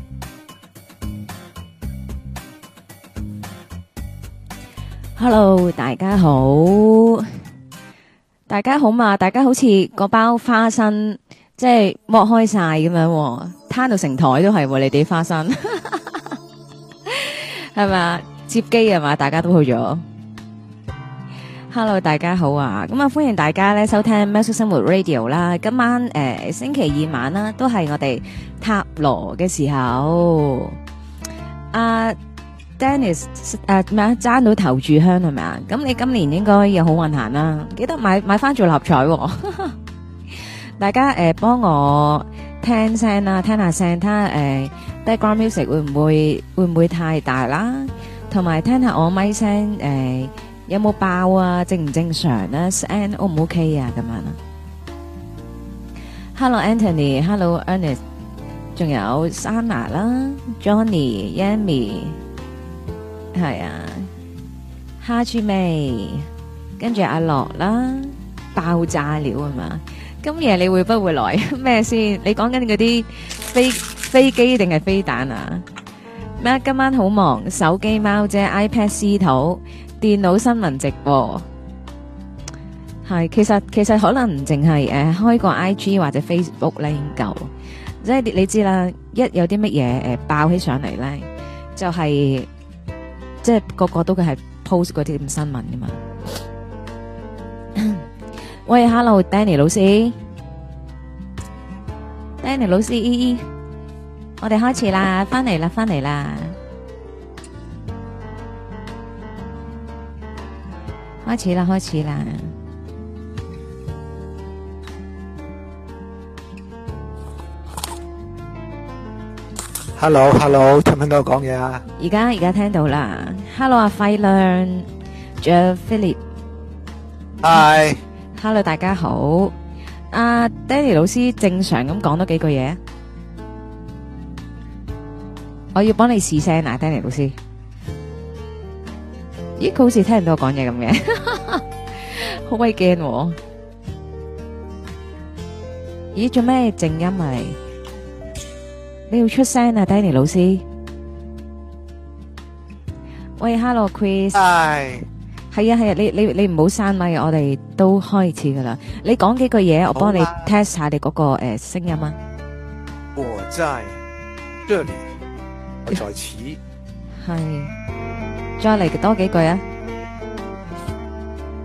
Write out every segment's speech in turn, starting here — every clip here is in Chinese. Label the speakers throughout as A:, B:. A: Hello，大家好，大家好嘛，大家好似嗰包花生即係剝開晒咁樣喎，攤到成台都係喎，你哋花生係嘛？接機係嘛？大家都去咗。Hello，大家好啊！咁啊，歡迎大家咧收聽《喵式生活 Radio》啦。今晚誒、呃星期二晚啦，都係我哋塔羅嘅時候。啊、Dennis 誒咩啊？爭到頭炷香係咪啊？咁你今年應該有好運行啦。記得買買翻做立彩喎、 大家誒、呃、幫我聽聲啦，聽下聲，睇下誒 background music 會唔會會唔會太大啦？同埋聽下我咪聲誒。呃有冇爆啊？正唔正常啊？N O 唔 OK 啊？咁樣啊？Hello Anthony，Hello Ernest，仲有 Sana 啦，Johnny、Yami，係啊，哈住味，跟住阿樂啦，爆炸料係嘛？今夜你會不會 來咩先？你講緊嗰啲飛飛機定係飛彈啊？咩啊？今晚好忙，手機貓姐 iPad 司徒。電腦新聞直播係，其實其實可能淨係誒開個 IG 或者 Facebook 咧已經夠，即係你你知啦，一有啲乜嘢誒爆起上嚟咧，就係即係個個都佢係 post 嗰啲咁新聞噶嘛。 喂，Hello，Danny 老師，Danny 老師，E E，我哋開始啦，翻嚟啦，翻嚟啦。開始啦，開始啦。
B: Hello，Hello，聽唔聽到我講嘢啊？
A: 而家而家聽到啦。Hello 阿輝亮，仲有 Philip，Hello
B: 係
A: 大家好。阿、Danny 老師正常咁講多幾句嘢啊。我要幫你試聲啊，Danny 老師。咦，佢好似聽唔到我講嘢咁嘅， 好鬼驚喎！咦，做咩靜音啊你？你要出聲啊，Danny 老師。喂，Hello，Chris。
B: 係
A: 系啊系啊，你你你唔好閂咪，我哋都開始噶啦。你講幾句嘢，我幫你
B: 好啊
A: test 下你嗰、個个诶声、音啊。
B: 我在這裡，我在此，
A: 係，再嚟多幾句啊？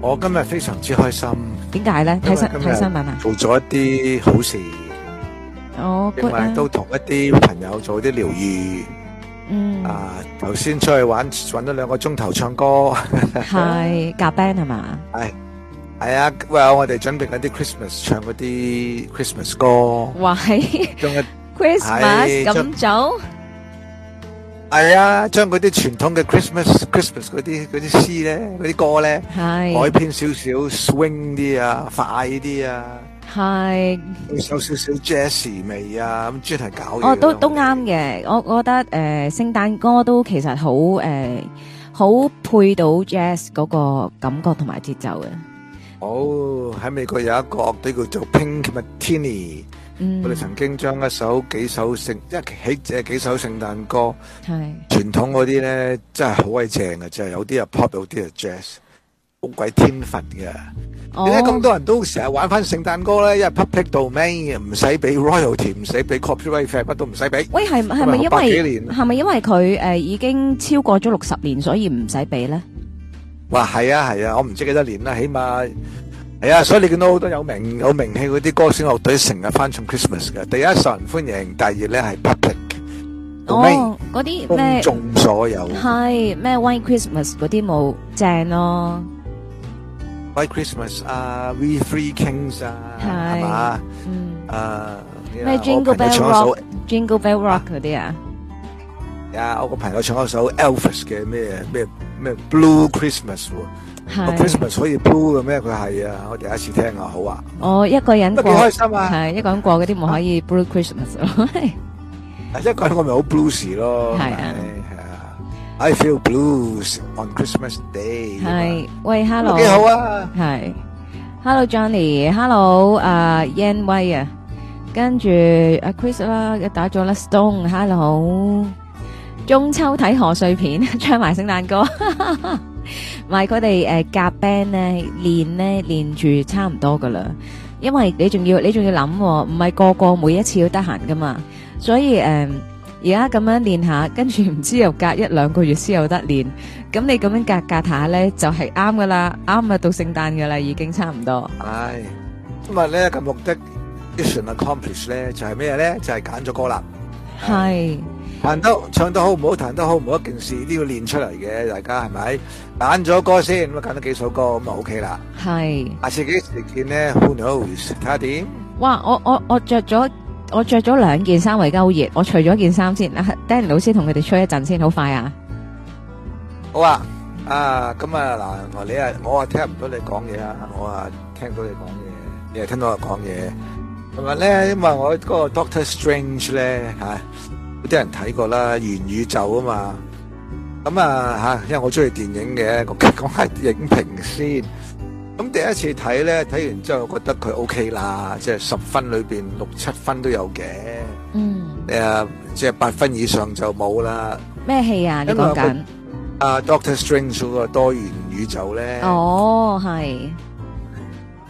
B: 我今日非常之開心，
A: 點解咧？睇新
B: 因為今日
A: 睇新聞啊？
B: 做咗一啲好事，
A: 哦
B: 另
A: ，good
B: 外
A: 啊，
B: 都同一啲朋友做啲療愈。
A: 嗯，
B: 啊，頭先出去玩揾咗兩個鐘頭唱歌，
A: 係夾 band 係嘛？
B: 係啊，喂，我哋準備緊啲 Christmas 唱嗰啲 Christmas 歌，
A: 哇，係
B: 將一
A: Christmas
B: 係
A: 咁早，
B: 係啊，將嗰啲傳統嘅 Christmas Christmas 嗰啲嗰啲詩咧，嗰啲歌咧。
A: 係
B: à, 改編少少，swing啲啊，快啲啊，有少少
A: 係，
B: jazzy à, 味啊，咁專係搞嘢
A: 哦，都
B: 嘅，
A: 都啱嘅。我我覺得诶，圣诞歌都其實好诶，好、配到 jazz 嗰個感覺同埋節奏嘅。
B: 好，喺美國有一個樂隊叫做 Pink Martini，
A: 嗯，
B: 佢哋曾經將一首幾首聖-一起-
A: 係。
B: à, 即係幾首聖誕歌，傳統嗰啲呢，真係好鬼正嘅，真係有啲係pop，有啲係jazz，好鬼天分嘅。點解 à, 咁多人都成日玩返聖誕歌呢？因為public domain，唔使俾 à, royalty，唔使俾 copyright fee，乜都唔使俾。
A: 喂，係係咪
B: 咪
A: 因
B: 學百幾
A: 為
B: 年
A: 係咪因為佢誒已經超過咗六十年，所以唔使俾咧？
B: 哇，係啊係啊，我唔知幾多年啦，起碼係啊，所以你見到好多有名有名氣嗰啲歌星樂隊成日翻唱 Christmas 嘅，第一受人歡迎，第二咧係 public domain
A: 哦，嗰啲
B: 公
A: 咩
B: 眾所有。
A: 係咩 White Christmas 嗰啲冇正咯，
B: White Christmas 啊，We Three Kings 啊，
A: 係
B: 係嘛？
A: 嗯
B: 啊，
A: 咩 Jingle Bell Rock、Jingle Bell Rock 嗰啲啊，
B: 啊，我個朋友唱一首 Elvis 嘅咩咩咩 Blue Christmas 喎，個
A: 係
B: Christmas 可以 blue 嘅咩？佢係啊，我第一次聽啊，好啊，
A: 我哦一個人
B: 不
A: 過
B: 過幾開心啊！
A: 係一個人過嗰啲咪可以 Blue Christmas 啊 咯，
B: 一個人我咪好 blues 咯，
A: 係啊
B: 係啊，I feel blues on Christmas Day，
A: 係喂
B: 咁啊
A: Hello，
B: 幾好啊！
A: 係，Hello Johnny，Hello 啊 Yan 威啊，跟住阿 Chris 啦，打咗啦 Stone，Hello，中秋睇賀歲片，唱埋聖誕歌， 唔係佢哋诶夾 band 咧練咧練住差唔多噶啦，因為你仲要你仲要諗喎，唔係個個每一次都得閒噶嘛，所以诶而家咁樣練下，跟住唔知又隔一兩個月先有得練，咁你咁樣隔隔下咧就係啱噶啦，啱啊到聖誕噶啦已經差唔多，
B: 唉，今日咧嘅目的 mission accomplish 咧就係咩咧？就係揀咗歌啦，
A: 係
B: 彈得唱得好唔好，彈得好唔好一件事都要練出嚟嘅，大家係咪？揀咗歌先，咁啊揀咗幾首歌，咁啊 OK 啦。啊
A: 係。
B: 下次幾時見咧？Who knows？睇下點。
A: 哇！我我我着咗我着咗兩件衫，我而家好熱，我除咗件衫先。啊 Danny 老師同佢哋吹一陣先，好快啊！
B: 好啊，啊咁啊嗱，你啊，我啊聽唔到你講嘢啊，我啊聽到你講嘢，你係聽到我講嘢。同埋咧，因為我嗰個 Doctor Strange 咧嚇，有啲人睇過啦，元宇宙啊嘛。咁啊嚇，因為我中意電影嘅，我講下影評先。咁第一次睇咧，睇完之後覺得佢 OK 啦，即係十分裏邊六七分都有嘅。
A: 嗯，
B: 誒、即係八分以上就冇啦。
A: 咩戲啊？你
B: 因為
A: 講
B: 我
A: 緊？
B: 啊，Doctor Strange 嗰個多元宇宙咧。
A: 哦，係，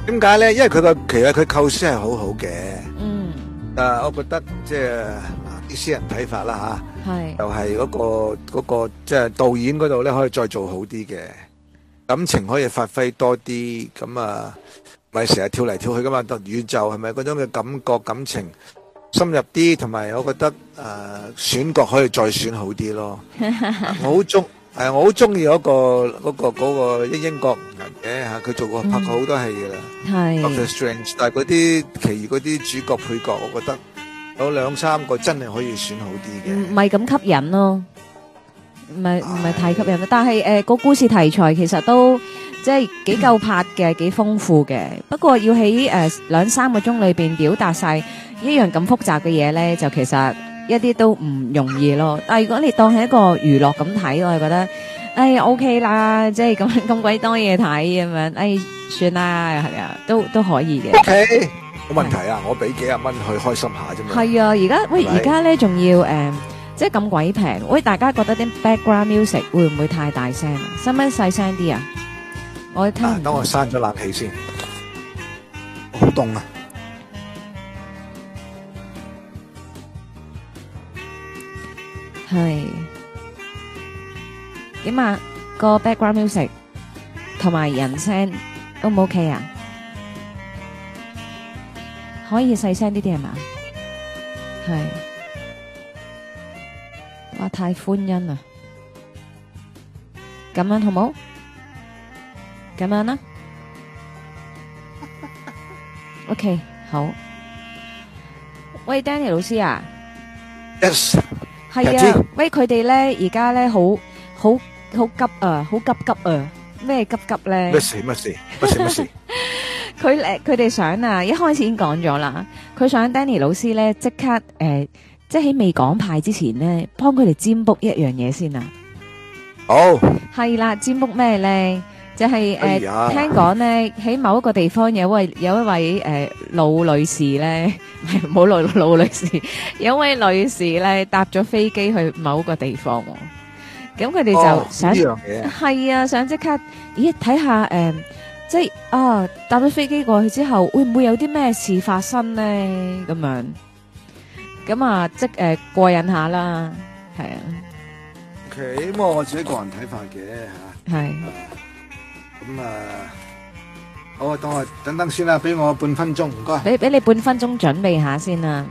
B: 點解咧？因為佢個其實佢構思係好好嘅，
A: 嗯，
B: 但我覺得即係啊啲私人睇法啦
A: 係
B: 吓，就係嗰、個嗰、個即係導演嗰度咧可以再做好啲嘅，感情可以發揮多啲，咁啊咪成日跳嚟跳去噶嘛，當宇宙係咪嗰種嘅感覺感情深入啲，同埋我覺得誒、呃、選角可以再選好啲咯。我好中誒，我好中意嗰個嗰、個嗰、個英國人嘅嚇，佢做過拍過好多戲噶啦。Doctor
A: 係，
B: Strange，但係嗰啲其餘嗰啲主角配角，我覺得有兩三個真係可以選好啲
A: 唔係
B: 嘅。
A: 咁吸引咯，唔係唔係太吸引咯。但係誒個故事題材其實都即係幾夠拍嘅，幾豐富嘅。不過要喺誒兩三個鐘裏邊表達晒一樣咁複雜嘅嘢咧，就其實一啲都唔容易咯。但係如果你當係一個娛樂咁睇，我係覺得，哎 OK 啦，即係咁咁鬼多嘢睇咁樣，哎算啦，係啊，都都可以嘅。
B: O K，冇問題啊，我俾幾廿蚊去開心下啫嘛。
A: 係啊，而家喂，
B: 係咪
A: 而家咧仲要誒，即係咁鬼平。喂，大家覺得啲 background music 會唔會太大聲啊？使唔使細聲啲啊？我聽
B: 啊
A: 唔，
B: 等我閂咗冷氣先，好凍啊！
A: 係點啊？個 background music 同埋人聲 O 唔 OK 啊？可以細聲啲啲係嘛？係哇，太歡欣啦！咁樣好冇？咁樣啦。OK，好。喂，Danny 老師啊！
B: Yes，
A: 係
B: 日
A: 啊
B: 子，
A: 喂，佢哋咧而家咧好好好急啊，好急急啊，咩急急咧
B: 乜？事乜事乜事乜事？
A: 佢誒佢哋想啊，一開始已經講咗啦，佢想 Danny 老師咧即刻誒、呃即係喺未講牌之前咧，幫佢哋占卜一樣嘢先啊。
B: 好，
A: 係啦，占卜咩咧？就呃係、誒、
B: 哎呀
A: 聽講咧喺某一個地方有位有一位誒、呃老女士咧， 唔係冇老老女士， 有一位女士咧搭咗飛機去某一個地方喎。咁佢哋
B: 哦
A: 就想
B: 呢樣嘢
A: 係啊，想即刻，咦睇下誒，即係啊搭咗飛機過去之後，會唔會有啲咩事發生咧？咁樣咁啊，即誒、呃、過癮下啦，係啊，
B: ，OK，咁我自己個人睇法嘅嚇，
A: 係
B: 咁啊，好啊，等我等等先啦，俾我半分鐘，唔該。
A: 俾俾你半分鐘準備下先啦。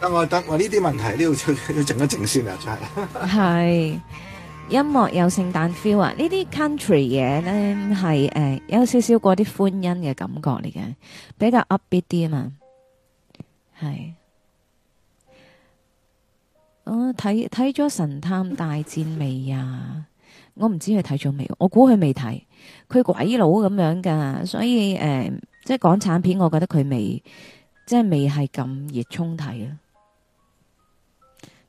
B: 等我等我呢啲問題都要 要靜一靜先啊， 真係。
A: 系音樂有聖誕 feel 啊！呢啲 country 嘢咧係诶有少少嗰啲歡欣嘅感覺嚟嘅，比較 upbeat 啲啊嘛。係，我哦睇睇咗《神探大戰》未啊？我唔知佢睇咗未，我估佢未睇。佢鬼佬咁樣噶，所以诶、呃即係港產片，我覺得佢未，即係未係咁熱衷睇啊。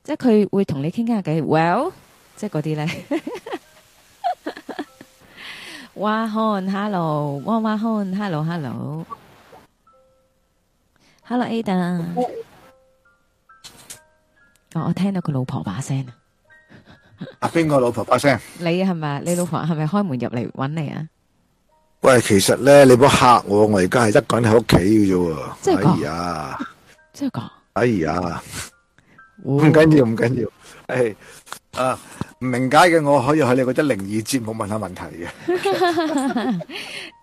A: 即係佢會同你傾傾下偈，well，即係嗰啲咧。 哇漢，hello，哇哇漢，hello，hello，hello Ada。哦，我聽到佢老婆把聲啊，
B: 阿邊個老婆把聲？
A: 你係咪？啊你老婆係咪開門入嚟揾你啊？
B: 喂，其實咧，你唔好嚇我，我而家係一個人喺屋企嘅啫喎。
A: 真係㗎
B: 哎呀，
A: 真係噶？
B: 哎呀，
A: 唔
B: 唔緊要，唔緊要。係啊，唔明解嘅我可以去你嗰啲靈異節目問下問題嘅。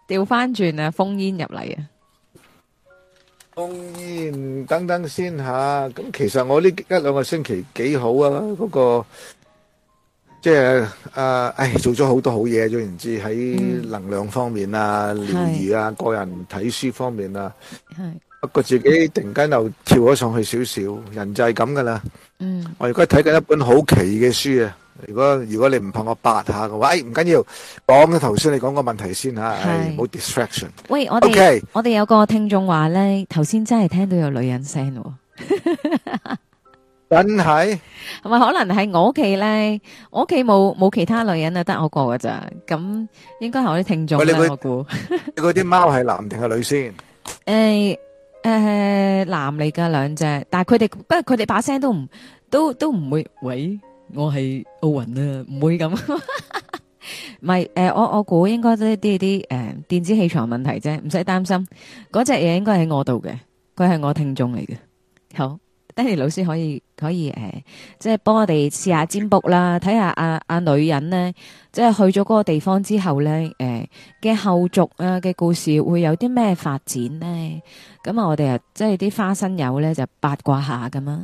A: 调翻轉啊，封煙入嚟啊！
B: 當然，等等先吓。咁其實我呢一兩個星期幾好啊，嗰、個即係啊，唉，做咗好多好嘢，總言之喺
A: 嗯
B: 能量方面啊、療愈啊、個人睇書方面啊，
A: 係，
B: 不過自己突然間又跳咗上去少少，人就係咁噶啦。
A: 嗯，
B: 我而家睇緊一本好奇嘅書啊！如果如果你唔怕我八下嘅話，誒唔緊要，講頭先你講個問題先嚇，
A: 係
B: 誒冇 distraction。
A: 喂，我哋
B: OK，
A: 我哋有個聽眾話咧，頭先真係聽到有女人聲喎。
B: 真係
A: 同埋啊可能喺我屋企咧，我屋企冇冇其他女人啊，得我個噶咋，咁應該係我啲聽眾
B: 喂你
A: 啦
B: 會，
A: 我估。
B: 你嗰啲貓係男定係女先？
A: 誒誒，男嚟噶兩隻，但係佢哋不過佢哋把聲都唔都都唔會，喂，我係奧運啊，唔會咁。 唔係誒，我我估應該都係啲啲誒電子器材問題啫，唔使擔心。嗰隻嘢應該喺我度嘅，佢係我聽眾嚟嘅。好，Danny 老師可以可以誒、呃即係幫我哋試下占卜啦，睇下阿阿女人呢，即係去咗嗰個地方之後呢，誒、嘅後續啊嘅故事會有啲咩發展呢？咁啊，我哋啊即係啲花生友呢，就八卦下咁啊。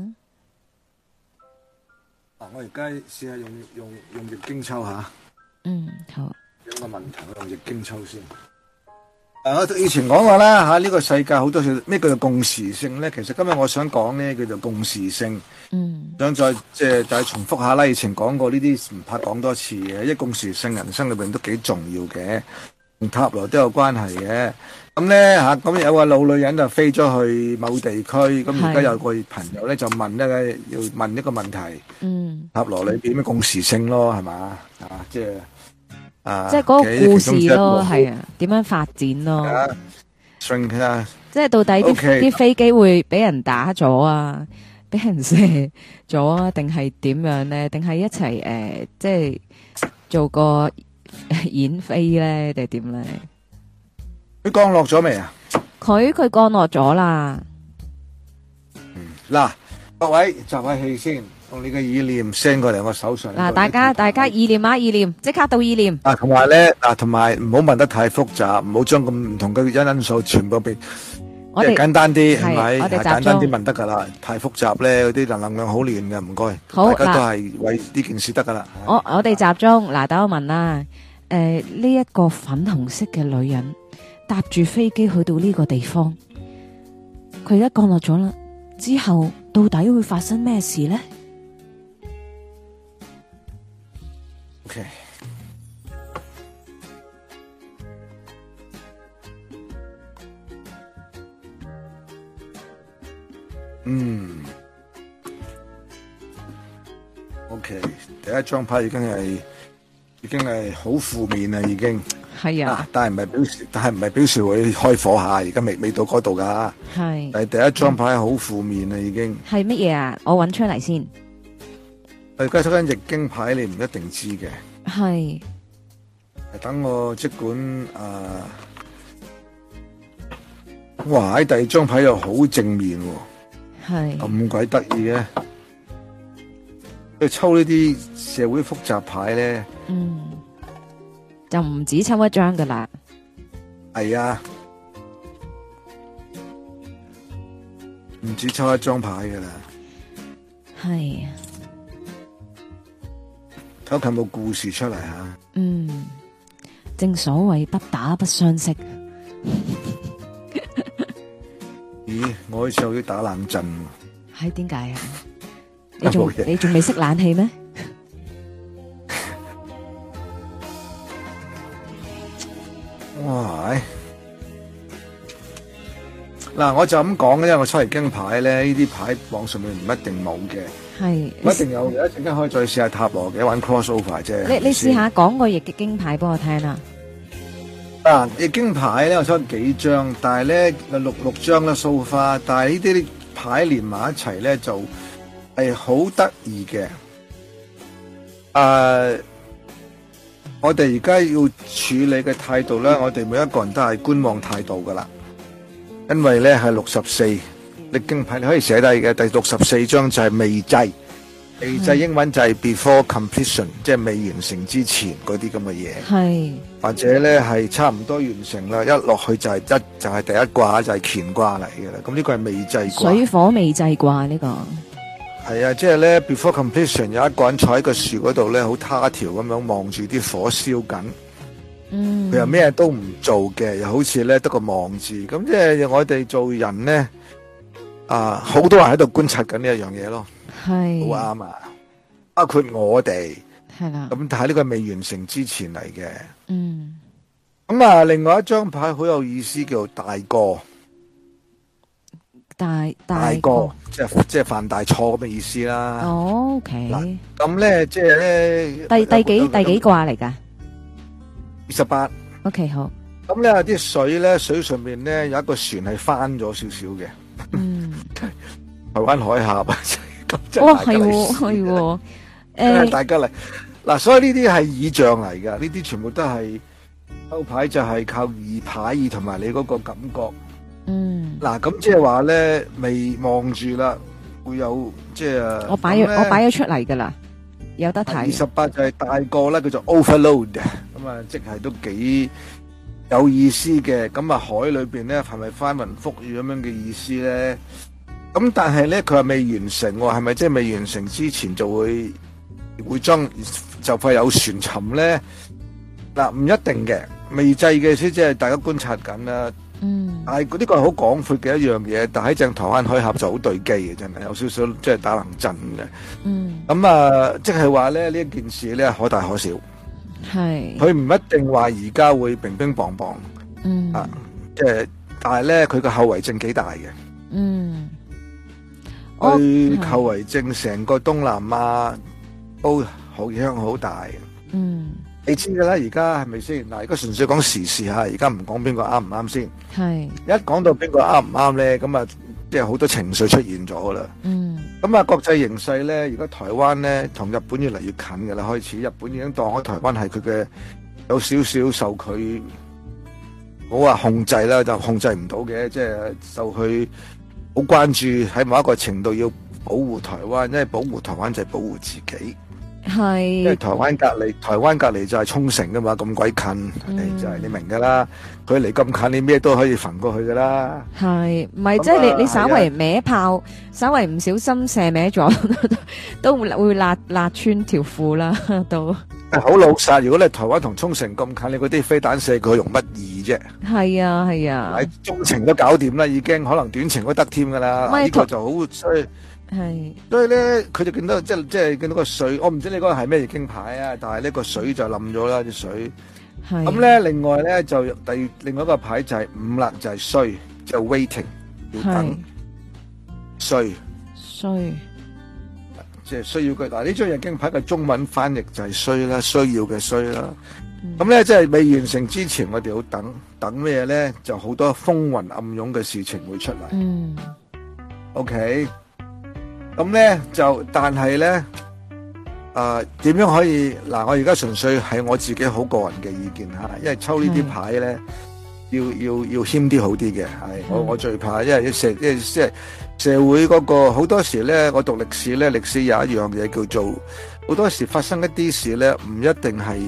B: 啊！我而家試下用用用易經抽下，
A: 嗯，好，
B: 有個問題我用易經抽先。啊，我以前講過啦嚇，呢、個世界好多嘢咩叫做共時性咧？其實今日我想講呢叫做共時性，
A: 嗯
B: 想再即係再重複下啦。以前講過呢啲唔怕講多次嘅，因為共時性人生裏邊都幾重要嘅，同塔羅都有關係嘅。咁咧嚇，咁、有個老女人就飛咗去某地區，咁而家
A: 係
B: 有個朋友咧就問一個要問一個問題。
A: 嗯，
B: 塔羅裏邊咩共時性咯，係嘛啊，即係啊，
A: 即係嗰個故
B: 其中之一
A: 事咯，係啊，點樣發展咯？
B: 啊，swing 啊，
A: 即係到底啲
B: OK
A: 啲飛機會俾人打咗啊，俾人射咗啊，定係點樣呢？定係一齊诶、呃即係做個演飛呢？定係點呢？
B: 佢降落咗未啊？
A: 佢佢降落咗啦，
B: 嗯嗱，各位集下氣先，用你嘅意念 send 過嚟我手上。
A: 嗱，大家大家意念啊，意念，即刻到意念，
B: 啊，同埋咧，嗱，同埋唔好問得太複雜，唔好將咁唔同嘅因因素全部變，
A: 我
B: 即係
A: 哋
B: 簡單啲，
A: 係
B: 係咪？
A: 我哋
B: 係
A: 集
B: 簡單啲
A: 中
B: 問得㗎啦，太複雜咧，嗰啲能量好亂嘅，唔該。
A: 好
B: 大
A: 嗱
B: 家都係為呢件事得㗎啦。
A: 我我哋集中，嗱，等我問啦，诶、呢一個粉紅色嘅女人搭住飛機去到呢個地方，佢而家降落咗啦，之後到底會發生咩事呢？
B: OK。嗯，OK，第一張牌已經係已經係好負面啦，已經。
A: 系
B: 啊，但係唔係表示，但係唔係表示會開火下，而家未未到嗰度噶。
A: 系
B: 但係第一張牌好負面啊啦，已經。
A: 系乜嘢啊？我揾出嚟先。
B: 我而家出緊易經牌，你唔一定知嘅。
A: 系
B: 等我即管啊，哇！喺第二張牌又好正面喎，
A: 系
B: 咁鬼得意嘅。佢抽呢啲社會複雜牌咧，
A: 嗯，就唔止抽一張噶啦。
B: 係啊，唔止抽一張牌噶啦，
A: 系
B: 睇下佢有冇故事出嚟嚇。
A: 嗯，正所謂不打不相識。
B: 咦，我好似有啲打冷震喎。
A: 係點解啊？你仲
B: 冇嘢
A: 你仲未熄冷氣咩？
B: 哇！唉嗱，我就咁講咧，我抽嚟經牌咧，呢啲牌網上面唔一定冇嘅，
A: 係
B: 唔一定有嘅。一陣間可以再試下塔羅嘅，玩 crossover 啫。
A: 你你
B: 係咪先
A: 试下講個易嘅經牌俾我聽啊啦。
B: 嗱，易經牌咧，我抽幾張，但係咧有六六張啦，so far，但係呢啲牌連埋一齊咧就係好得意嘅。诶、啊我哋而家要處理嘅態度咧，我哋每一個人都係觀望態度噶啦，因為咧係六十四你經牌，你可以寫低嘅。第六十四章就係未制，未制英文就係 before completion，即係未完成之前嗰啲咁嘅嘢，
A: 系
B: 或者咧係差唔多完成啦，一落去就係一就係第一卦就係乾卦嚟嘅啦。咁呢個係未制卦。
A: 水火未制啩呢個
B: 系啊，即系咧，before completion 有一個人坐喺個樹嗰度咧，好他條咁樣望住啲火燒緊，
A: 嗯，
B: 佢又咩都唔做嘅，又好似咧得個望字。咁即係我哋做人咧，啊，好多人喺度觀察緊呢一樣嘢咯，
A: 係
B: 好啱啊！包括我哋，
A: 係啦，
B: 咁但係呢個係未完成之前嚟嘅。
A: 嗯
B: 咁啊，另外一張牌好有意思，叫做大個
A: 大
B: 大
A: 個
B: 個，即係即係犯大錯咁嘅意思啦。
A: 哦，OK，
B: 咁咧，即係咧，
A: 第第幾第幾卦嚟㗎
B: 二十八。
A: ？OK 好，
B: 咁咧啲水咧，水上面咧有一個船係翻咗少少嘅，
A: 嗯，
B: 台灣海峽啊， 咁即
A: 哇
B: 係
A: 哦係
B: 大家嚟
A: 喎係 喎，
B: 真係
A: 誒
B: 大家嚟。嗱，所以呢啲係意象嚟噶，呢啲全部都係抽牌就係靠意牌意同埋你嗰個感覺。
A: 嗯，
B: 嗱，咁即係話咧，未望住啦，會有即係呃
A: 我擺咗我擺咗出嚟㗎啦，有得
B: 二
A: 睇，
B: 十八就係大個啦，叫做 overload，咁啊，即係都幾有意思嘅。咁啊，海裏邊咧係咪翻雲覆雨咁樣嘅意思咧？咁但係咧，佢係未完成喎，係咪即係未完成之前就會會將就快有船沉咧？嗱，唔一定嘅，未制嘅意思即係大家觀察緊啦。
A: 嗯
B: 但係嗰呢個係好廣闊嘅一樣嘢，但喺正台灣海峽就好對機嘅，真係有少少即係打冷震嘅。
A: 嗯
B: 咁啊，即係話咧呢一件事咧可大可小，
A: 係，
B: 佢唔一定話而家會乒乒乓乓，
A: 嗯
B: 啊即係但係咧佢個後遺症幾大嘅，
A: 嗯，哦我
B: 佢後遺症成個東南亞都好影響好大。
A: 嗯
B: 你知㗎啦，而家係咪先？嗱，而家純粹講時事嚇，而家唔講邊個啱唔啱先。
A: 係，
B: 一講到邊個啱唔啱咧，咁啊，即係好多情緒出現咗㗎啦。
A: 嗯
B: 咁啊，國際形勢咧，而家台灣咧同日本越嚟越近嘅啦，開始日本已經當咗台灣係佢嘅有少少受佢，冇話控制啦，就控制唔到嘅，即係受佢好關注喺某一個程度要保護台灣，因為保護台灣就係保護自己，因
A: 係，
B: 為台灣隔離台灣隔離就係沖繩噶嘛，咁鬼近，
A: 嗯
B: 誒就係你明噶啦，佢離咁近，你咩都可以焚過去噶啦。
A: 系，唔系
B: 咁
A: 即系你
B: 啊
A: 你稍為歪炮，稍為唔小心射歪 咗，都會會辣辣穿條褲 啦，都
B: 好老實，如果你台灣同沖繩咁近，你嗰啲飛彈射佢用乜意啫？
A: 係啊係啊
B: 喺，中程都搞掂啦，已經可能短程都得添噶啦。
A: 咪
B: 呢個就好，所以
A: 係
B: 所以咧，佢就見到即係即係見到個水，我唔知你嗰個係咩易經牌啊，但係呢個水就冧咗啦啲水。
A: 係
B: 咁咧，另外咧就第另外一個牌就係五啦，就係衰，就 waiting 要
A: 係
B: 等衰，
A: 衰，
B: 即係需要佢嗱呢張易經牌嘅中文翻譯就係衰啦，需要嘅衰啦。
A: 嗯
B: 咁咧即係未完成之前，我哋要等等咩咧？就好多風雲暗湧嘅事情會出嚟。
A: 嗯
B: OK，咁咧就但係咧，啊、點樣可以嗱？我而家純粹係我自己好個人嘅意見嚇，因為抽呢啲
A: 係
B: 牌咧，要要要謙啲好啲嘅。係我
A: 嗯
B: 我最怕，因為社即係即係社會嗰、個好多時咧，我讀歷史咧，歷史有一樣嘢叫做好多時發生一啲事咧，唔一定係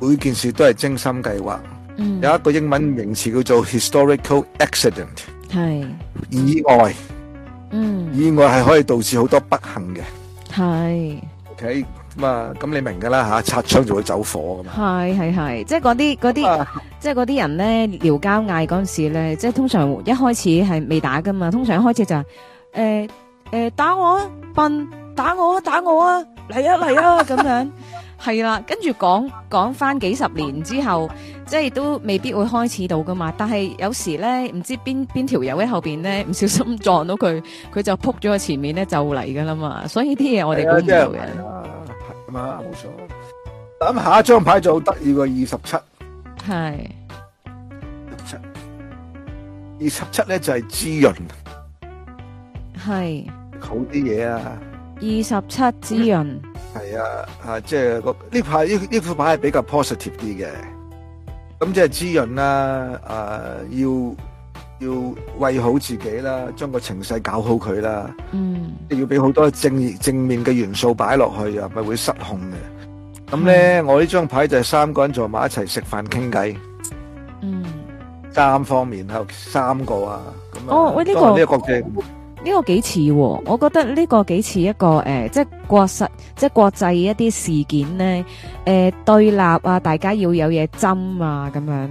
B: 每件事都係精心計劃。
A: 嗯
B: 有一個英文名詞叫做 historical accident
A: 係，
B: 意外。
A: 嗯
B: 意外係可以導致好多不幸嘅。
A: 係
B: OK，咁啊，咁你明㗎啦嚇，擦槍就會走火㗎嘛。
A: 係係係，即係嗰啲嗰啲。
B: 啊
A: 即係嗰啲人咧聊交嗌嗰阵时咧，即係通常一開始係未打噶嘛，通常一開始就係诶诶打我啊，笨打我啊，打我啊，嚟啊嚟啊咁樣，係啦，跟住講講翻幾十年之後，即係都未必會開始到噶嘛。但係有時咧，唔知邊邊條友喺後边咧，唔小心撞到佢，佢就扑咗去前面咧就嚟噶啦嘛。所以啲嘢我哋
B: 係啊
A: 估唔
B: 即係
A: 到嘅。
B: 係啊係咁啊，冇錯。咁下一張牌就好得意喎，二十七，
A: 係
B: 二十七咧就係滋潤
A: 係
B: 好啲嘢啊。
A: 二十七滋潤，
B: 系啊，啊，即係個呢排呢呢副牌係比較 positive 啲嘅，咁即係滋潤啦，啊，要要喂好自己啦，將個情勢搞好佢啦，
A: 嗯
B: 要俾好多正正面嘅元素擺落去啊，咪會失控嘅。咁咧，我呢張牌就係三個人坐埋一齊食飯傾偈，
A: 嗯，
B: 三方面啊，三個啊，咁啊，
A: 哦喂呢個
B: 當然呢個國際
A: 呢個幾似喎，我覺得呢個幾似一個诶、呃即係國實，即係國際一啲事件咧，诶、對立啊，大家要有嘢斟啊，咁樣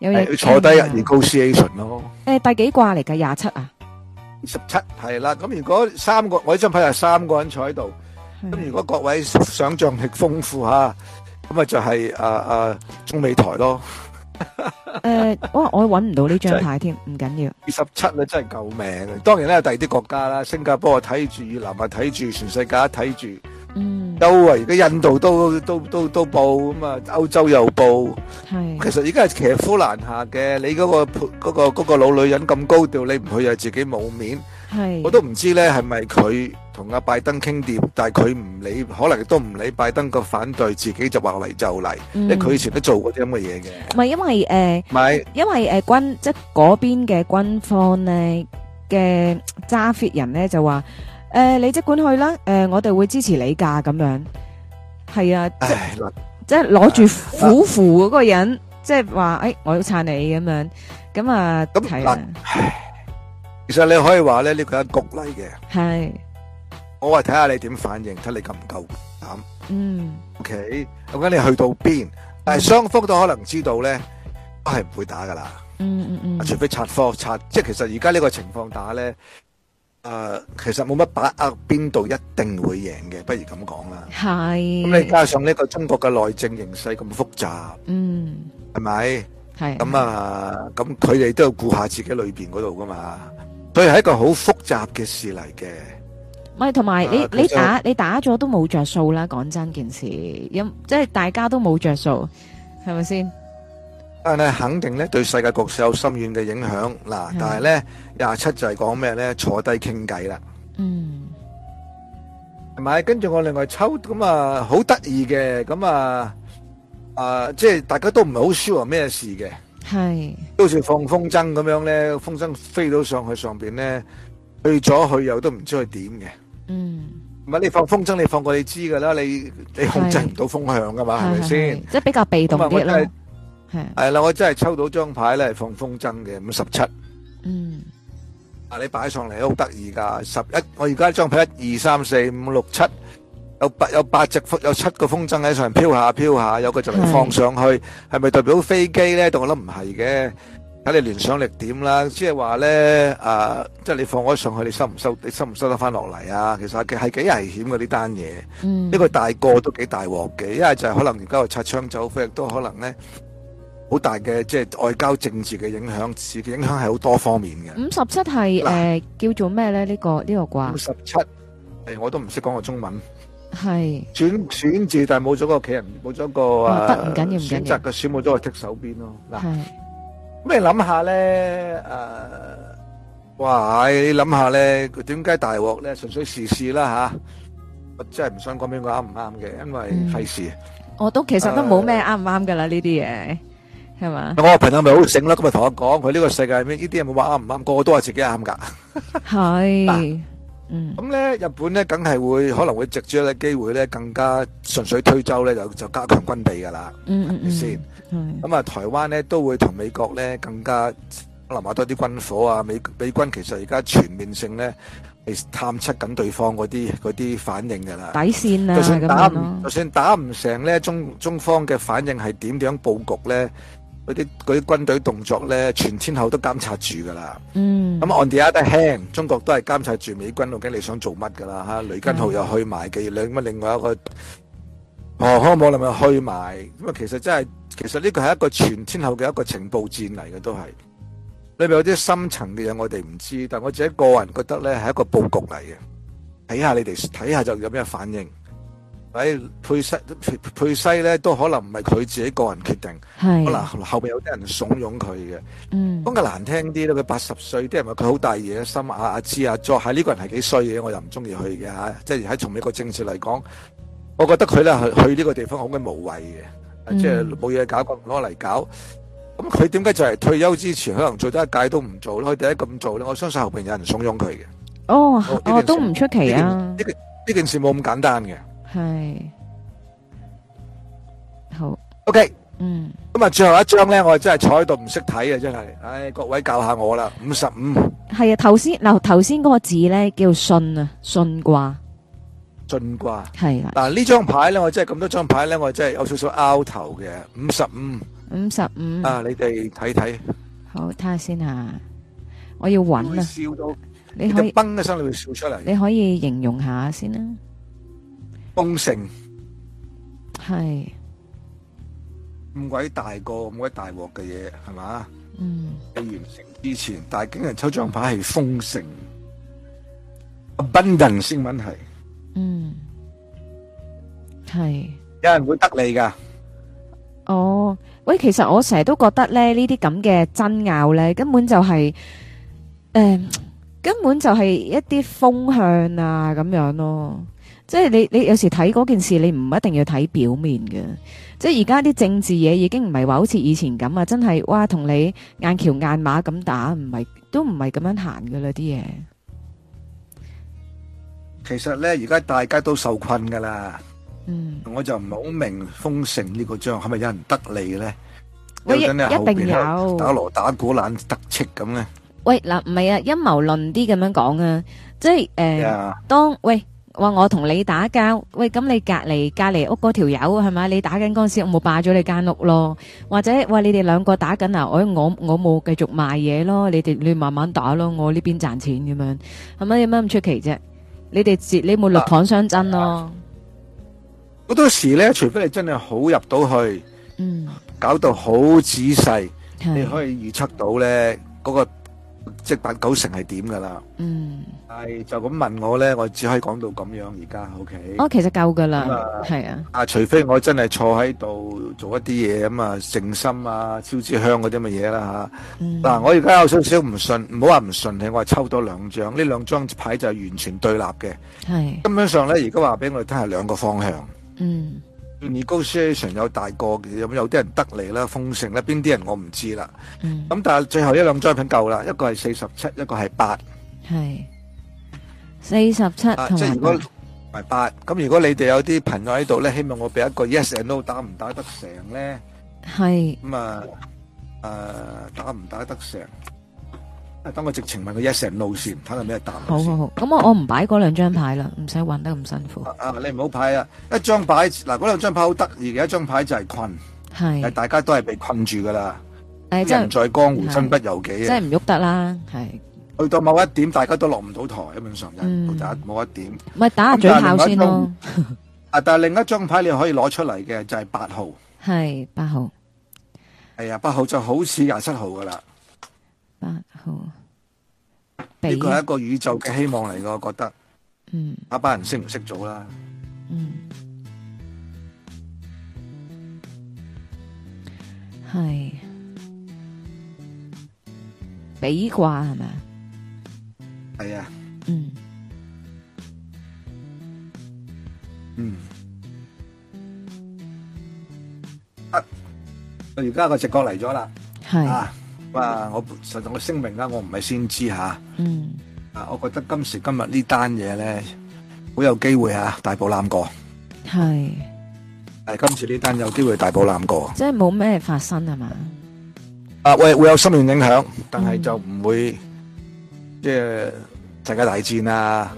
A: 有嘢
B: 係哎坐低
A: 傾啊
B: 而 negotiation 咯。
A: 诶、第幾卦嚟㗎？廿七啊，
B: 十七係啦，咁如果三個，我呢張牌係三個人坐喺度。
A: 係
B: 咁如果各位想像力豐富嚇，咁啊就係啊啊中美台咯，
A: 诶、呃哇！我揾唔到呢張牌添，唔緊要。
B: 二十七咧真係救命。當然咧有第二啲國家啦，新加坡啊睇住，越南啊睇住，全世界睇住，
A: 嗯，
B: 歐啊而家印度都都都都報咁啊，歐洲又報。
A: 係
B: 其實而家係騎虎難下嘅，你嗰、個嗰、個嗰、個老女人咁高調，你唔去又自己冇面。
A: 係，
B: 我都唔知咧，係咪佢同阿拜登傾掂，但係佢唔理，可能亦都唔理拜登個反對，自己就話嚟就嚟。因為
A: 嗯
B: 佢以前都做過啲咁嘅嘢嘅，
A: 唔係因為诶。呃
B: 咪
A: 因為诶、呃、軍即係嗰邊嘅軍方咧嘅揸 fit 人咧就話诶、呃你即管去啦，诶、我哋會支持你㗎咁樣。係啊，即
B: 唉嗱，
A: 即係攞住虎符嗰個人，即係話诶，我要撐你咁樣。咁啊，
B: 咁
A: 係啊，
B: 其實你可以話咧，呢個係局嚟嘅。
A: 係，
B: 我話睇下你點反應，睇你夠唔夠膽。
A: 嗯，
B: OK，咁跟你去到邊？但係雙方都可能知道咧，都係唔會打噶啦，
A: 嗯嗯
B: 除
A: 嗯，
B: 非拆科拆。即係其實而家呢個情況打咧，誒、其實冇乜把握邊度一定會贏嘅，不如咁講啦。咁你
A: 係，
B: 加上呢個中國嘅內政形勢咁複雜，
A: 嗯，
B: 係咪？
A: 係，
B: 咁啊，咁佢哋都要顧下自己裏邊嗰度噶嘛，所以係一個好複雜嘅事嚟嘅。
A: 唔係，同埋你
B: 啊佢
A: 你
B: 就
A: 打你打咗都冇着數啦，講真件事，因即係大家都冇着數，係咪先？
B: 但係肯定咧對世界局勢有深遠嘅影響。嗱
A: 嗯，
B: 但係咧廿七就係講咩咧？坐低傾偈啦，
A: 嗯。
B: 係咪？跟住我另外抽咁啊，好得意嘅咁啊。啊、即係大家都唔係好 sure 咩事嘅，
A: 系，
B: 都好似放風箏咁樣咧，風箏飛到上去上邊咧，去咗去右都唔知佢點嘅。
A: 嗯，
B: 唔係你放風箏，你放過你知噶啦，你你控制唔到風向噶嘛，啊係咪
A: 係
B: 先？？
A: 係即系比較被動啲
B: 咁啊我真
A: 咯
B: 係，
A: 系啊，
B: 係啦，我真係抽到張牌咧，係放風箏嘅五十七。
A: 嗯，
B: 啊，你擺上嚟好得意㗎，十一我而家張牌一二三四五六七，有八有八隻風有七個風箏喺上面飄下飄下，有個就嚟
A: 係
B: 放上去，係咪代表飛機咧？但我諗唔係嘅。睇你聯想力點啦，即係話咧，啊，即係你放咗上去，你收唔收？你收唔收得翻落嚟啊？其實係係幾危險嘅呢單嘢。
A: 嗯，
B: 呢個大個都幾大鑊嘅，一係就係可能而家又擦槍走火，亦都可能咧好大嘅即係外交政治嘅影響，事嘅影響係好多方面嘅。
A: 嗯五十七係
B: 嗱
A: 诶叫做咩咧？呢個呢個
B: 五
A: 卦
B: 十七，誒我都唔識講個中文，
A: 係
B: 選選字，但係冇咗個企人，冇咗個
A: 哦
B: 啊
A: 得唔緊要唔緊要
B: 選擇嘅選，冇咗個剔手邊咯。嗱，
A: 係
B: 咁你諗下咧，誒，哇！你諗下咧，佢點解大鑊咧？純粹時事啦吓，我真係唔想講邊個啱唔啱嘅，因為
A: 嗯
B: 費事。
A: 我都其實都
B: 誒？
A: 冇咩啱唔啱噶啦，呢啲嘢係嘛
B: 我個朋友咪好醒咯，今日同我講，佢呢個世界咩？呢啲嘢冇話啱唔啱，個個都話自己啱㗎。
A: 係，嗯
B: 咁咧，日本咧，梗係會可能會藉住呢個機會咧，更加順水推舟咧，就就加強軍備㗎啦。
A: 嗯嗯嗯，
B: 先
A: 係
B: 咁啊，台灣咧都會同美國咧更加可能買多啲軍火啊。美美軍其實而家全面性咧係探測緊對方嗰啲嗰啲反應㗎啦。
A: 底線啊
B: 就算
A: 咁
B: 打
A: 樣
B: 唔
A: 咯
B: 就，算打唔成咧，中中方嘅反應係點樣佈局咧？嗰啲嗰啲軍隊動作咧，全天候都監察住㗎啦。
A: 嗯，
B: 咁 on the other hand，中國都係監察住美軍究竟你想做乜㗎啦嚇，雷根號又去埋嘅，兩乜另外一個航空母艦又去埋，咁啊其實真係其實呢個係一個全天候嘅一個情報戰嚟嘅都係，裏面有啲深層嘅嘢我哋唔知，但我自己個人覺得咧係一個佈局嚟嘅，睇下你哋睇下就有咩反應。喂，佩西佩佩西咧都可能唔係佢自己個人決定，可能
A: 係，
B: 後面有啲人慫恿佢嘅。
A: 嗯
B: 講句難聽啲咧，佢八十歲，啲人話佢好大野心啊啊！阿芝啊，作係呢個人係幾衰嘅，我又唔中意佢嘅嚇。即係喺從美國政治嚟講，我覺得佢咧去去呢個地方好鬼無謂嘅，啊
A: 嗯
B: 即係冇嘢搞，攞嚟搞。咁佢點解就係退休之前可能做得一屆都唔做咧？佢第一咁做咧，我相信後邊有人慫恿佢嘅。
A: 哦，
B: 好呢
A: 哦
B: 件
A: 都
B: 事
A: 唔出奇啊
B: 呢，件呢件事冇咁簡單嘅。
A: 係好，
B: OK，
A: 嗯，
B: 咁啊，最後一張咧，我真係坐喺度唔識睇啊，真係。唉，各位教下我啦，五十五
A: 係啊，頭先嗱頭先嗰個字咧叫信啊，信卦
B: 進卦。
A: 係啦，
B: 嗱呢張牌咧，我真係咁多張牌咧，我真係有少少拗頭嘅。五十五
A: 五十五，
B: 啊，你哋睇睇，
A: 好睇下先啊，我要揾
B: 會
A: 啊，
B: 笑到
A: 你
B: 你
A: 可
B: 就
A: 以
B: 崩嘅聲，你會笑出嚟。
A: 你可以形容下先啦，
B: 豐盛
A: 係，
B: 咁鬼大個，咁鬼大鑊嘅嘢係嘛？
A: 嗯，
B: 未完成之前，但係竟然抽張牌係豐盛，abundance 英文係，
A: 嗯，係。
B: 有人會得你㗎。
A: 哦，喂，其實我成日都覺得咧，呢啲咁嘅爭拗咧，根本就係、诶、根本就係一啲風向啊咁樣咯。即係你你有時睇嗰件事，你唔一定要睇表面嘅。即係而家啲政治嘢已經唔係話好似以前咁啊，真係哇同你硬橋硬馬咁打，唔係都唔係咁樣行噶啦啲嘢。
B: 其實咧，而家大家都受困㗎啦，
A: 嗯，
B: 我就唔係好明豐盛呢個張係咪有人得利咧？
A: 喂
B: 有陣咧
A: 一
B: 後邊
A: 定
B: 喺度
A: 有
B: 打锣打鼓懶得戚咁咧，
A: 喂嗱，唔係啊，陰謀論啲咁樣講啊，即係诶。誒
B: 呀
A: 當喂話我同你打交，喂咁你隔離隔離屋嗰條友係咪？你打緊嗰陣時，我冇霸咗你間屋咯，或者喂你哋兩個打緊啊，我我我冇繼續賣嘢咯，你哋你慢慢打咯，我呢邊賺錢咁樣，係咪有乜咁出奇啫？你哋自你冇落堂相爭咯，
B: 好多時咧，除非你真係好入到去，
A: 嗯，
B: 搞到好仔細，你
A: 係，
B: 可以預測到咧嗰、個即係八九成係點㗎啦。
A: 嗯，
B: 但係就咁問我咧，我只可以講到咁樣而家，OK。
A: 哦，其實夠噶啦
B: 咁啊，
A: 係啊，
B: 啊，除非我真係坐喺度做一啲嘢咁啊，靜心啊、燒支香嗰啲咁嘅嘢啦
A: 嗯
B: 嚇。嗱、我而家有少少唔信，唔好話唔順氣，我係抽到兩張，呢兩張牌就係完全對立嘅。
A: 係，
B: 根本上咧，而家話俾我哋聽係兩個方向。
A: 嗯，
B: negotiation 有大個嘅，有有啲人得利啦，豐盛啦，邊啲人我唔知啦。
A: 嗯，
B: 咁但係最後一兩張品夠啦，一個係四十七，一個係八。
A: 係，四十七
B: 啊，
A: 同
B: 即係如果
A: 埋
B: 係八，咁如果你哋有啲朋友喺度咧，希望我俾一個 yes and no 打唔打得成咧？
A: 係，
B: 咁啊，誒、打唔打得成？啊等我直情問佢 yes and no 先，睇下咩答案
A: 好啊
B: 先
A: 好好，咁我我唔擺嗰兩張牌啦，唔使揾得咁辛苦。
B: 啊啊！你唔好派啊！一張牌嗱，嗰兩張牌好得意嘅，一張牌就係困，
A: 系，
B: 係大家都係被困住噶啦。
A: 诶，嗯即
B: 人
A: 系
B: 在江湖
A: 係嗯
B: 身不由己
A: 即
B: 啊！
A: 系唔喐得啦，系，
B: 去到某一點，大家都落唔到台，基本上
A: 嗯
B: 人到達某一點。
A: 咪打下嘴炮先咯，
B: 啊，但係另一張牌你可以攞出嚟嘅就係八號，
A: 系八號，
B: 係啊，八號就好似廿七號噶啦。
A: 八號，
B: 呢
A: 鼻
B: 個，係一個宇宙嘅希望嚟㗎，我覺得。
A: 嗯
B: 阿班人識唔識做啦？
A: 嗯，係比卦係咪啊？
B: 係啊，
A: 嗯，
B: 嗯。啊我而家個直覺嚟咗啦，
A: 係，
B: 啊，哇！我實在我聲明啦，我唔係先知嚇，啊，
A: 嗯，
B: 我覺得今時今日呢單嘢咧，好有機會啊，大步攬過，
A: 係，
B: 係今次呢單有機會大步攬過。
A: 即係冇咩發生係嘛？
B: 啊，會會有深遠影響，但係就唔會即係世界大戰啊，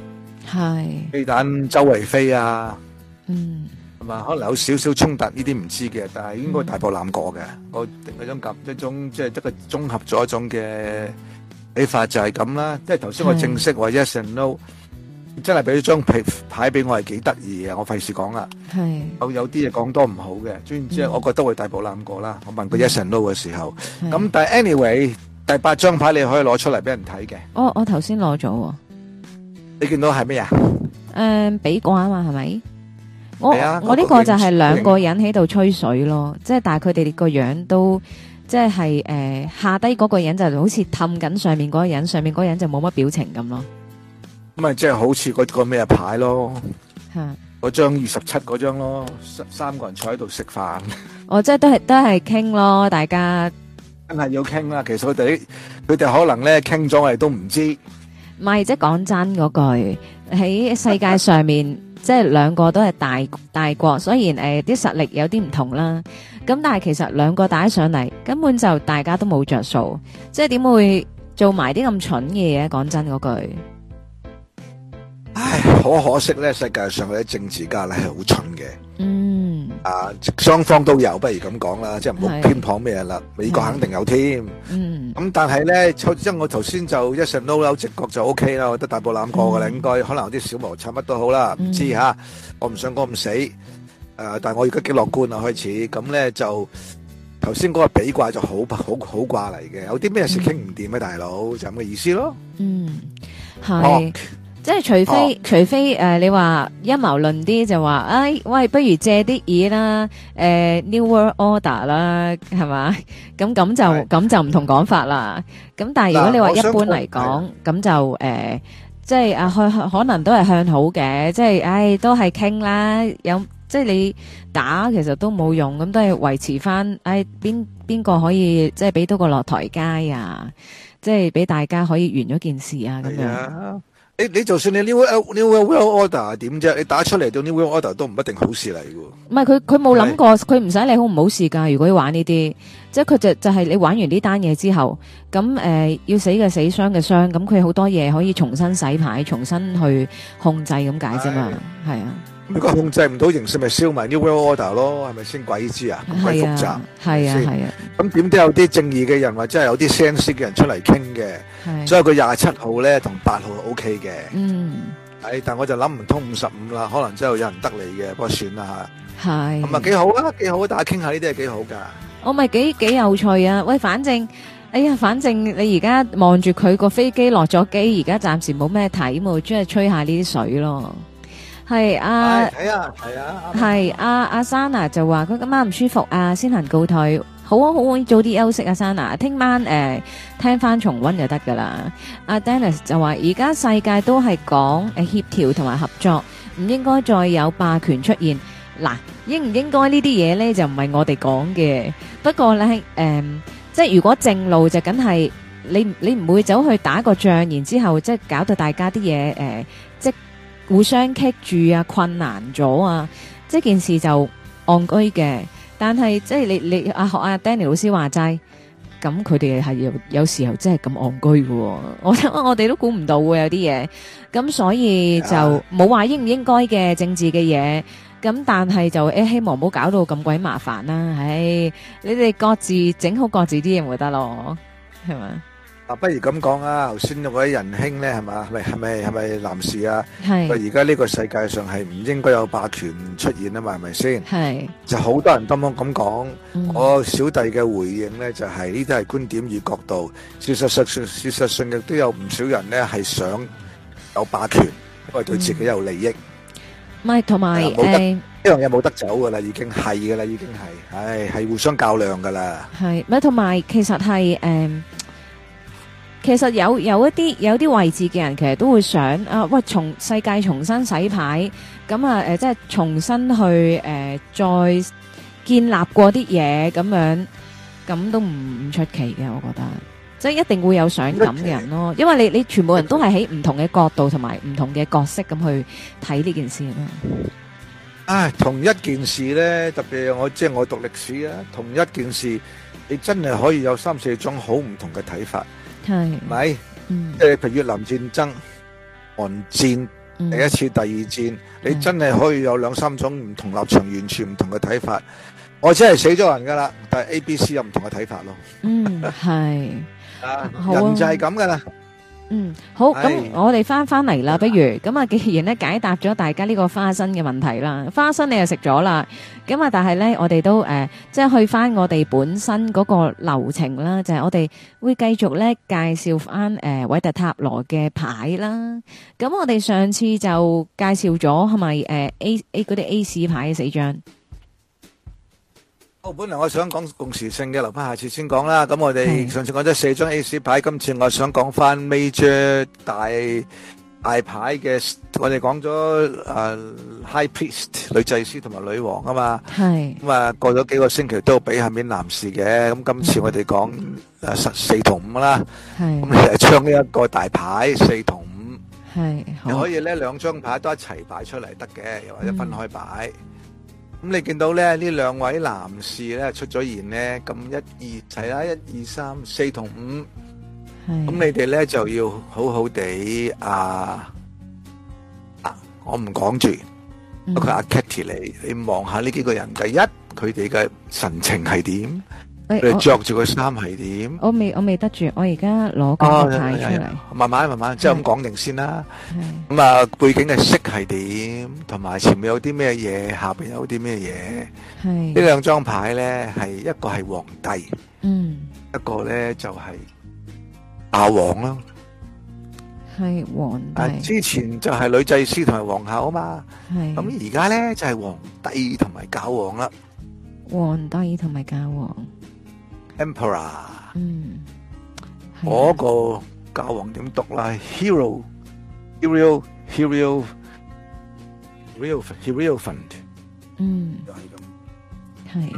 A: 係，
B: 飛彈周圍飛啊，
A: 嗯，
B: 同埋可能有少少衝突呢啲唔知嘅，但係應該大步攬過嘅。我定嗰種及一種即係一個綜合咗一種嘅睇法就係咁啦。即係頭先我
A: 係
B: 正式話 yes and no，真係俾咗張皮牌俾我係幾得意嘅，我費事講啦。
A: 係，
B: 有哦有啲嘢講多唔好嘅，總之
A: 嗯
B: 我覺得會大步攬過啦。我問佢 yes and no 嘅時候。
A: 係
B: 咁但係 anyway，第八張牌你可以攞出嚟俾人睇嘅。
A: 我哦我頭先攞咗喎。
B: 你見到係咩啊？
A: 诶、比過啊嘛，係咪？我
B: 係啊
A: 我呢
B: 嗰個
A: 個就係
B: 影
A: 兩個人喺度吹水咯，即係但係佢哋個樣都即係诶、誒下低嗰個人就好似氹緊上面嗰個人，上面嗰個人就冇乜表情咁咯，
B: 咁咪即係好似嗰個咩牌咯。
A: 吓
B: 嗰張二十七嗰張咯，三三個人坐喺度食飯，
A: 我哦即係都係都係傾咯，大家
B: 真係要傾啦。其實佢哋佢哋可能咧傾咗，我哋都唔知。
A: 唔係即係講真嗰句，喺世界上面 即係兩個都係大大國，雖然誒啲、實力有啲唔同啦，咁但係其實兩個打上嚟根本就大家都冇着數，即係點會做埋啲咁蠢嘅嘢？講真嗰句，
B: 唉，好可惜咧，世界上嗰啲政治家咧係好蠢嘅。
A: 嗯
B: 啊，雙方都有，不如咁講啦，即係唔好
A: 係
B: 偏頗咩啦。美國
A: 係
B: 肯定有添。
A: 嗯
B: 咁但係咧，抽因為我頭先就一上 no 直覺就 O K 啦，我覺得大步攬過㗎啦，
A: 嗯
B: 應該可能有啲小摩擦乜都好啦，唔知
A: 嗯
B: 吓，我唔想講咁死，誒、但係我而家幾樂觀啦啊開始，咁咧就頭先嗰個比卦就好好好卦嚟嘅，有啲咩事傾唔掂啊，大佬就咁嘅意思咯。
A: 嗯係。
B: 哦，
A: 即係除非、除非诶、呃你話陰謀論啲就話，哎喂，不如借啲嘢啦，诶、New World Order 啦，係嘛？咁咁就
B: 係
A: 咁就唔同講法啦。咁但係如
B: 嗱
A: 果你話
B: 我
A: 一
B: 想
A: 般
B: 講
A: 嚟講，咁就诶、呃即係啊，可可能都係向好嘅，即係唉、都係傾啦，有。即係你打其實都冇用，咁都係維持哎翻，唉邊邊個可以即係俾到個落台階啊，即係俾大家可以完咗件事啊咁
B: 係
A: 樣。
B: 啊。你你就算你 New World- New World Order 點啫？你打出嚟到 New World Order 都唔一定好事嚟嘅喎。
A: 唔係佢佢冇諗過，佢唔使理好唔好事㗎。如果要玩呢啲，即係佢就就係你玩完呢單嘢之後，咁誒、呃要死嘅死，傷嘅傷，咁佢好多嘢可以重新洗牌，重新去控制咁解啫嘛。係啊，
B: 如果控制唔到形勢，咪燒埋 New World Order 咯，係咪先鬼知啊？咁鬼
A: 係
B: 複雜
A: 啊。，係啊，
B: 先
A: 係啊，
B: 咁點都有啲正義嘅人或者係有啲 sense 嘅人出嚟傾嘅，
A: 係。
B: 所以佢廿七號咧同八號 O K 嘅。
A: 啊嗯，
B: 唉，但我就諗唔通五十五啦，可能真係有人得你嘅，不過算啦
A: 係。
B: 嚇。咁啊幾好啊，幾好，大家傾下呢啲係幾好㗎。
A: 我咪哦幾幾有趣啊！喂，反正，哎呀，反正你而家望住佢個飛機落咗機，而家暫時冇咩睇喎，即係吹下呢啲水咯。係啊。
B: 唉睇下睇下，啱
A: 系阿阿 Sana 就話佢今晚唔舒服啊，先行告退。好啊好啊，早啲休息啊，Sana。聽晚诶、呃、听翻重温就得噶啦。阿 Dennis 就話而家世界都係講诶协调同埋合作，唔應該再有霸權出現。嗱，應唔應該呢啲嘢呢？就唔係我哋講嘅。不過呢，诶、即係如果正路就梗係你你唔會走去打個仗，然之后即係搞到大家啲嘢诶。呃即係互相棘住啊，困難咗啊，即係件事就戇居嘅。但係即係你你阿學阿 Danny 老師話齋，咁佢哋係有有時候真係咁戇居嘅喎。 我我哋都估唔到喎有啲嘢。咁所以就
B: 啊
A: 冇話應唔應該嘅政治嘅嘢。咁但係就誒、欸希望唔好搞到咁鬼麻煩啦。唉，你哋各自整好各自啲嘢咪得咯，係咪？
B: 啊，不如咁講啊，頭先嗰位仁兄咧係嘛？咪係咪係咪男士啊？佢
A: 係
B: 而家呢個世界上係唔應該有霸權出現啊嘛？係咪先？
A: 係，
B: 就好多人咁樣咁講。
A: 嗯
B: 我小弟嘅回應呢，就係呢啲係觀點與角度，事實上事實上亦都有唔少人呢係想有霸權，因為對自己有利益，呢
A: 唔係同埋
B: 係啦冇得
A: 誒。
B: 樣嘢冇得走噶啦，已經係噶啦，已經係，唉，係互相較量噶啦，
A: 系咪同埋其實係诶、誒其實有有一啲有啲位置嘅人，其實都會想啊，喂，重世界重新洗牌，咁啊诶，誒即係重新去诶、誒再建立過啲嘢咁樣，咁都唔唔出奇嘅，我覺得。即係一定會有想咁嘅人咯，因為你你全部人都係喺唔同嘅角度同埋唔同嘅角色咁去睇呢件事啊嘛。
B: 唉，同一件事呢，特別我即係我讀歷史啊，同一件事，你真係可以有三四種好唔同嘅睇法，
A: 係，
B: 係咪？
A: 嗯，
B: 即係譬如越南戰爭、韓戰。
A: 嗯
B: 第一次、第二戰，你
A: 嗯
B: 真係可以有兩三種唔同立場，完全唔同嘅睇法。我真係死咗人㗎啦，但係 A、B、C 有唔同嘅睇法咯。
A: 嗯係。
B: 啊
A: 好啊
B: 人就係咁㗎啦。
A: 嗯，好，咁
B: 係
A: 我哋翻翻嚟啦，不如咁啊，既然咧解答咗大家呢個花生嘅問題啦，花生你又食咗啦，咁啊，但係咧我哋都诶、呃即係去翻我哋本身嗰個流程啦，就係我哋會繼續咧介紹翻诶韦特塔羅嘅牌啦。咁我哋上次就介紹咗係咪诶 A A 嗰啲 A 市牌嘅四張？
B: 我本來我想講共時性嘅，留翻下次先講啦。咁我哋
A: 係
B: 上次講咗四張 A 市牌，今次我想講翻 major 大大牌嘅，我哋講咗诶 High Priest 女祭司同埋女王啊嘛。
A: 系
B: 咁啊，過咗幾個星期都俾下面男士嘅。咁今次我哋講诶十四同五啦，咁
A: 系
B: 你係將呢一個大牌四同五，
A: 系
B: 你
A: 好
B: 可以咧兩張牌都一齊擺出嚟得嘅，又或者分開擺。咁你見到咧呢兩位男士咧出咗現咧，咁一二係啦，一二三四同五。
A: 系
B: 咁你哋咧就要好好地啊啊！我唔講住，
A: 嗯
B: 不過阿 Kitty 你你望下呢幾個人，第一佢哋嘅神情係點，
A: 喂
B: 佢哋
A: 我
B: 着住個衫係點。
A: 我未我未得住，我而家攞
B: 啊
A: 嗰個牌出嚟，
B: 慢慢慢慢，即係咁講定先啦。
A: 係
B: 咁啊，背景嘅色係點，同埋前面有啲咩嘢，下邊有啲咩嘢。呢
A: 係
B: 兩張牌咧，係一個係皇帝，
A: 嗯
B: 一個咧就係阿王啦。
A: 係皇
B: 啊，
A: 帝
B: 之前就係女祭司同埋皇后啊嘛。
A: 係
B: 咁而家咧就係皇帝同埋教皇啦
A: 皇帝同埋教皇，
B: ，Emperor
A: 嗯係
B: 嗰
A: 啊
B: 個教皇點讀啦？Hero Hero Hero Hero Hero Fund
A: 嗯
B: 就係咁
A: 係，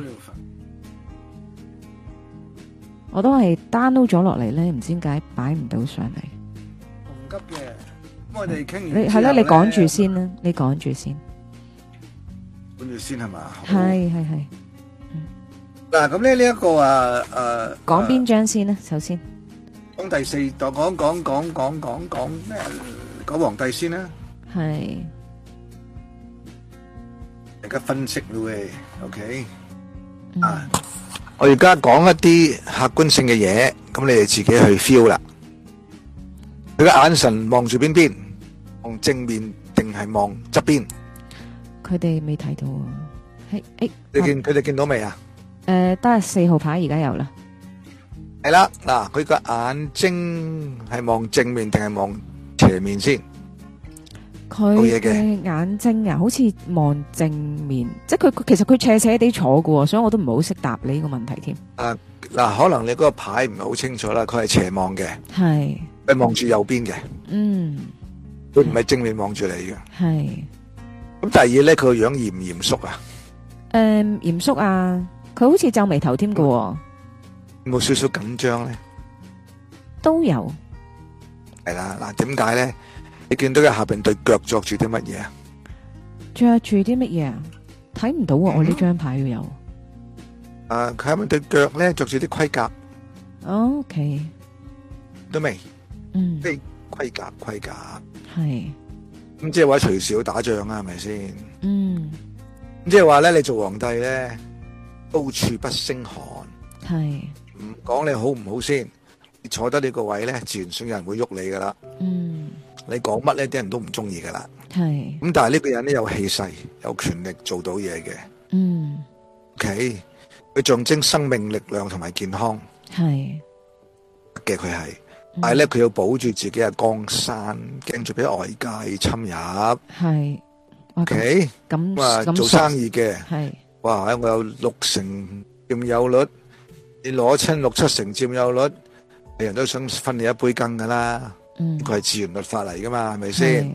A: 我都係 download 咗落嚟咧，唔知點解擺唔到上嚟。
B: 唔急嘅，咁我哋傾完
A: 你係啦，你講住，先啦，你講住先，
B: 講住先係嘛？
A: 係係係，
B: 嗱，咁咧呢一個啊誒
A: 講邊張先呢？首先
B: 講第四講講講講講講講咩？講皇帝先啦，
A: 係
B: 大家分析啦喂，OK。
A: 嗯
B: 啊我而家講一啲客觀性嘅嘢，咁你哋自己去 feel 啦。佢嘅眼神望住邊邊，望正面定係望側邊？
A: 佢哋未睇到啊，係誒
B: 你見佢哋見到未啊？
A: 誒得四號牌而家有啦，
B: 係啦，嗱，佢個眼睛係望正面定係望斜面先？冇
A: 佢
B: 嘢嘅
A: 嘅眼睛啊，好似望正面，即係佢佢其實佢斜斜地坐嘅喎，所以我都唔係好識答你呢個問題添。
B: 嗱，可能你嗰個牌唔係好清楚啦，佢係斜望嘅，
A: 係，
B: 佢望住右邊嘅，
A: 嗯，
B: 佢唔係正面望住你嘅。
A: 係，
B: 咁第二咧，佢個樣嚴唔嚴肅啊？
A: 誒嚴肅啊，佢好似皺眉頭添嘅喎，
B: 有冇少少緊張咧？
A: 都有
B: 係啦，嗱，點解咧？你見到佢下邊對腳着住啲乜嘢啊？
A: 着住啲乜嘢啊？睇唔到喎，我呢張牌要有。
B: 啊，佢係咪對腳咧着住啲盔甲？
A: O K，
B: 都未
A: 嗯，
B: 盔甲盔甲，
A: 係，
B: 咁即係話隨時要打仗啊，係咪先？
A: 嗯，
B: 咁即係話咧，你做皇帝咧，高處不勝寒，
A: 係，
B: 唔講你好唔好先，你坐得你個位咧，自然上有人會喐你噶啦。
A: 嗯，
B: 你講乜咧，啲人都唔中意噶啦。
A: 係，
B: 咁但係呢個人咧有氣勢，有權力做到嘢嘅。
A: 嗯，
B: OK，佢象徵生命力量同埋健康
A: 係，
B: 嘅，佢係。
A: 嗯
B: 但係咧，佢要保住自己嘅江山，驚住俾外界侵入。
A: 係，哇，咁
B: OK。
A: 咁
B: 咁啊，
A: 咁
B: 做
A: 熟
B: 生意嘅，
A: 係，
B: 哇！我有六成佔有率，你攞親六七成佔有率，人都想分你一杯羹噶啦。
A: 嗯，
B: 佢係自然律法嚟噶嘛，係咪先？
A: 係，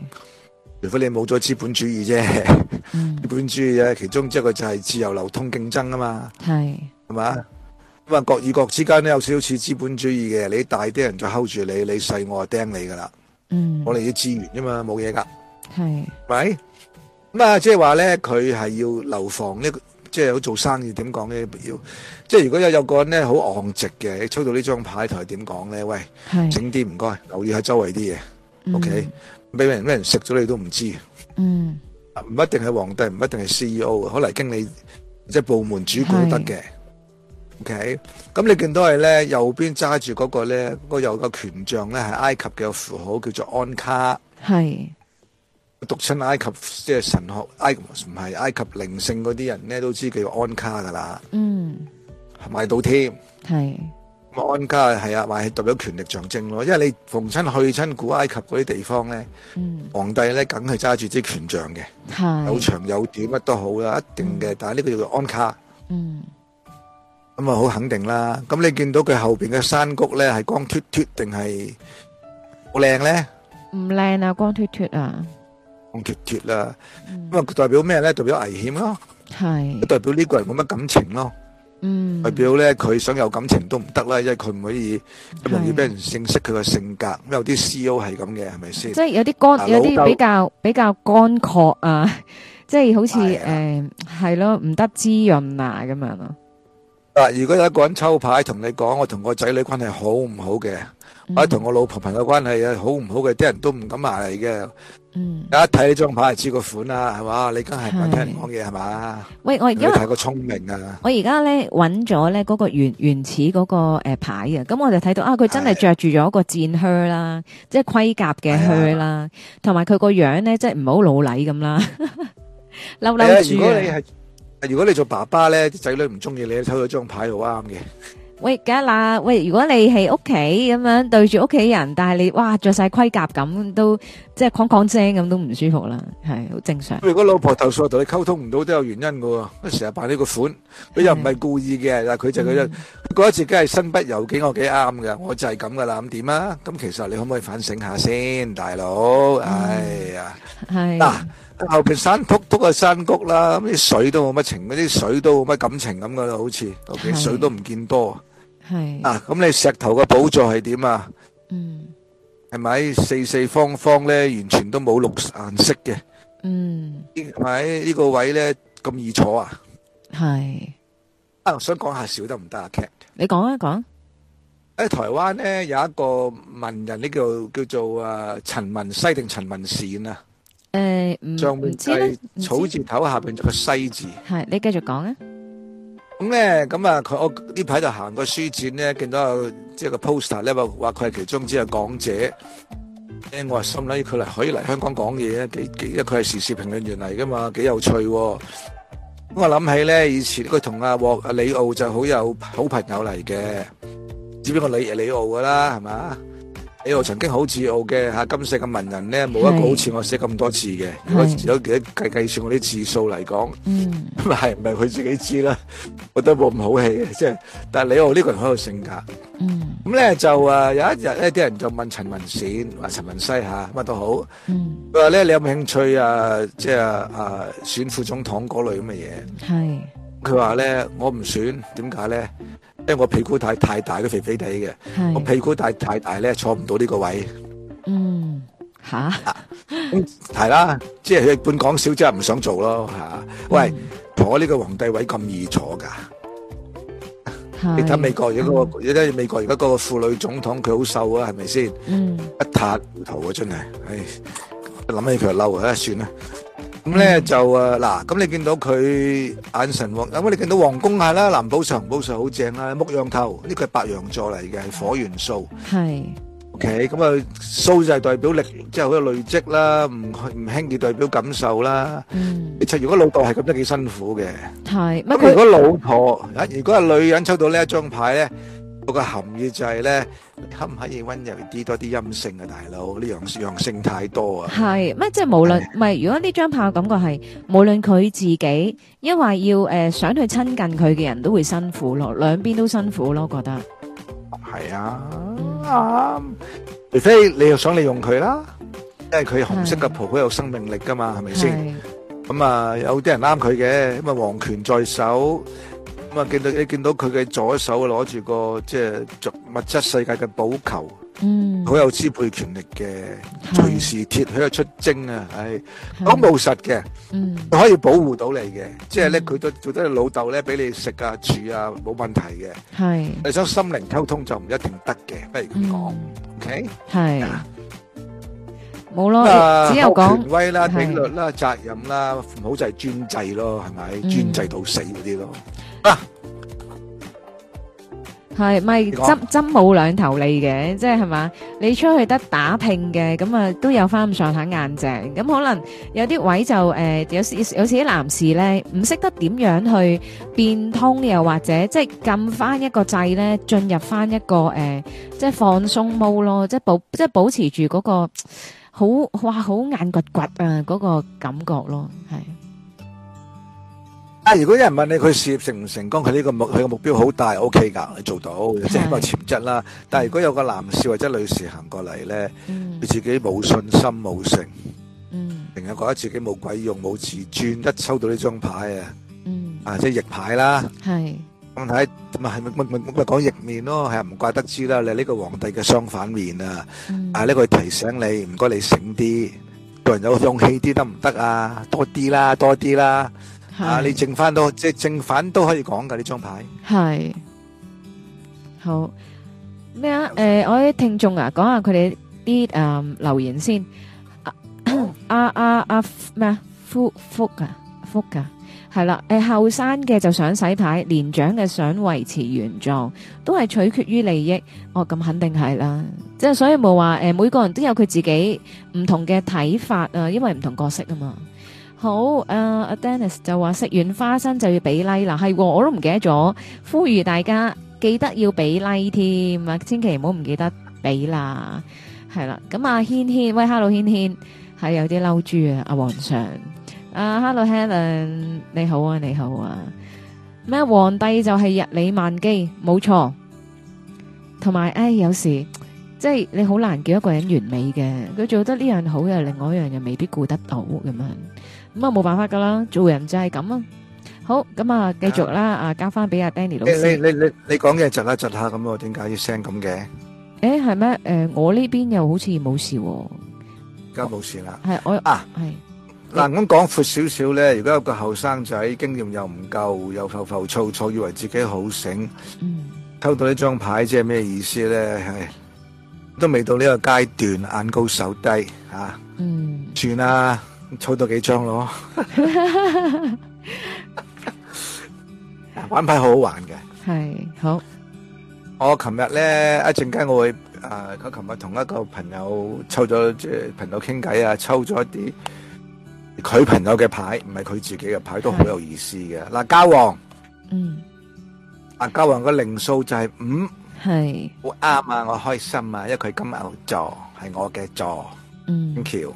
B: 除非你冇咗資本主義啫，資
A: 嗯。
B: 本主義啊嘅其中一個就係自由流通競爭啊嘛，
A: 系
B: 係嘛？咁啊，國與國之間都有少少似資本主義嘅，你大啲人就 hold 住你，你細我就釘你噶啦，
A: 嗯，
B: 我哋啲資源啫嘛，冇嘢噶。
A: 系
B: 咪咁啊，即係話咧，佢係要留防呢個，即係好做生意點講咧？要即係如果有有個人咧好昂直嘅，你抽到呢張牌同佢點講咧？喂，
A: 系
B: 整啲唔該，留意下周圍啲嘢，OK？俾人俾人食咗你都唔知，唔
A: 嗯
B: 一定係皇帝，唔一定係 CEO，可能係經理即係部門主管都得嘅。OK，咁你見到係咧右邊揸住嗰個咧，嗰個有個權杖咧係埃及嘅符號，叫做安卡。
A: 系
B: 讀親埃及即係神學，埃及唔係埃及靈性嗰啲人咧都知叫安卡噶啦，
A: 嗯
B: 買到添。
A: 系
B: 咁安卡係啊，買係代表權力象徵咯。因為你逢親去親古埃及嗰啲地方咧，
A: 嗯
B: 皇帝咧梗係揸住支權杖嘅，有
A: 系
B: 長有短乜都好啦，一定嘅。但係呢個叫做安卡，
A: 嗯
B: 咁啊好肯定啦。咁你見到佢後邊嘅山谷咧係光脱脱定係好靚咧？
A: 唔靓啊，光脱脱啊，
B: 光脱脱啦。
A: 嗯
B: 咁啊，代表咩咧？代表危險咯，
A: 系，
B: 代表呢個人冇乜感情咯，
A: 嗯，
B: 代表咧佢想有感情都唔得啦，因為佢唔可以咁容易
A: 係
B: 俾人認識佢嘅性格。咁有啲 C.O. 係咁嘅，係咪先
A: 即？系有啲乾，
B: 啊
A: 有
B: 老
A: 啲
B: 豆
A: 比較比較乾涸啊， 即係好似
B: 係啊
A: 诶係咯，唔得滋潤啊咁樣咯。
B: 嗱，如果有一個人抽牌同你講，我同個仔女關係好唔好嘅，
A: 嗯
B: 或者同我老婆朋友關係啊好唔好嘅，啲人都唔敢埋嚟嘅。
A: 嗯，
B: 一睇呢張牌就知個款啦，係嘛？你梗係唔係聽人
A: 係
B: 講嘢係嘛？
A: 喂，我而
B: 你
A: 家
B: 太過聰明啊！
A: 我而家咧揾咗咧嗰個原原始嗰個诶牌啊，咁我就睇到啊，佢真係
B: 係
A: 着住咗個箭靴啦，即係盔甲嘅
B: 啊
A: 靴啦，同埋佢個樣咧，即係唔好老禮咁啦， 嬲嬲
B: 係啊，如果你
A: 住啊！
B: 係如果你做爸爸咧，啲仔女唔中意你，抽咗張牌就啱嘅。
A: 喂，梗係啦，喂，如果你喺屋企咁樣對住屋企人，但係你哇着晒盔甲咁，都即係哐哐聲咁，都唔舒服啦，係好正常。
B: 如果老婆投訴同你溝通唔到都有原因嘅喎，佢成日扮呢個款，佢又唔係故意嘅，但係佢就佢就佢覺得自己係身不由己，我幾啱嘅，我就係咁噶啦，咁點啊？咁其實你可唔可以反省下先，大佬？哎呀，
A: 嗯係
B: 嗱後邊山谷谷嘅山谷啦，咁啲水都冇乜情，嗰啲水都冇乜感情咁噶啦，好似，OK，
A: 係
B: 水都唔見多。
A: 係
B: 啊，咁你石頭嘅寶座係點啊？
A: 嗯
B: 係咪四四方方咧，完全都冇綠顏色嘅？
A: 嗯
B: 係咪呢個位咧咁易坐啊？
A: 係，
B: 啊，想講下少得唔得啊？劇
A: 你講啊講，
B: 喺台灣咧有一個文人，呢叫叫做啊陳文西定陳文善
A: 誒
B: 啊，
A: 呃唔
B: 上
A: 嗯唔
B: 面
A: 知咧
B: 係，草字頭，下邊就個西字。
A: 係你繼續講啊，
B: 咁咧咁啊，佢我呢排就行個書展咧，見到有即係個 poster 咧話話佢係其中之一個講者。誒，我係心諗佢嚟可以嚟香港講嘢咧，啊幾幾，因為佢係時事評論員嚟噶嘛，幾有趣喎。咁我諗起咧，以前佢同阿霍阿李奧就好有好朋友嚟嘅，只不過李李奧噶啦，係嘛？李奧曾經好自傲嘅嚇，今世嘅文人咧冇一個
A: 係
B: 好似我寫咁多字嘅。如果
A: 係
B: 有幾計計算我啲字數嚟講。
A: 嗯
B: 咁 係唔係佢自己知啦？覺得冇咁好氣嘅，即係但係李敖呢個人好有性格。
A: 嗯
B: 咁咧就誒有一日咧，啲人就問陳文善話陳文西嚇乜都好，
A: 嗯
B: 佢話咧你有冇興趣啊？即係啊選副總統嗰類咁嘅嘢。
A: 係，
B: 佢話咧我唔選，點解咧？因為我屁股太太大，都肥肥地嘅，我
A: 係
B: 屁股太太大咧坐唔到呢個位，
A: 嗯吓
B: 係啦，即係佢半講少，即係唔想做咯嚇。喂，坐呢個皇帝位咁易坐㗎？你睇美國而家嗰個，而家美國而家嗰個婦女總統佢好瘦啊，係咪先？一
A: 嗯
B: 塌糊塗啊，真係，唉，諗起佢就嬲啊，唉算啦。咁咧就誒嗱，咁你見到佢眼神旺，咁你見到皇宮係啦，藍寶石、紅寶石好正啦，木羊頭呢個係白羊座嚟嘅，係火元素。
A: 係
B: OK，咁啊，蘇就係代表力，即係好有累積啦，唔唔輕易代表感受啦。
A: 嗯
B: 其實如果老豆係咁都幾辛苦嘅。
A: 係乜
B: 咁如
A: 佢
B: 果老婆啊，如果係女人抽到呢一張牌咧，嗰個含義就係咧，你可唔可以温柔啲多啲陰性啊，大佬？呢陽陽性太多啊！
A: 係乜即係無論唔係如果呢張牌我感覺係無論佢自己，因為要誒想去親近佢嘅人都會辛苦咯，兩邊都辛苦咯，覺得
B: 係啊，啱除非你又想利用佢啦，因為佢紅色嘅袍好有生命力噶嘛，係咪先？
A: 係
B: 咁啊，有啲人啱佢嘅，咁啊皇權在手，咁啊見到你見到佢嘅左手攞住個即係物質世界嘅寶球，
A: 嗯
B: 好有支配權力嘅，
A: 係
B: 隨時鐵喺度出征啊！唉。
A: 係
B: 講務實嘅，
A: 嗯
B: 可以保護到你嘅，即係咧
A: 嗯
B: 佢都做得老豆咧，俾你食啊住啊冇問題嘅。
A: 係
B: 你想心靈溝通就唔一定得嘅，不
A: Ừ,
B: 如咁講
A: 嗯
B: ，OK？
A: 係冇
B: 咁
A: 咯，
B: 啊，
A: 只有
B: 學
A: 講
B: 權威啦、
A: 係
B: 定律啦、責任啦，唔好就係專制咯，係咪？
A: 嗯
B: 專制到死嗰啲咯。
A: 係咪
B: 講
A: 針針冇兩頭利嘅，即係係嘛？你出去得打拼嘅，咁啊都有翻咁上下硬淨。咁可能有啲位就誒、呃有時有時啲男士咧唔識得點樣去變通，又或者即係撳翻一個掣咧，進入翻一個誒、呃即係放鬆 mode 咯，即係保即係保持住嗰、個好 ờ, 哇好眼掘掘啊嗰、個感覺咯，係
B: 啊！如果有人問你佢事業成唔成功，佢呢個目佢個目標好大，O K 㗎，你做到，即係起碼潛質啦。但係如果有個男士或者女士行過嚟咧，
A: 嗯
B: 佢自己冇信心冇成，
A: 嗯
B: 成日覺得自己冇鬼用冇自尊，一抽到呢張牌啊，
A: 嗯，
B: 啊即係逆牌啦。
A: 係
B: 咁睇咁啊係咪咪咪咪講逆面咯？係啊唔怪得知啦，你呢個皇帝嘅相反面啊！
A: 嗯
B: 啊！呢個提醒你，唔該你醒啲，做人有勇氣啲得唔得啊？多啲啦，多啲啦！啊，
A: 係
B: 你正翻都即係正反都可以講㗎呢張牌。
A: 系好咩啊？诶、我啲聽眾啊，講下佢哋啲诶留言先。啊啊啊啊咩啊？福福啊福啊，係啦。诶、後生嘅就想洗牌，年長嘅想維持原狀，都係取決於利益。哦，咁肯定係啦。即係所以冇話诶，每個人都有佢自己唔同嘅睇法啊，因為唔同角色啊嘛。好，诶、阿 Dennis 就話食完花生就要俾 like 啦，係喎，我都唔記得咗。呼籲大家記得要俾 like 添啊，千祈唔好唔記得俾啦，係啦。咁啊，軒軒，喂，hello，軒軒，係有啲嬲豬啊，阿皇上，啊，hello Helen，你好啊，你好啊，咩皇帝就係日理萬機，冇錯。同埋，唉，有時即係你好難叫一個人完美嘅，佢做得呢樣好嘅，另外一樣又未必顧得到咁樣，咁啊冇辦法噶啦，做人就係咁啊。好，咁啊，繼續啦，啊，交翻俾阿 Danny 老
B: 你
A: 師
B: 你。你你你講嘢窒下窒下咁喎，點解要聲咁嘅？
A: 诶，系咩？诶、我呢邊又好似冇事喎、
B: 而家冇事啦。
A: 係我
B: 啊
A: 係
B: 嗱，咁講闊少少咧，如果有個後生仔經驗又唔夠，又浮浮躁躁，以為自己好醒，
A: 嗯
B: 抽到呢張牌即係咩意思咧？係都未到呢個階段，眼高手低嚇、啊
A: 嗯
B: 算啦，抽多幾張咯。玩牌好好玩嘅。
A: 係好
B: 我琴日咧一陣間我會誒、呃我琴日同一個朋友抽咗即係朋友傾偈啊，抽咗一啲佢朋友嘅牌，唔係佢自己嘅牌，都好有意思嘅。嗱，交王
A: 嗯
B: 啊，交王個靈數就係五，
A: 係
B: 好啱啊！我開心啊，因為佢金牛座係我嘅座
A: 嗯
B: ，thank you。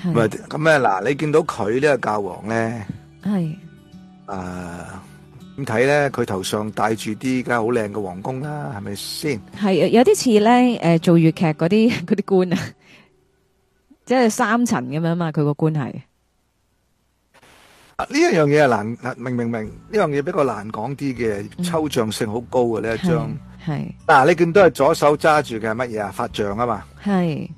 B: 咁啊
A: 係
B: 咁咧嗱，你見到佢呢個教王咧，
A: 係
B: 啊點睇咧？佢頭上戴住啲梗係好靚嘅皇宮啦，係咪先？
A: 係有啲似咧诶做粵劇嗰啲 嗰啲官啊，即係三層咁樣嘛，佢個官係
B: 啊呢一樣嘢係難，啊明明明呢樣嘢比較難講啲
A: 嗯
B: 嘅，抽象性好高嘅呢一張。
A: 係
B: 嗱、你見到係左手揸住嘅係乜嘢啊？法杖啊嘛，
A: 係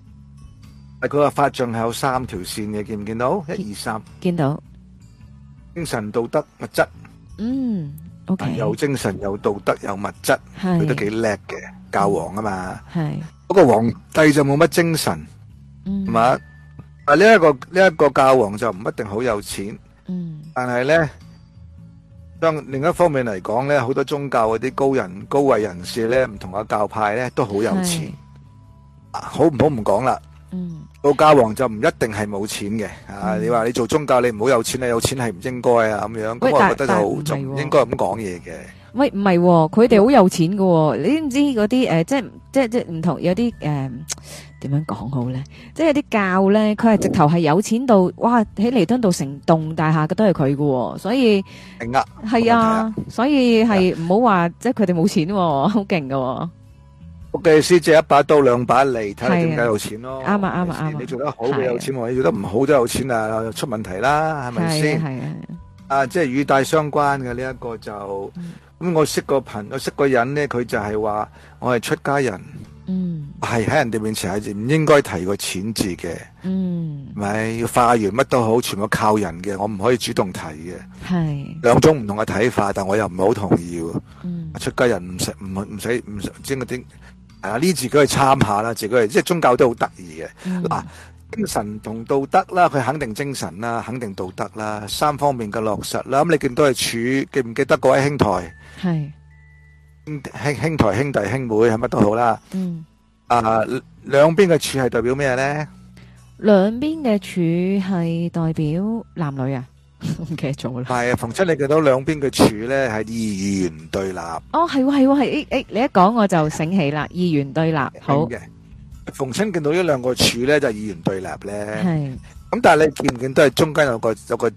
B: 但佢個法杖係有三條線嘅，見唔見到？一二三，
A: 見到
B: 精神、道德、物質，
A: 嗯 OK
B: 又精神又道德又物質，佢都
A: 係
B: 幾叻嘅，教皇啊嘛。
A: 係
B: 不過皇帝就冇乜精神，
A: 嗯
B: 係嘛？但呢一個呢一個教皇就唔一定好有錢。
A: 嗯
B: 但係咧，當另一方面嚟講咧，好多宗教嗰啲高人高位人士咧，唔同嘅教派咧，都好有錢
A: 係。
B: 啊好唔好唔講啦，
A: 嗯
B: 到教皇就唔一定係冇錢嘅。啊，
A: 嗯
B: 你話你做宗教，你唔好有錢啊，有錢係唔應該啊咁樣。
A: 喂
B: 咁我
A: 但
B: 覺得就
A: 但唔係
B: 就唔
A: 喎
B: 應該咁講嘢嘅。
A: 喂，唔係喎，佢哋好有錢㗎喎，你知唔知嗰啲誒，即係即係即係唔同有啲誒點樣講好咧？即係有啲教咧，佢係直頭係有錢到，哇！喺彌敦道成棟大廈嘅都係佢㗎喎，所以
B: 定呃
A: 係啊，所以係唔好話即係佢哋冇錢喎，好勁㗎喎，
B: 我嘅意思即係一把刀兩把利，睇你點
A: 係
B: 解
A: 啊
B: 有錢咯。
A: 啱啊啱啊
B: 係咪
A: 啱
B: 先
A: 啊
B: 你做得好
A: 係啊
B: 會有錢喎，你做得唔好都有錢啊，出問題啦，係
A: 係啊
B: 咪先？
A: 係啊，
B: 啊，即係語帶相關嘅呢一個就，咁我識個朋我識個人呢，佢就係話我係出家人，
A: 嗯
B: 係喺人哋面前係唔應該提個錢字嘅，
A: 嗯
B: 咪要化緣乜都好，全部靠人嘅，我唔可以主動提嘅，
A: 係
B: 兩種唔同嘅睇法，但我又唔係好同意喎。
A: 嗯
B: 出家人唔使唔唔使唔使即係嗰啲，啊呢自己去參下啦，自己去即係宗教都好得意嘅。
A: 嗯
B: 嗱，精神同道德啦，佢肯定精神啦，肯定道德啦，三方面嘅落實啦。咁你見到係處，記唔記得嗰位兄台、
A: 係
B: 兄兄台、兄弟、兄妹係乜都好啦。
A: 嗯
B: 啊，兩邊嘅處係代表咩呢？
A: 兩邊嘅柱係代表男女啊， 唔記得咗啦。
B: 係啊，逢親你見到兩邊嘅處呢，係二元對立
A: 哦，系喎，系喎，系，诶，诶，你一講我就醒起啦，二元對 立，好，
B: 嘅。逢親見到呢兩個處呢，就係二元對立呢。
A: 係，
B: 咁但係你見唔見都係中間有個有個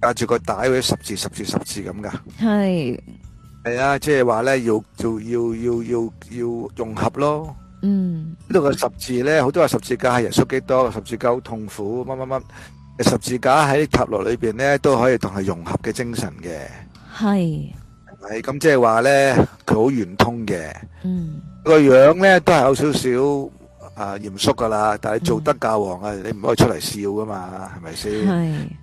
B: 戴住個帶嗰啲十字十字十字咁噶。
A: 系，
B: 係啊，即係話咧要要要要要要融合咯。
A: 嗯，
B: 呢度嘅十字咧，好多話十字架係耶穌基督，十字架好痛苦，乜乜乜。十字架喺塔羅裏邊咧，都可以當係融合嘅精神嘅。
A: 系，
B: 係咁，即係話咧，佢好圓通嘅。
A: 嗯，
B: 個樣咧都係有少少啊嚴肅噶啦，但係做得教皇啊，你唔可以出嚟笑噶嘛，係咪先？
A: 系，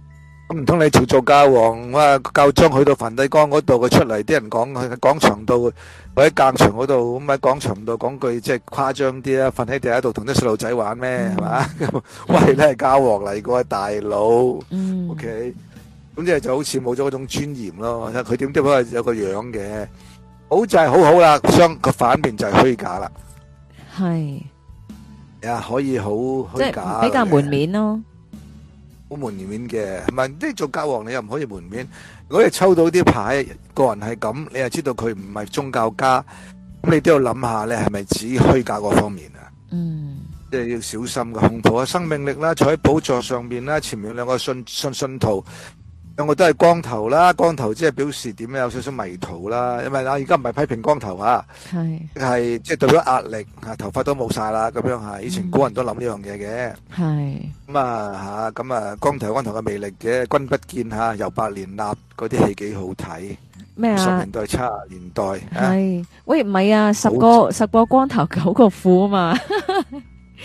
B: 咁唔通你做做教皇，哇教宗去到梵蒂岡嗰度，佢出嚟啲人講佢喺廣場度，或者間場嗰度，咁喺廣場度講句即係誇張啲啦，瞓喺地下度同啲細路仔玩咩
A: 嗯
B: 係嘛？ 喂，你係教皇嚟嘅大佬。
A: 嗯
B: O K，咁即係就好似冇咗嗰種尊嚴咯。佢點都可以有個樣嘅，好就係好好啦。相個反面就係虛假啦，
A: 系，
B: 啊可以好
A: 即系
B: 虛假，
A: 比較門，面咯，
B: 好門面嘅。唔係即係做教皇，你又唔可以門面。如果你抽到啲牌，個人係咁，你又知道佢唔係宗教家，咁你都要諗下咧，係咪指虛假嗰方面啊？
A: 嗯，
B: 即係要小心嘅控徒嘅生命力啦，坐喺寶座上面啦，前面兩個信信信徒，兩個都係光頭啦，光頭即係表示點咧有少少迷途啦，因為啦而家唔係批評光頭啊，
A: 系，
B: 係即係對咗壓力啊，頭髮都冇晒啦咁樣嚇，以前古人都諗呢樣嘢嘅，
A: 系，
B: 咁啊嚇咁啊光頭有光頭嘅魅力嘅，君不見嚇，由百年立嗰啲戲幾好睇，
A: 咩
B: 五十
A: 啊
B: 年？代七十年代啊
A: 系，喂，唔系啊，十個十個光頭九個富啊嘛，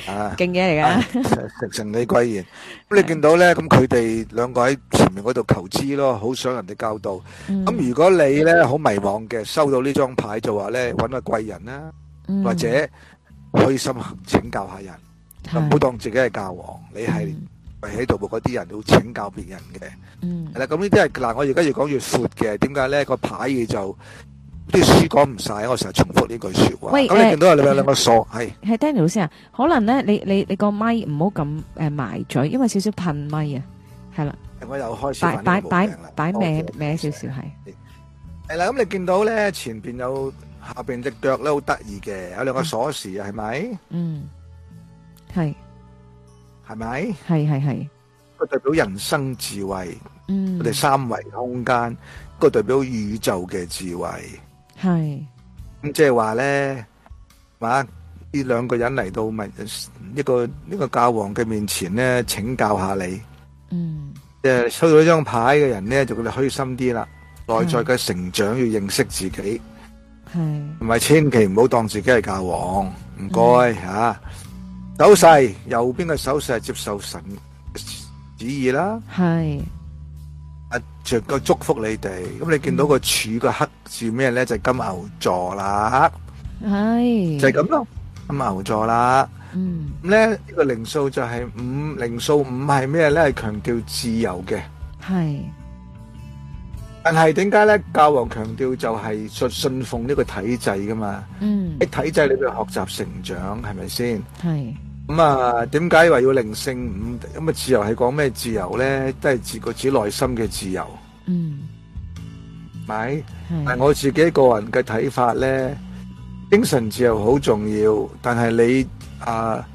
B: 啊。
A: 勁嘢嚟噶，
B: 成成李桂贤，咁你見到咧，咁佢哋兩個喺前面嗰度求知咯，好想人哋教導。
A: 嗯
B: 咁如果你咧好迷茫嘅，收到呢張牌就話咧揾個貴人啦，
A: 嗯
B: 或者虛心請教下人，
A: 係
B: 唔好當自己係教皇，你係
A: 嗯
B: 為喺度嗰啲人要請教別人嘅。
A: 嗯
B: 係啦，咁呢啲係嗱，我而家越講越闊嘅，點解咧個牌嘢就啲書講唔晒，我成日重複呢句説話。
A: 喂呃
B: 咁
A: 誒
B: 你見到有兩兩個傻係
A: 係 Daniel 先啊，可能咧，你你你個咪唔好咁誒埋嘴，因為少少噴咪啊，係啦，
B: 我又開始
A: 擺
B: 犯呢
A: 擺
B: 個毛
A: 擺
B: 病啦
A: 擺
B: 好
A: 歪
B: 嘅
A: 歪少少係，
B: 系啦，咁你見到咧前边有下边只腳咧好得意嘅，有兩個鎖匙啊，係咪？
A: 嗯，係
B: 係咪？
A: 係係係，
B: 個代表人生智慧，
A: 嗯
B: 我，哋三維空間，個代表宇宙嘅智慧。
A: 係
B: 咁即係話咧，嘛呢兩個人嚟到咪呢個呢個教皇嘅面前咧，請教下你。
A: 嗯
B: 即係收到呢張牌嘅人咧，就叫你虛心啲啦。內在嘅成長要認識自己，
A: 係
B: 唔係千祈唔好當自己係教皇，唔該嚇。手勢右邊嘅手勢係接受神旨意啦，
A: 係
B: 啊，着個祝福你哋。咁你見到個柱個黑字咩咧？就係金牛座啦，
A: 係，
B: 就係咁咯，金牛座啦。
A: 嗯
B: 咁咧呢個零數就係五，零數五係咩咧？係強調自由嘅。
A: 係
B: 但係點解咧？教皇強調就係信信奉呢個體制噶嘛，
A: 嗯
B: 喺體制裏邊學習成長係咪先？
A: 係
B: 咁啊，點解話要靈性五？咁啊，自由係講咩自由咧？都係自個指內心嘅自由，
A: 嗯
B: 咪？但
A: 係
B: 係我自己個人嘅睇法咧，精神自由好重要，但係你啊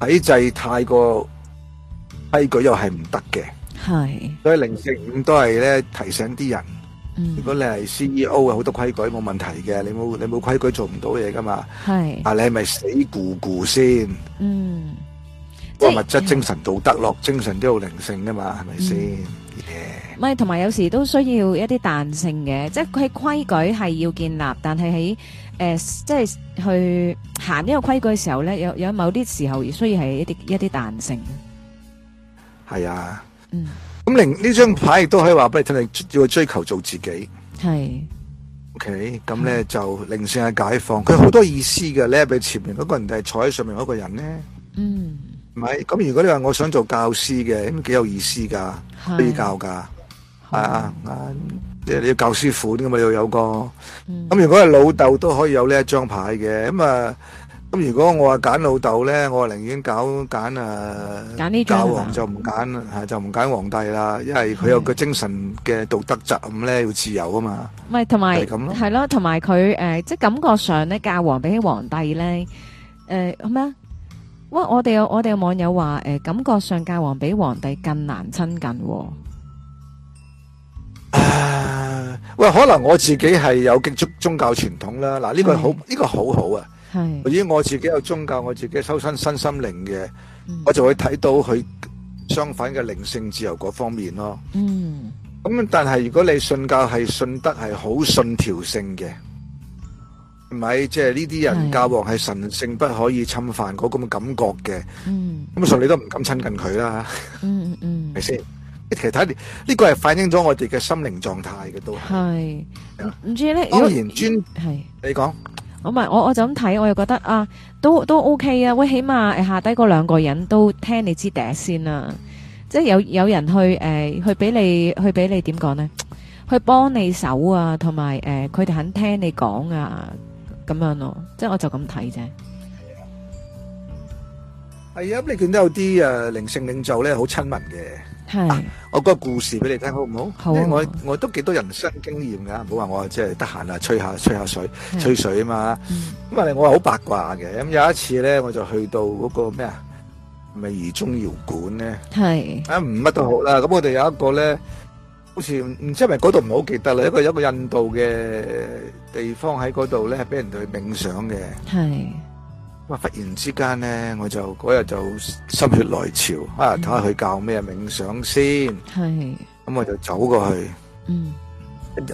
B: 體制太過規矩又係唔得嘅，
A: 係
B: 所以靈性五都係咧提醒啲人。
A: 嗯
B: 如果你係 CEO 啊，好多規矩冇問題嘅，你冇你冇規矩做唔到嘢噶嘛。
A: 係
B: 啊，你係咪死咕咕先？
A: 嗯，
B: 不過
A: 即係
B: 物質、精神、道德咯，精神都有靈性噶嘛，係咪先？Yeah
A: 唔係，同埋有時都需要一啲彈性嘅，即係佢規矩係要建立，但係喺誒即係去行呢個規矩嘅時候咧，有有某啲時候需要係一啲一啲彈性。
B: 係啊。
A: 嗯，
B: 咁另呢張牌亦都可以話俾你聽，你要追求做自己。
A: 係
B: OK，咁咧就靈性嘅解放，佢好多意思嘅咧。俾前面嗰個人定係坐喺上面嗰個人咧，
A: 嗯
B: 唔係咁。如果你話我想做教師嘅，咁幾有意思㗎，
A: 係
B: 都要教㗎。啊啊啊！即係你要教師傅㗎嘛，你要有個。
A: 嗯
B: 咁如果係老豆都可以有呢一張牌嘅，咁啊，咁如果我話揀老豆咧，我寧願搞揀啊
A: 揀呢張
B: 教
A: 係嘛
B: 皇就唔揀啊就唔揀皇帝啦，因為佢有個精神嘅道德責任咧，要自由啊嘛。
A: 唔係，同埋
B: 就係咁咯
A: 係咯，同埋佢誒，即係感覺上咧，教皇比起皇帝咧，誒咩啊？喂，我哋有我哋有網友話誒，感覺上教皇比皇帝更難親近喎。
B: 喂，可能我自己係有敬宗宗教傳統啦。嗱，呢個好，
A: 係
B: 呢個好好啊。
A: 係，
B: 由於我自己有宗教，我自己修身身心靈嘅，
A: 嗯
B: 我就會睇到佢相反嘅靈性自由嗰方面咯。
A: 嗯，
B: 咁但係如果你信教係信得係好信條性嘅，係咪？即係呢啲
A: 係
B: 人教皇係神聖不可以侵犯嗰咁嘅感覺嘅，
A: 嗯，
B: 咁所以你都唔敢親近佢啦，
A: 嗯，嗯
B: 係咪，先？其他呢、呢個係反映咗我哋嘅心靈狀態嘅都係。
A: 係，唔唔知咧，如
B: 當
A: 果
B: 然尊，
A: 係。
B: 你講。
A: 我咪我我就咁睇，我又覺得啊，都都 OK 啊。喂，起碼誒下低嗰兩個人都聽你支笛先啦，即係有有人去誒、呃去俾你去俾你點講呢？去幫你手啊，同埋誒佢哋肯聽你講啊，咁樣咯。即係我就咁睇啫。
B: 係啊，咁你見到有啲誒靈性領袖咧，好親民嘅。
A: 係
B: 我講個故事俾你聽好唔好？
A: 好啊
B: 因為我我都幾多人生經驗㗎，唔好話我即係得閒啊，吹下吹下水，
A: 係
B: 吹水啊嘛。
A: 嗯
B: 咁啊，我係好八卦嘅。咁有一次咧，我就去到嗰個咩啊，係咪怡中搖館咧？
A: 係
B: 啊，唔乜都好啦。咁我哋有一個咧，好似唔知係咪嗰度唔好記得啦。一個有一個印度嘅地方喺嗰度咧，俾人哋去冥想嘅。
A: 係
B: 哇！忽然之間咧，我就嗰日就心血來潮啊，
A: 嗯
B: 睇下佢教咩冥想先，
A: 係
B: 咁我就走過去。
A: 嗯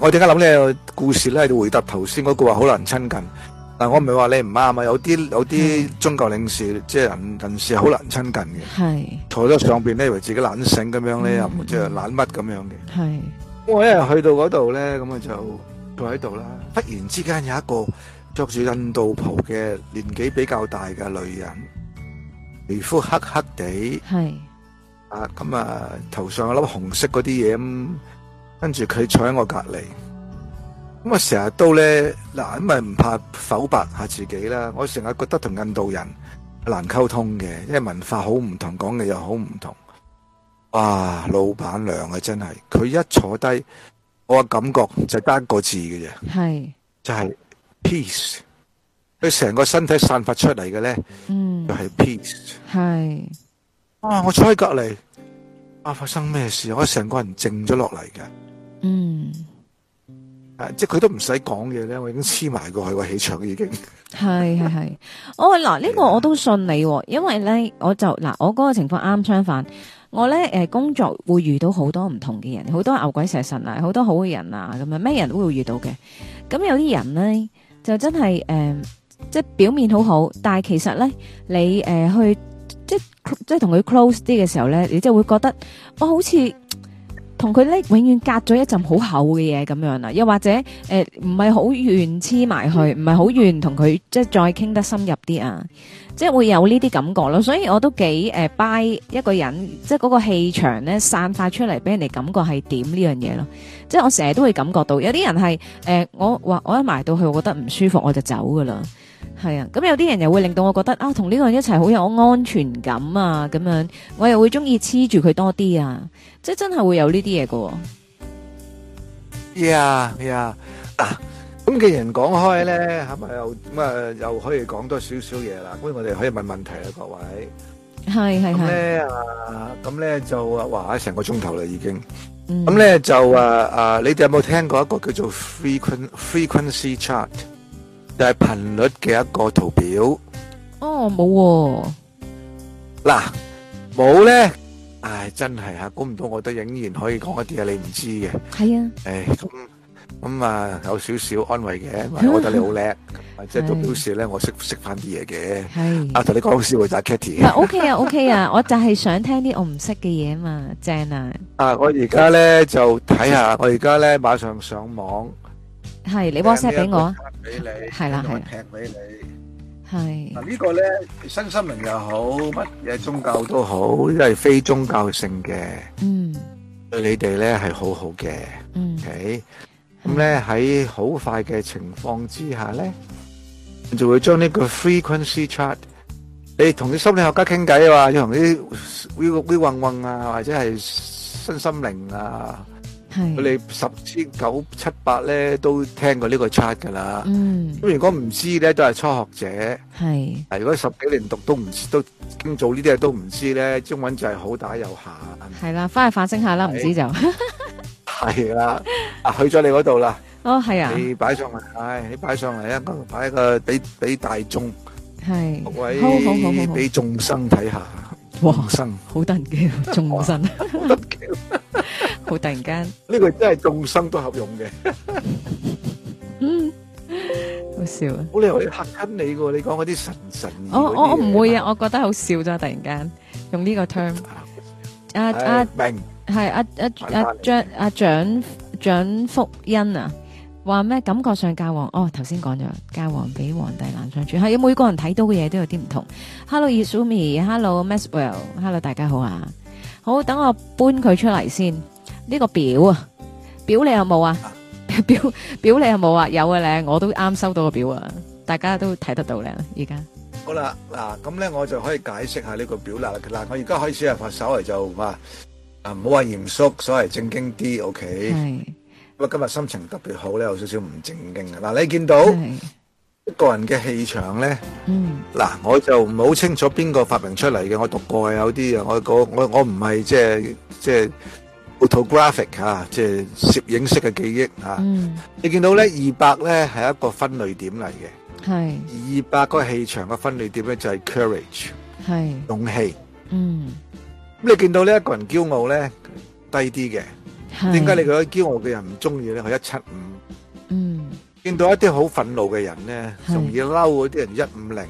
B: 我點解諗呢個故事咧？喺度回答頭先嗰個話好難親近。嗱，我唔係話你唔啱啊，有啲有啲宗教領事即係人人士好難親近嘅，
A: 係
B: 坐咗上邊咧，以為自己懶醒咁樣咧，又
A: 嗯
B: 唔即係懶乜咁樣嘅。
A: 係
B: 我一日去到嗰度咧，咁啊就坐喺度啦。忽然之間有一個着住印度袍嘅年紀比較大嘅女人，皮膚黑黑
A: 係
B: 地
A: 嗯
B: 啊，咁啊頭上有粒紅色嗰啲嘢咁，跟住佢坐喺我隔離。咁啊，成日都咧嗱，咁咪唔怕剖白下自己啦。我成日覺得同印度人難溝通嘅，因為文化好唔同，講嘅又好唔同。哇，老闆娘啊，真係佢一坐低，我嘅感覺就得一個字嘅啫，
A: 係
B: 就係、peace。佢成個身體散發出嚟嘅咧，
A: 嗯
B: 就係、peace。
A: 係
B: 啊，我坐喺隔離，啊，發生咩事？我成個人靜咗落嚟嘅。
A: 嗯
B: 啊！即係佢都唔使講嘢咧，我已經黐埋過去個氣場已經。
A: 係係係，哦嗱，呢、個我都信你、喎，因為咧我就嗱，我嗰個情況啱相反，我咧誒、呃工作會遇到好多唔同嘅人，好多牛鬼蛇神啊，好多好嘅人啊，咁樣咩人都會遇到嘅。咁有啲人咧就真係誒、呃即係表面好好，但係其實咧你誒、呃去即係即係同佢 close 啲嘅時候咧，你就會覺得我好似。同佢咧永遠隔咗一陣好厚嘅嘢咁樣啦，又或者誒呃唔係好願黐埋去，唔係好願同佢即係再傾得深入啲啊，即係會有呢啲感覺咯。所以我都幾誒 buy 一個人，即係嗰個氣場咧散發出嚟俾人哋感覺係點呢樣嘢咯。即係我成日都會感覺到有啲人係誒、呃我話我一埋到去，我覺得唔舒服，我就走噶啦。係啊，咁有啲人又會令到我覺得啊，同呢個人一齊好有安全感啊，咁樣我又會中意黐住佢多啲啊，即係真係會有呢啲嘢噶。
B: 呀呀，嗱，咁既然講開咧，係咪又咁啊？又可以講多少少嘢啦。咁我哋可以問問題啦，各位。
A: 係係
B: 咁
A: 係，
B: 咧啊，咁咧就啊，哇！成個鐘頭啦已經。咁
A: 咁
B: 咧就啊啊，你哋有冇聽過一個叫做 frequen frequency chart，就係頻率嘅一個圖表。
A: 哦冇喎，
B: 嗱，冇咧，唉，真係啊，估唔到我都仍然可以講一啲嘢你唔知嘅。
A: 係啊，
B: 诶，咁咁啊，有少少安慰嘅，因為我覺得你好 叻，咁啊即係都
A: 嗯係
B: 表示咧，我識識翻啲嘢嘅。
A: 係。
B: 啊，同你講笑喎，就係
A: 唔係
B: Kitty。
A: OK 啊 OK 啊，我就係想聽啲我唔識嘅嘢嘛，正啊，
B: 啊，我而家咧就睇下，我而家咧馬上上網，
A: 係你 WhatsApp 俾我啊，
B: 俾你，
A: 係啦係啦
B: 踢俾你。
A: 係
B: 嗱呢個咧，身心靈又好，乜嘢宗教都好，因為非宗教性嘅，
A: 嗯
B: 對你哋咧係好好嘅。
A: 嗯
B: OK，咁咧喺好快嘅情況之下咧，就會將呢個 frequency chart，你同啲心理學家傾偈啊，要同啲 will will 混混啊，或者係身心靈啊，佢
A: 係，
B: 哋十之九七八咧都聽過呢個 chart 噶啦。
A: 嗯
B: 咁如果唔知咧，都係初學者。啊
A: 係
B: 嗱，如果十幾年讀都唔知，都經做呢啲嘢都唔知咧，中文就係好打有限。
A: 係啦，翻去反省下啦，唔知就
B: 係啦，啊去咗你嗰度啦，
A: 哦係啊，
B: 你擺上嚟，唉，你擺上嚟啊，我擺個俾俾大眾
A: 係，
B: 各
A: 好好好
B: 位
A: 好
B: 俾眾生睇下，
A: 哇
B: 眾生
A: 好，好突然嘅眾生， 好突然間，
B: 呢個真係眾生都合用嘅，
A: 嗯，好笑啊！
B: 冇理由你嚇親你嘅喎，你講嗰啲神神意嗰啲嘢
A: 我我我唔會啊，我覺得好笑啫，突然間用呢個 term，啊
B: 唉，
A: 啊
B: 明
A: 係啊啊啊張啊蔣蔣福恩啊，話咩感覺上教皇哦頭先講咗教皇比皇帝難相處，係每個人睇到嘅嘢都有啲唔同。Hello Yasumi，Hello Maxwell，Hello 大家好啊，好等我搬佢出嚟先，呢個表啊，表你有冇啊？ 表表你有冇啊？有嘅咧，我都啱收到個表啊，大家都睇得到咧，而家
B: 好啦，嗱咁咧我就可以解釋下呢個表啦。嗱，我而家開始啊，稍微就話啊唔好話嚴肅，所謂正經啲，OK。
A: 係
B: 不過今日心情特別好咧，有少少唔正經嘅。嗱，你見到
A: 係
B: 一個人嘅氣場咧，
A: 嗯。
B: 嗱，我就唔好清楚邊個發明出嚟嘅，我讀過有啲啊，我我我我唔係即係即係 photographic 嚇，即係攝影式嘅記憶嚇。
A: 嗯，
B: 你見到咧二百咧係一個分類點嚟嘅，
A: 係
B: 二百個氣場嘅分類點咧就係 courage
A: 係，
B: 勇氣。
A: 嗯，
B: 咁你見到呢一個人驕傲咧低啲嘅，
A: 係
B: 點解你覺得驕傲嘅人唔中意咧？佢一七五。
A: 嗯
B: 見到一啲好憤怒嘅人咧，
A: 係
B: 容易嬲嗰啲人一五零，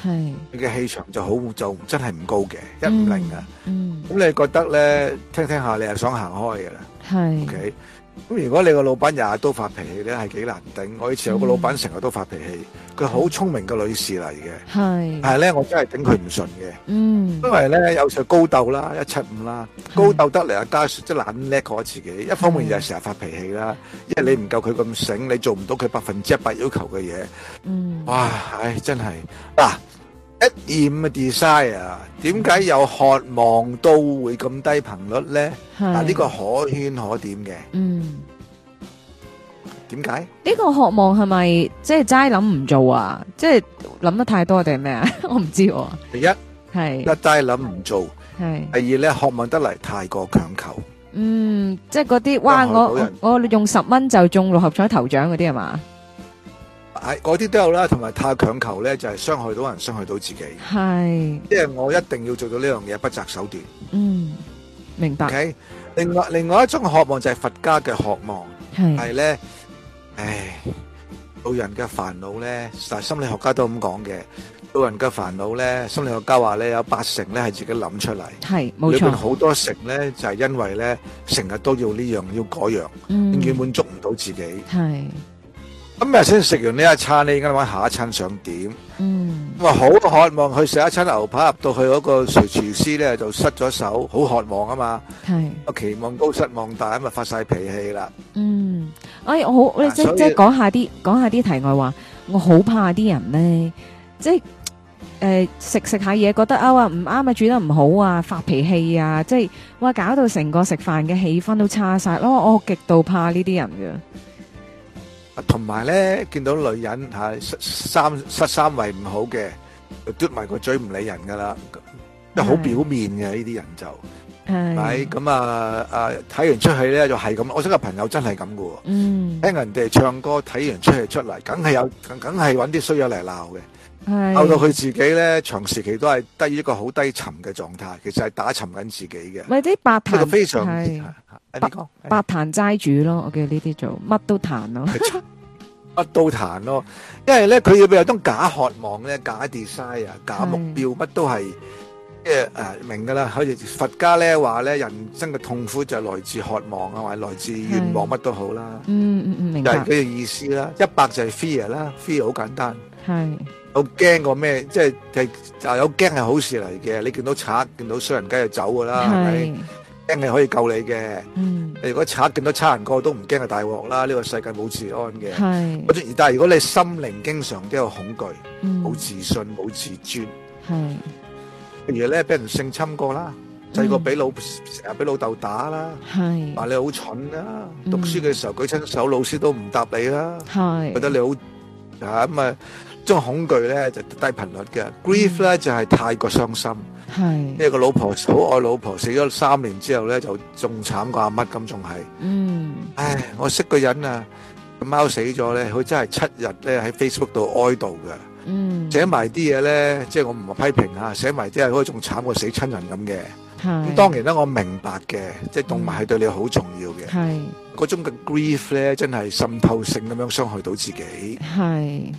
A: 係
B: 佢嘅氣場就好就真係唔高嘅一五零啊。，
A: 嗯
B: 咁你覺得咧，聽聽下你係想行開嘅啦
A: 係
B: ，OK？咁如果你個老闆日日都發脾氣咧，係幾難頂。我以前有個
A: 嗯
B: 老闆成日都發脾氣，佢好聰明嘅女士嚟嘅，
A: 係，
B: 但係咧我真係頂佢唔順嘅，
A: 嗯
B: 因為咧有時候高鬥啦，一七五啦，高鬥得嚟啊，加上即係懶叻過我自己。一方面就係成日發脾氣啦，因為你唔夠佢咁醒，你做唔到佢百分之一百要求嘅嘢。
A: 嗯
B: 哇！唉，真係嗱，一二五嘅 desire，點解有渴望都會咁低頻率咧？
A: 係
B: 嗱，呢個可圈可點嘅，
A: 嗯
B: 點解？
A: 呢個渴望係咪即係齋諗唔做啊？即係諗得太多定係咩啊？ 我唔知喎，
B: 第一，一
A: 係
B: 齋諗唔做；
A: 係
B: 第二咧，渴望得嚟太過強求。
A: 嗯，即係嗰啲哇，我我用十蚊就中六合彩頭獎嗰啲係嘛？
B: 唉，啊嗰啲都有啦，同埋太強求咧，就係傷害到人，傷害到自己。
A: 係
B: 即係我一定要做到呢樣嘢，不擇手段。
A: 嗯，明白
B: OK，另外另外一種渴望就係佛家嘅渴望。
A: 係
B: 係咧，唉，老人嘅煩惱咧，但係心理學家都咁講嘅。老人嘅煩惱咧，心理學家話咧有八成咧係自己諗出嚟，
A: 係冇
B: 裏邊
A: 錯，
B: 好多成咧就係因為咧成日都要呢樣要嗰樣，
A: 嗯
B: 永遠滿足唔到自己。
A: 係
B: 咁日先食完呢一餐咧，你應該諗下一餐想點。
A: 嗯
B: 咁啊，好渴望去食一餐牛扒，入到去嗰個廚廚師咧就失咗手，好渴望啊嘛。
A: 係。
B: 個期望高，失望大，咁啊發晒脾氣啦。
A: 嗯，哎，我好，你
B: 嗱
A: 即
B: 啊所以
A: 即講下啲講下啲題外話，我好怕啲人咧，即係誒食食下嘢，覺得啊哇唔啱啊，煮得唔好啊，發脾氣啊，即係哇搞到成個食飯嘅氣氛都差晒咯，我極度怕呢啲人
B: 同埋咧，見到女人嚇失三失三圍唔好嘅，就嘟埋個嘴唔理人噶啦，即係好
A: 係
B: 表面嘅呢啲人就，
A: 嘅，
B: 咪
A: 係，
B: 咁啊啊睇完出戲咧就係咁，我識個朋友真係咁嘅喎，
A: 嗯，
B: 聽人哋唱歌睇完出戲出嚟，梗係有梗梗係揾啲衰友嚟鬧嘅，
A: 係，
B: 鬧到佢自己咧長時期都係低於一個好低沉嘅狀態，其實係打沉緊自己嘅，呢
A: 咪啲白
B: 個
A: 彈
B: 非常
A: 係
B: 啊你講
A: 白彈齋主咯，我叫呢啲做乜都彈咯，
B: 乜都哎彈咯，因為咧佢要有種假渴望咧、假 desire、假目
A: 嗯
B: 標，乜都係即係誒明噶啦。好似佛家咧話咧，人生嘅痛苦就係來自渴望啊，或者來自願望乜都好啦，
A: 嗯 嗯嗯，明
B: 就係
A: 白
B: 佢，嘅意思啦。一百就係 fear 啦，fear 好簡單，
A: 係，
B: 有驚過咩？即係係就有驚係好事嚟嘅。你見到賊，見到衰人，梗係走噶啦，啊係咪？
A: 係，
B: 驚係可以救你嘅。
A: 嗯，
B: 如果賊見到差人過都唔驚，係大鑊啦。呢個世界冇治安嘅。
A: 係，
B: 但係如果你心靈經常都有恐懼。
A: 嗯，
B: 冇自信、冇自尊，
A: 係，
B: 譬如咧俾人性侵過啦，細個俾
A: 嗯
B: 老成日俾老豆打啦，
A: 係。
B: 話你好蠢啦，
A: 嗯
B: 讀書嘅時候舉親手，老師都唔答你啦，
A: 係
B: 覺得你好啊咁啊，種恐懼咧就低頻率嘅，grief
A: 嗯
B: 咧就係太過傷心，因
A: 係，
B: 為個老婆好愛老婆，死咗三年之後咧就仲慘過阿乜咁，仲係。
A: Ừ, 嗯，
B: 唉，我識個人啊，個貓死咗咧，佢真係七日咧喺 Facebook 度哀悼嘅，
A: 嗯，
B: 寫埋啲嘢咧，即係我唔係批評啊，寫埋啲嘢好似仲慘過死親人咁嘅。
A: 係
B: 咁當然啦，我明白嘅，即係動物係對你好重要嘅，
A: 係
B: 嗰種嘅 grief 咧，真係滲透性咁樣傷害到自己。
A: 係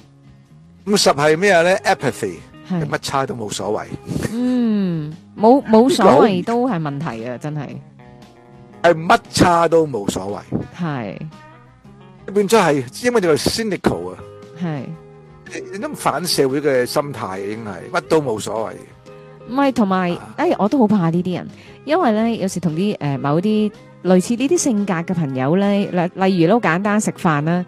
B: 五十係咩咧？apathy，
A: 係，
B: 乜差都冇所謂。
A: 嗯，冇冇所
B: 呢個好
A: 謂都係問題啊，真係
B: 係乜差都冇所
A: 係
B: 謂，變咗係因為你係 cynical 啊，
A: 係。
B: 你都反社會嘅心態已經係乜都冇所謂。
A: 唔係，同埋，哎，我都好怕呢啲人，因為咧有時同啲誒某啲類似呢啲性格嘅朋友咧，例例如都簡單食飯啦，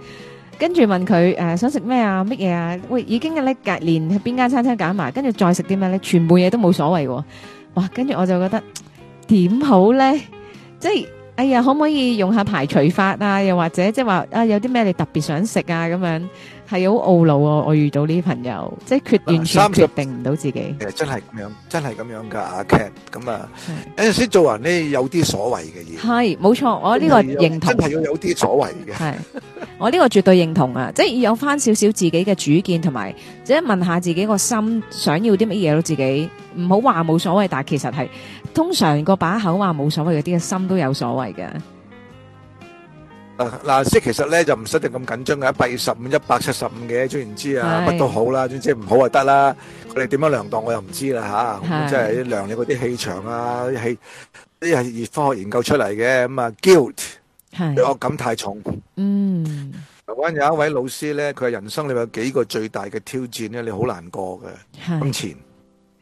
A: 跟住問佢誒、呃想食咩啊，乜嘢啊，喂，已經嘅咧隔連邊間餐廳揀埋，跟住再食啲咩咧，全部嘢都冇所謂喎，哇！跟住我就覺得點好咧，即係。哎呀，可唔可以用下排除法啊？又或者即係話啊，有啲咩你特別想食啊？咁樣係好懊惱啊！我遇到呢啲朋友，即係決完全
B: 嗱30
A: 決定唔到自己。
B: 其實真係咁樣，真係咁樣㗎，阿 Cat。咁啊，有陣時做人呢，有啲所謂嘅嘢，
A: 係冇錯，我呢個
B: 真係要
A: 認同
B: 真，係要有啲所謂嘅。
A: 係我呢個絕對認同啊！即係有翻少少自己嘅主見，同埋即係問下自己個心想要啲乜嘢咯。自己唔好話冇所謂，但係其實係通常個把口話冇所謂嗰啲，嘅心都有所謂嘅。
B: 啊嗱，即係其實咧就唔使定咁緊張嘅，一百二十五、一百七十五嘅，總言之啊，
A: 係
B: 乜都好啦，總之唔好就得啦。佢哋點樣量度我又唔知啦吓，
A: 係
B: 咁即係量你嗰啲氣場啊，啲氣啲係熱科學研究出嚟嘅，咁啊 guilt 罪
A: 係
B: 惡感太重。
A: 嗯
B: 台灣有一位老師咧，佢係人生裏面有幾個最大嘅挑戰咧，你好難過嘅，金
A: 係
B: 錢、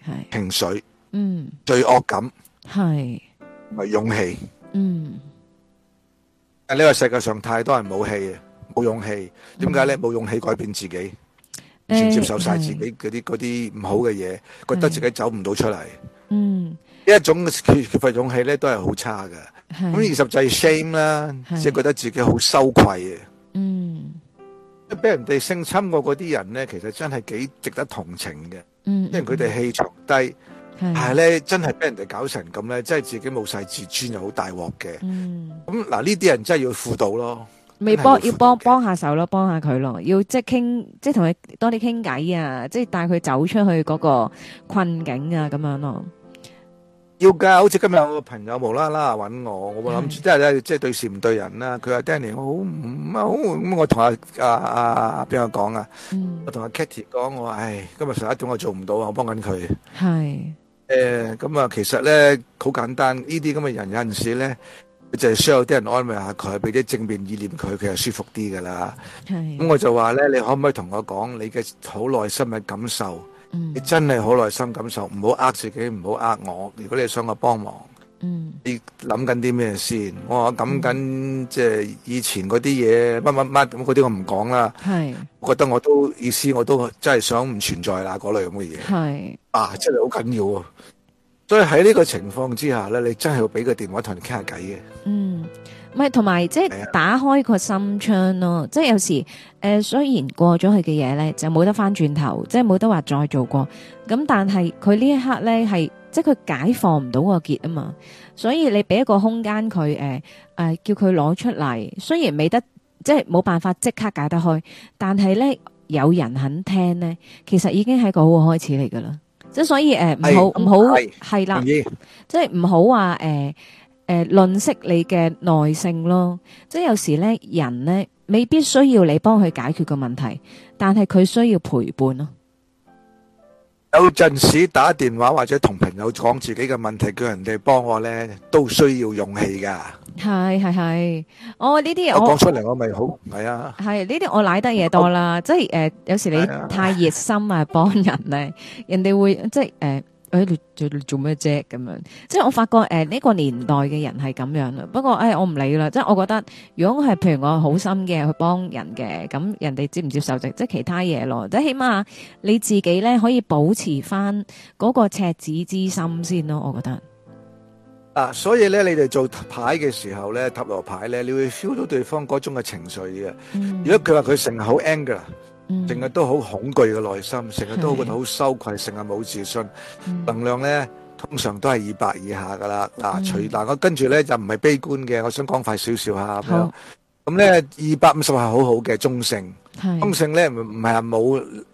A: 係
B: 情緒、
A: 嗯
B: 罪惡感
A: 係
B: 同埋勇氣。
A: 嗯
B: 但呢個世界上太多人冇氣嘅，冇勇氣。點解咧？冇勇氣改變自己。先接受晒自己嗰啲嗰啲唔好嘅嘢，覺得自己走唔到出嚟，呢
A: 嗯
B: 一種缺缺乏勇氣咧，都係好差嘅。咁二
A: 係
B: 十就係 shame 啦，
A: 係
B: 即係覺得自己好羞愧
A: 嗯
B: 嘅。俾人哋性侵過嗰啲人咧，其實真係幾值得同情嘅，
A: 嗯，
B: 因為佢哋氣場低，但係
A: 係
B: 咧真係俾人哋搞成咁咧，真係自己冇晒自尊又好大鑊嘅。
A: 嗯。
B: 咁嗱，呢啲人真係要輔導咯。
A: 未
B: 真係
A: 幫
B: 要
A: 要
B: 輔導
A: 幫
B: 嘅
A: 幫下手咯，幫下佢咯，要即係傾，即係同佢多啲傾偈啊，即係帶佢走出去嗰個困境啊，咁樣咯。
B: 要㗎，好似今日有個朋友無啦啦揾我，我諗
A: 係
B: 住真係咧，即係對事唔對人啦。佢話 Danny，我好唔好咁，我同阿阿阿阿邊個講啊？
A: 嗯
B: 我，同阿 Kitty 講，我話唉，今日十一點我做唔到啊，我幫緊佢。
A: 係，
B: 誒咁啊，其實咧好簡單，呢啲咁嘅人有陣時咧，就係需要啲人安慰下佢，俾啲正面意念佢，佢就舒服啲㗎啦。咁
A: 係，
B: 我就話咧，你可唔可以同我講你嘅好內心嘅感受？
A: 嗯
B: 你，真係好內心感受，唔好呃自己，唔好呃我。如果你想我幫忙。
A: 嗯，
B: 你諗緊啲咩先？我話諗緊即係以前嗰啲嘢乜乜乜咁嗰啲，我唔講啦。
A: 係，
B: 我覺得我都意思，我都真係想唔存在啦嗰類咁嘅嘢
A: 係，
B: 啊，真係好緊要喎。所以喺呢個情況之下咧，你真係要俾個電話同人傾下偈嘅。
A: 嗯，唔係同埋即
B: 係
A: 係
B: 啊
A: 打開個心窗咯，即係有時誒、呃雖然過咗去嘅嘢咧，就冇得翻轉頭，即係冇得話再做過，咁但係佢呢一刻咧係即係佢解放唔到個結啊嘛，所以你俾一個空間佢誒誒叫佢攞出嚟，雖然未得即係冇辦法即刻解得開，但係咧有人肯聽咧，其實已經係一個好嘅開始嚟噶啦，即係所以呃誒唔、
B: 係
A: 好唔好
B: 係
A: 係啦
B: 同。意
A: 即係唔好話誒誒吝惜你嘅耐性咯。即係有時咧，人咧未必需要你幫佢解決個問題，但係佢需要陪伴咯。
B: 有陣時打電話或者同朋友講自己嘅問題，叫人哋幫我咧，都需要勇氣㗎。
A: 係係係，我呢啲哦
B: 我
A: 我
B: 講出嚟，我咪好係啊。
A: 係呢啲我賴得嘢多啦。即係誒、呃有時你
B: 係啊
A: 太熱心啊，幫人咧， 人哋會即係誒。呃誒、你做你做咩啫？咁樣，即係我發覺誒呢、個年代嘅人係咁樣啦。不過誒、我唔理啦，即係我覺得如果我係譬如我好心嘅去幫人嘅，咁人哋接唔接受就即係其他嘢咯。即係起碼你自己咧可以保持翻嗰個赤子之心先咯。我覺得
B: 啊，所以咧，你哋做牌嘅時候咧，塔羅牌咧，你會 feel 到對方嗰種嘅情緒嘅。
A: 嗯
B: 如果佢話佢成口 anger，
A: 嗯
B: 成日都好恐懼嘅內心，成日都
A: 係
B: 覺得好羞愧，成日冇自信，
A: 嗯
B: 能量咧通常都係二百以下噶啦。嗱、
A: 嗯
B: 除嗱我跟住咧就唔係悲觀嘅，我想講快少少下咁樣
A: 好。
B: 咁咧二百五十係好好嘅中性，
A: 係
B: 中性咧唔唔係話冇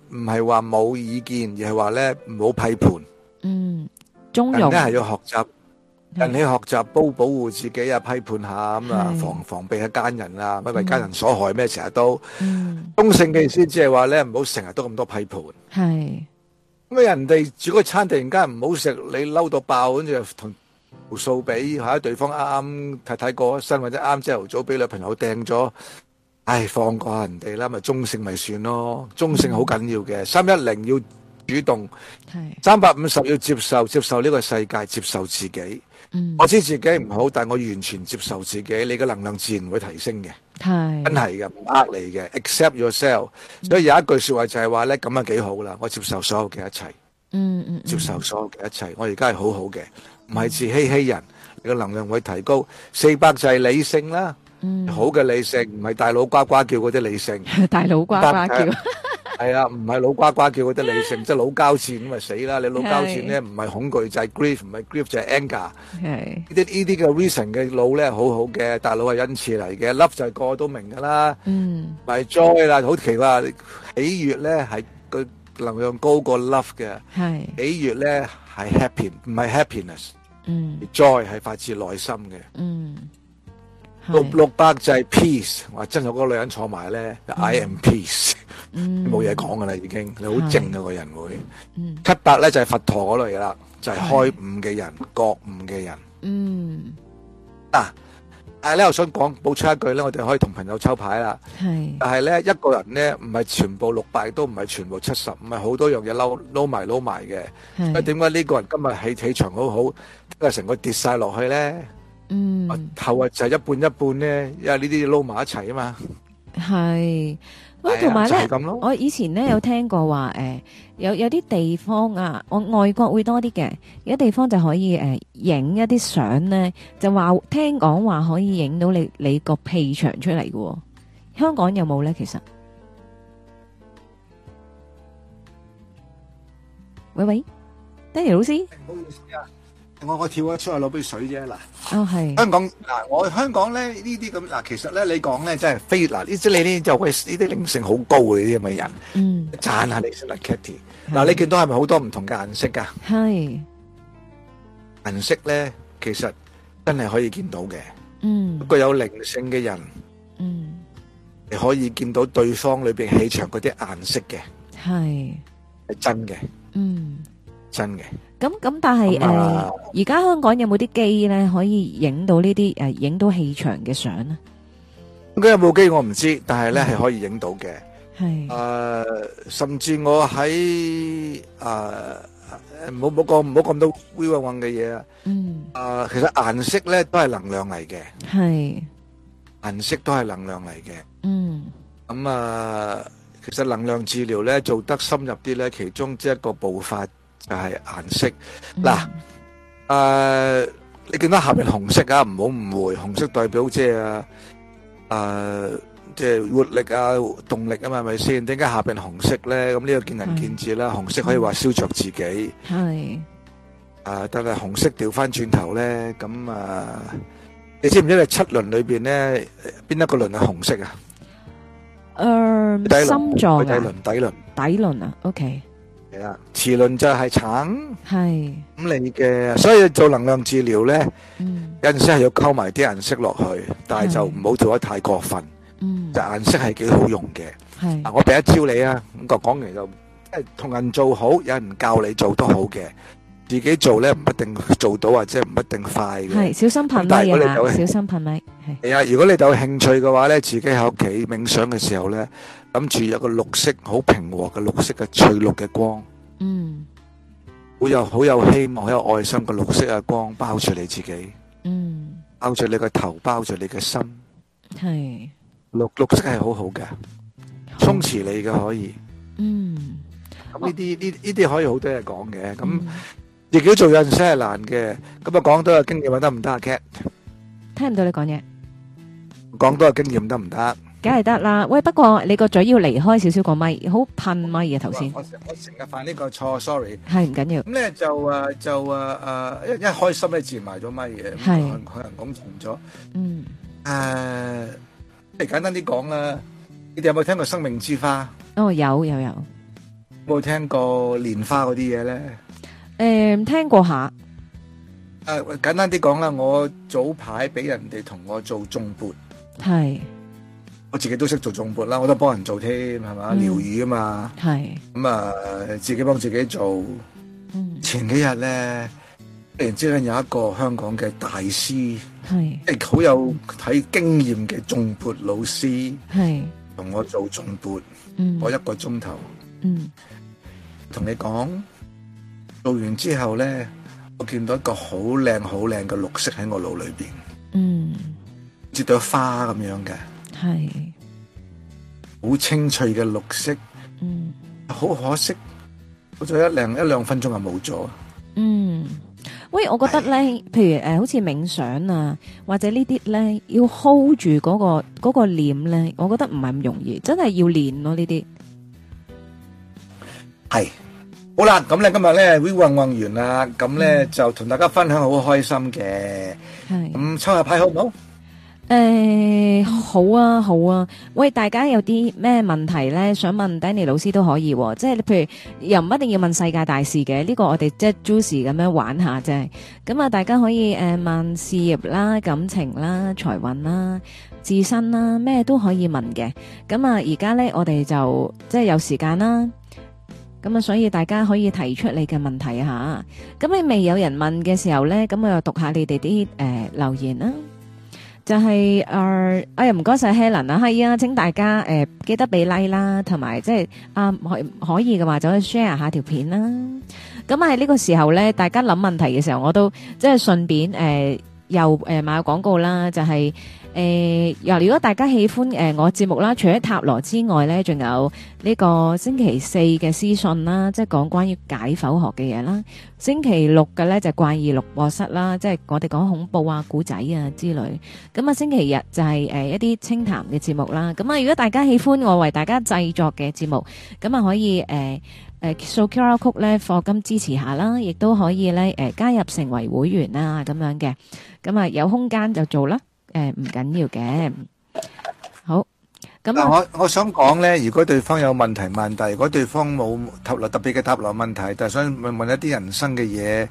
B: 唔係話冇意見，而係話咧唔好批判。
A: 嗯中
B: 人
A: 庸
B: 咧係要學習，人
A: 係
B: 去學習保保護自己啊，批判下咁啊
A: 係，
B: 防防備下奸人啊，咪為
A: 嗯
B: 奸人所害咩？成日都
A: 嗯
B: 中性嘅意思，即係話咧唔好成日都咁多批判。
A: 係
B: 咁啊，人哋煮個餐突然間唔好食，你嬲到爆，跟住就同條數俾嚇對方啱啱太太過咗身，或者啱朝頭早俾女朋友掟咗，唉，放過人哋啦，咪中性咪算咯。中性好緊要嘅，三一零要主動，
A: 係
B: 三百五十要接受，接受呢個世界，接受自己。
A: 嗯
B: 我知自己唔好，但我完全接受自己，你嘅能量自然會提升嘅，
A: 係
B: 真係嘅，唔呃你嘅。Accept yourself，所以有一句説話就係話咧，咁啊幾好啦，我接受所有嘅一切。
A: 嗯 嗯
B: 接受所有嘅一切。我而家係好好嘅，唔係自欺欺人。你嘅能量會提高。四百就係理性啦，
A: 嗯
B: 好嘅理性，唔係大佬呱呱叫嗰啲理性。
A: 嗯大佬呱呱叫
B: 係啊，唔係老呱呱叫嗰啲 理性，即係老交戰咁咪死啦！你老交戰咧，唔係恐懼就係 grief，唔係 grief 就係 anger。
A: 係
B: 呢啲呢啲嘅 reason 嘅腦咧，好好嘅，大佬係恩賜嚟嘅，love 就係個個都明㗎啦。
A: 嗯
B: 咪 joy 啦，好奇怪啊，喜悦咧係個能量高過 love 嘅，
A: 係
B: 喜悦咧係 happy，唔係 happiness。
A: 嗯
B: joy 係發自內心嘅。
A: 嗯
B: 六
A: 係
B: 六百就係 peace，哇！真係嗰個女人坐埋咧，I am peace，
A: 嗯
B: 冇嘢講噶啦已經，你好靜嘅個人會。
A: 嗯
B: 七百咧就係佛陀嗰類啦，就係開
A: 係
B: 悟嘅人、覺悟嘅人。
A: 嗯
B: 嗱，但係啊咧，我想講補充一句咧，我哋可以同朋友抽牌啦。
A: 係
B: 但係咧，一個人咧唔係全部六百，亦都唔係全部七十，唔係好多樣嘢撈撈埋撈埋嘅。咁
A: 係
B: 點解呢個人今日起起場好好，今日成個跌晒落去咧？
A: 嗯
B: 後日就係一半一半咧，因為呢啲撈埋一齊啊嘛。
A: 係喂，
B: 係啊
A: 同埋
B: 就
A: 咧
B: 係。咁咯，
A: 我以前咧有聽過話誒、呃有有啲地方啊，我外國會多啲嘅，有啲地方就可以誒影、一啲相咧，就話聽講話可以影到你你個屁場出嚟嘅喎。香港有冇咧？其實，喂喂，Danny 老師，
B: 唔好意思啊，我我跳咗出去攞杯水啫嗱。
A: 哦係，
B: 香港嗱，我香港咧呢啲咁嗱，其實咧你講咧真係非嗱呢啲你呢就喂呢啲靈性好高嘅呢啲咁嘅人，
A: 嗯，
B: 讚下你先啦，Kitty。
A: 係
B: 嗱，你見到係咪好多唔同嘅顏色㗎？
A: 係，
B: 顏色咧其實真係可以見到嘅。
A: 嗯
B: 不過有靈性嘅人，
A: 嗯
B: 你可以見到對方裏邊氣場嗰啲顏色嘅，
A: 係，
B: 係真嘅，
A: 嗯。
B: 真嘅。
A: 咁咁，但係
B: 咁啊
A: 誒，而家香港有冇啲機咧可以影到呢啲誒影到氣場嘅相咧？
B: 咁佢有冇機我唔知，但係咧係可以影到嘅。
A: 係
B: 誒，甚至我喺誒，唔好唔好講唔好講到灰混混嘅嘢
A: 嗯
B: 啊！誒，其實顏色咧都係能量嚟嘅，
A: 係
B: 顏色都係能量嚟嘅。
A: 嗯
B: 咁啊，其實能量治療咧做得深入啲咧，其中之一個步法就係顏色。嗱誒，你見到下面紅色啊，唔好誤會，紅色代表即係啊誒，即係活力啊、動力啊嘛，係咪先？點解下邊紅色咧？咁呢個見仁見智啦。紅色可以話燒着自己，
A: 係
B: 啊，但係紅色調翻轉頭咧，咁啊，你知唔知你七輪裏邊咧邊一個輪係紅色啊？
A: 誒
B: 底輪
A: 心
B: 底輪
A: 臟啊
B: 底輪
A: 底輪啊，OK
B: 係啦，臍輪就係橙。
A: 係
B: 咁你嘅，所以做能量治療咧，
A: 嗯
B: 有陣時係要溝埋啲顏色落去，但係就唔好做得太過分。
A: 嗯
B: 就顏色係幾好用嘅。嗱，
A: 係
B: 我俾一招你啊，咁講完就即係同人做好，有人教你做都好嘅，自己做咧唔一定做到或者唔一定快
A: 係
B: 嘅。
A: 小心噴
B: 咁但係
A: 咪
B: 如果你
A: 啊
B: 有
A: 嚇，小心噴咪係
B: 係啊，如果你有興趣嘅話咧，自己喺屋企冥想嘅時候咧，諗住有個綠色好平和嘅綠色嘅翠綠嘅光，
A: 嗯
B: 好有好有希望、好有愛心嘅綠色嘅光包住你自己，
A: 嗯
B: 包住你個頭，包住你嘅心。
A: 係
B: 綠綠色係好好嘅，充斥你嘅可以。
A: 嗯
B: 咁呢啲呢呢啲可以好多嘢講嘅。咁
A: 嗯
B: 自己做有陣時係難嘅，咁啊講多個經驗得唔得啊？Cat，
A: 聽唔到你講嘢
B: 講多個經驗得唔得？
A: 梗係得啦。喂，不過你個嘴要離開少少個咪，好噴咪嘅頭先，
B: 我成我成日犯呢個錯，sorry。
A: 係唔緊要。
B: 咁咧就誒就誒誒一一開心咧自然埋咗咪嘅，
A: 係
B: 可能可能講錯咗。
A: 嗯，
B: 誒，即係簡單啲講啦，你哋有冇聽過生命之花？
A: 哦，有有有，
B: 有冇聽過蓮花嗰啲嘢咧？
A: 誒，聽過下，
B: 誒，簡單啲講啦，我早排俾人哋同我做種撥，
A: 係
B: 我自己都識做種撥啦，我都幫人做添，係嘛？
A: 嗯
B: 療愈啊嘛，
A: 係，
B: 咁啊自己幫自己做。
A: 嗯，
B: 前幾日咧，突然之間有一個香港嘅大師。
A: 係
B: 即係好有睇經驗嘅重撥老師
A: 係，
B: 同我做重撥，
A: 嗯
B: 我一個鐘頭
A: 嗯
B: 同你講，做完之後咧，我見到一個好靚好靚嘅綠色喺我腦裏邊，
A: 嗯，
B: 似朵花咁樣嘅，
A: 係，
B: 好清脆嘅綠色，
A: 嗯
B: 好可惜，過咗一兩一兩分鐘就冇咗。
A: 嗯。喂，我覺得咧，譬如誒、呃好似冥想啊，或者呢啲咧，要 hold 住嗰、個嗰、個念咧，我覺得唔係咁容易，真係要練咯呢啲。
B: 係好啦，咁咧今日咧 We 運運完啦，咁咧就同大家分享好開心嘅，
A: 係。
B: 咁抽下牌好唔好？
A: 诶、好啊，好啊。喂，大家有啲咩問題咧？想問 Danny 老師都可以、喎。即係你譬如又唔一定要問世界大事嘅，呢、個我哋即係 juicy 咁樣玩下啫。咁啊，大家可以诶、問事業啦、感情啦、財運啦、自身啦，咩都可以問嘅。咁啊，而家咧我哋就即係有時間啦。咁啊，所以大家可以提出你嘅問題吓。咁你未有人問嘅時候咧，咁我又讀下你哋啲诶留言啦。就係、呃哎呀唔該晒 Helen 啊，係啊，請大家誒、呃、記得俾 like 啦，同埋即係啊可可以嘅話就可以 share 下條片啦。咁啊喺呢個時候咧，大家諗問題嘅時候，我都即係順便誒、呃又誒買個廣告啦，就係、誒，又、如果大家喜歡誒、呃我節目啦，除咗塔羅之外咧，仲有呢個星期四嘅私信啦，即係講關於解剖學嘅嘢啦。星期六嘅咧就怪異錄播室啦，即係我哋講恐怖啊、古仔啊之類。咁啊，星期日就係、呃一啲清談嘅節目啦。咁啊，如果大家喜歡我為大家製作嘅節目，咁啊可以誒誒掃 QR code 咧，課金支持下啦，亦都可以咧誒、呃加入成為會員啦咁樣嘅。咁啊有空間就做啦，誒唔緊要嘅。好，咁
B: 嗱，
A: 啊
B: 我我想講咧，如果對方有問題問，但係如果對方冇塔羅特別嘅塔羅問題，但係想問問一啲人生嘅嘢，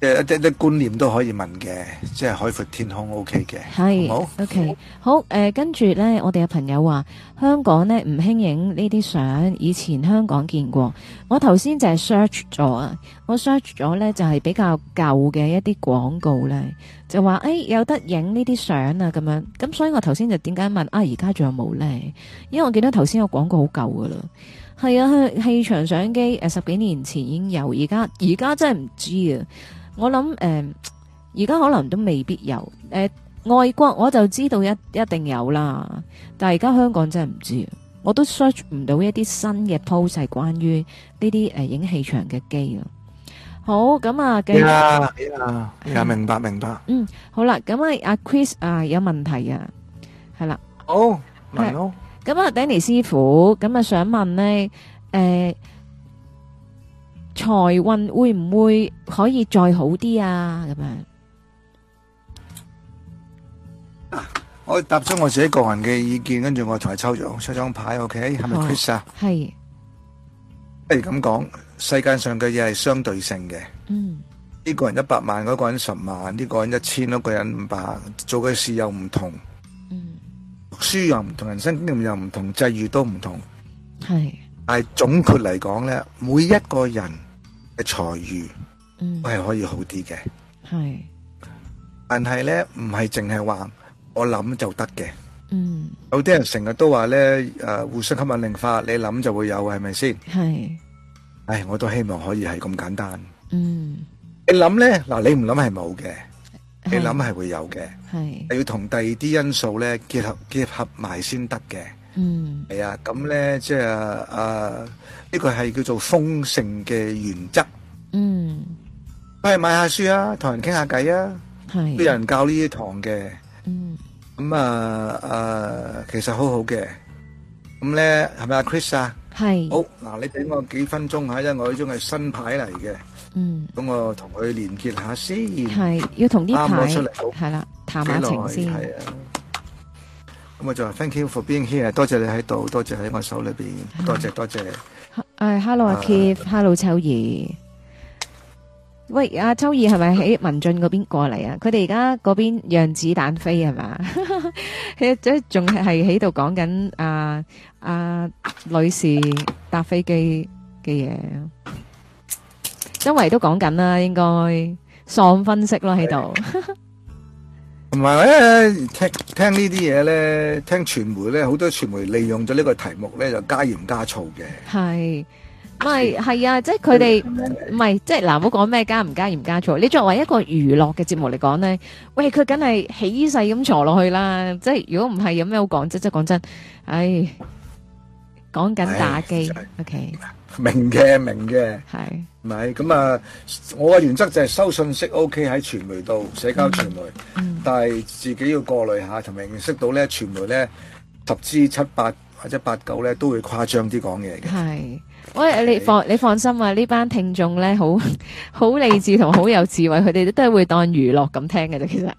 B: 誒一啲一啲觀念都可以問嘅，即係海闊天空 OK 嘅。
A: 係
B: 好
A: OK 好誒，跟住咧我哋有朋友話香港咧唔興影呢啲相，以前香港見過。我頭先就係 search 咗啊，我 search 咗咧就係、比較舊嘅一啲廣告咧，就話誒、哎有得影呢啲相啊咁樣，咁所以我頭先就點解問啊而家仲有冇咧？因為我見到頭先個廣告好舊噶啦，係啊氣氣場相機誒、呃十幾年前已經有，而家而家真係唔知啊！我諗誒而家可能都未必有誒、呃外國我就知道一一定有啦，但係而家香港真係唔知啊，我都 search 唔到一啲新嘅 post 係關於。呢啲誒影氣場嘅機咯。好咁啊，繼
B: 係啊，係啊，係啊，明白明白。
A: 好啦，咁啊，阿 Chris 啊有問題啊，係啦，
B: 好，問咯。
A: 咁啊，Danny 師傅咁啊想問呢，誒財運會唔會可以再好啲啊？咁樣
B: 我答咗我自己個人嘅意見，跟住我同佢抽咗抽張牌，OK，係咪
A: 好
B: Chris 啊？
A: 係
B: 不如咁講，世界上嘅嘢係相對性嘅。
A: 嗯
B: 呢個人一百萬，嗰個人十萬，呢個人一千，嗰個人五百，做嘅事又唔同。
A: 嗯
B: 書又唔同，人生經驗又唔同，際遇都唔同。
A: 係
B: 但係總括嚟講呢，每一個人嘅財遇
A: 嗯
B: 都係可以好啲嘅。
A: 係
B: 但係呢，唔係淨係話我諗就得嘅。
A: 嗯
B: 有啲人成日都話呢，誒、互相吸引力法，你諗就會有，係咪先？
A: 係
B: 唉，我都希望可以係咁簡單。
A: 嗯
B: 你諗呢，嗱，你唔諗係冇嘅，你
A: 係
B: 諗係會有嘅。
A: 係
B: 你要同第二啲因素呢結合結合埋先得嘅。
A: 嗯
B: 係啊，咁呢，即係誒呢個係叫做豐盛嘅原則。
A: 嗯
B: 都係買下書啊，同人傾下偈啊，都有
A: 係
B: 人教呢啲堂嘅。
A: 嗯
B: 咁啊誒，其實好好嘅。咁咧係咪啊，Chris 啊？
A: 係，
B: 好嗱，你俾我幾分鐘嚇，因為我呢張係新牌嚟嘅，
A: 嗯，
B: 咁我同佢連結下先。
A: 係要同呢
B: 啱
A: 排
B: 我出嚟好
A: 係啦，談
B: 幾
A: 下
B: 耐
A: 情先，
B: 係啊。咁我就話 thank you for being here，多謝你喺度，多謝喺我手裏邊，
A: 嗯
B: 多謝多謝。
A: 誒，hello 阿
B: 啊
A: Keith，hello 秋怡。喂，阿秋怡係咪喺文進嗰邊過嚟啊？佢哋而家嗰邊讓子彈飛係嘛？ 佢即仲係喺度講緊啊啊女士搭飛機嘅嘢，周圍都講緊啦，應該喪分析咯喺度。
B: 同埋咧，聽聽呢啲嘢咧，聽傳媒咧，好多傳媒利用咗呢個題目咧，就加鹽加醋嘅。
A: 系，咪系啊？即系佢哋唔系，即系嗱，唔好讲咩加唔加鹽加醋。你作為一個娛樂嘅節目嚟講咧，喂，佢梗係起勢咁坐落去啦。即系如果唔係，有咩好講啫？即系講真，唉，講緊打機
B: 唉
A: o k
B: 明嘅，明嘅，
A: 係
B: 咪咁啊！我嘅原則就係收信息 OK 喺傳媒度，社交傳媒，
A: 嗯
B: 但係自己要過濾下，同埋認識到咧，傳媒咧十之七八或者八九咧都會誇張啲講嘢嘅。
A: 係。喂，你放你放心啊！呢班聽眾咧，好 好理智同好有智慧，佢哋都係會當娛樂咁聽嘅啫。其實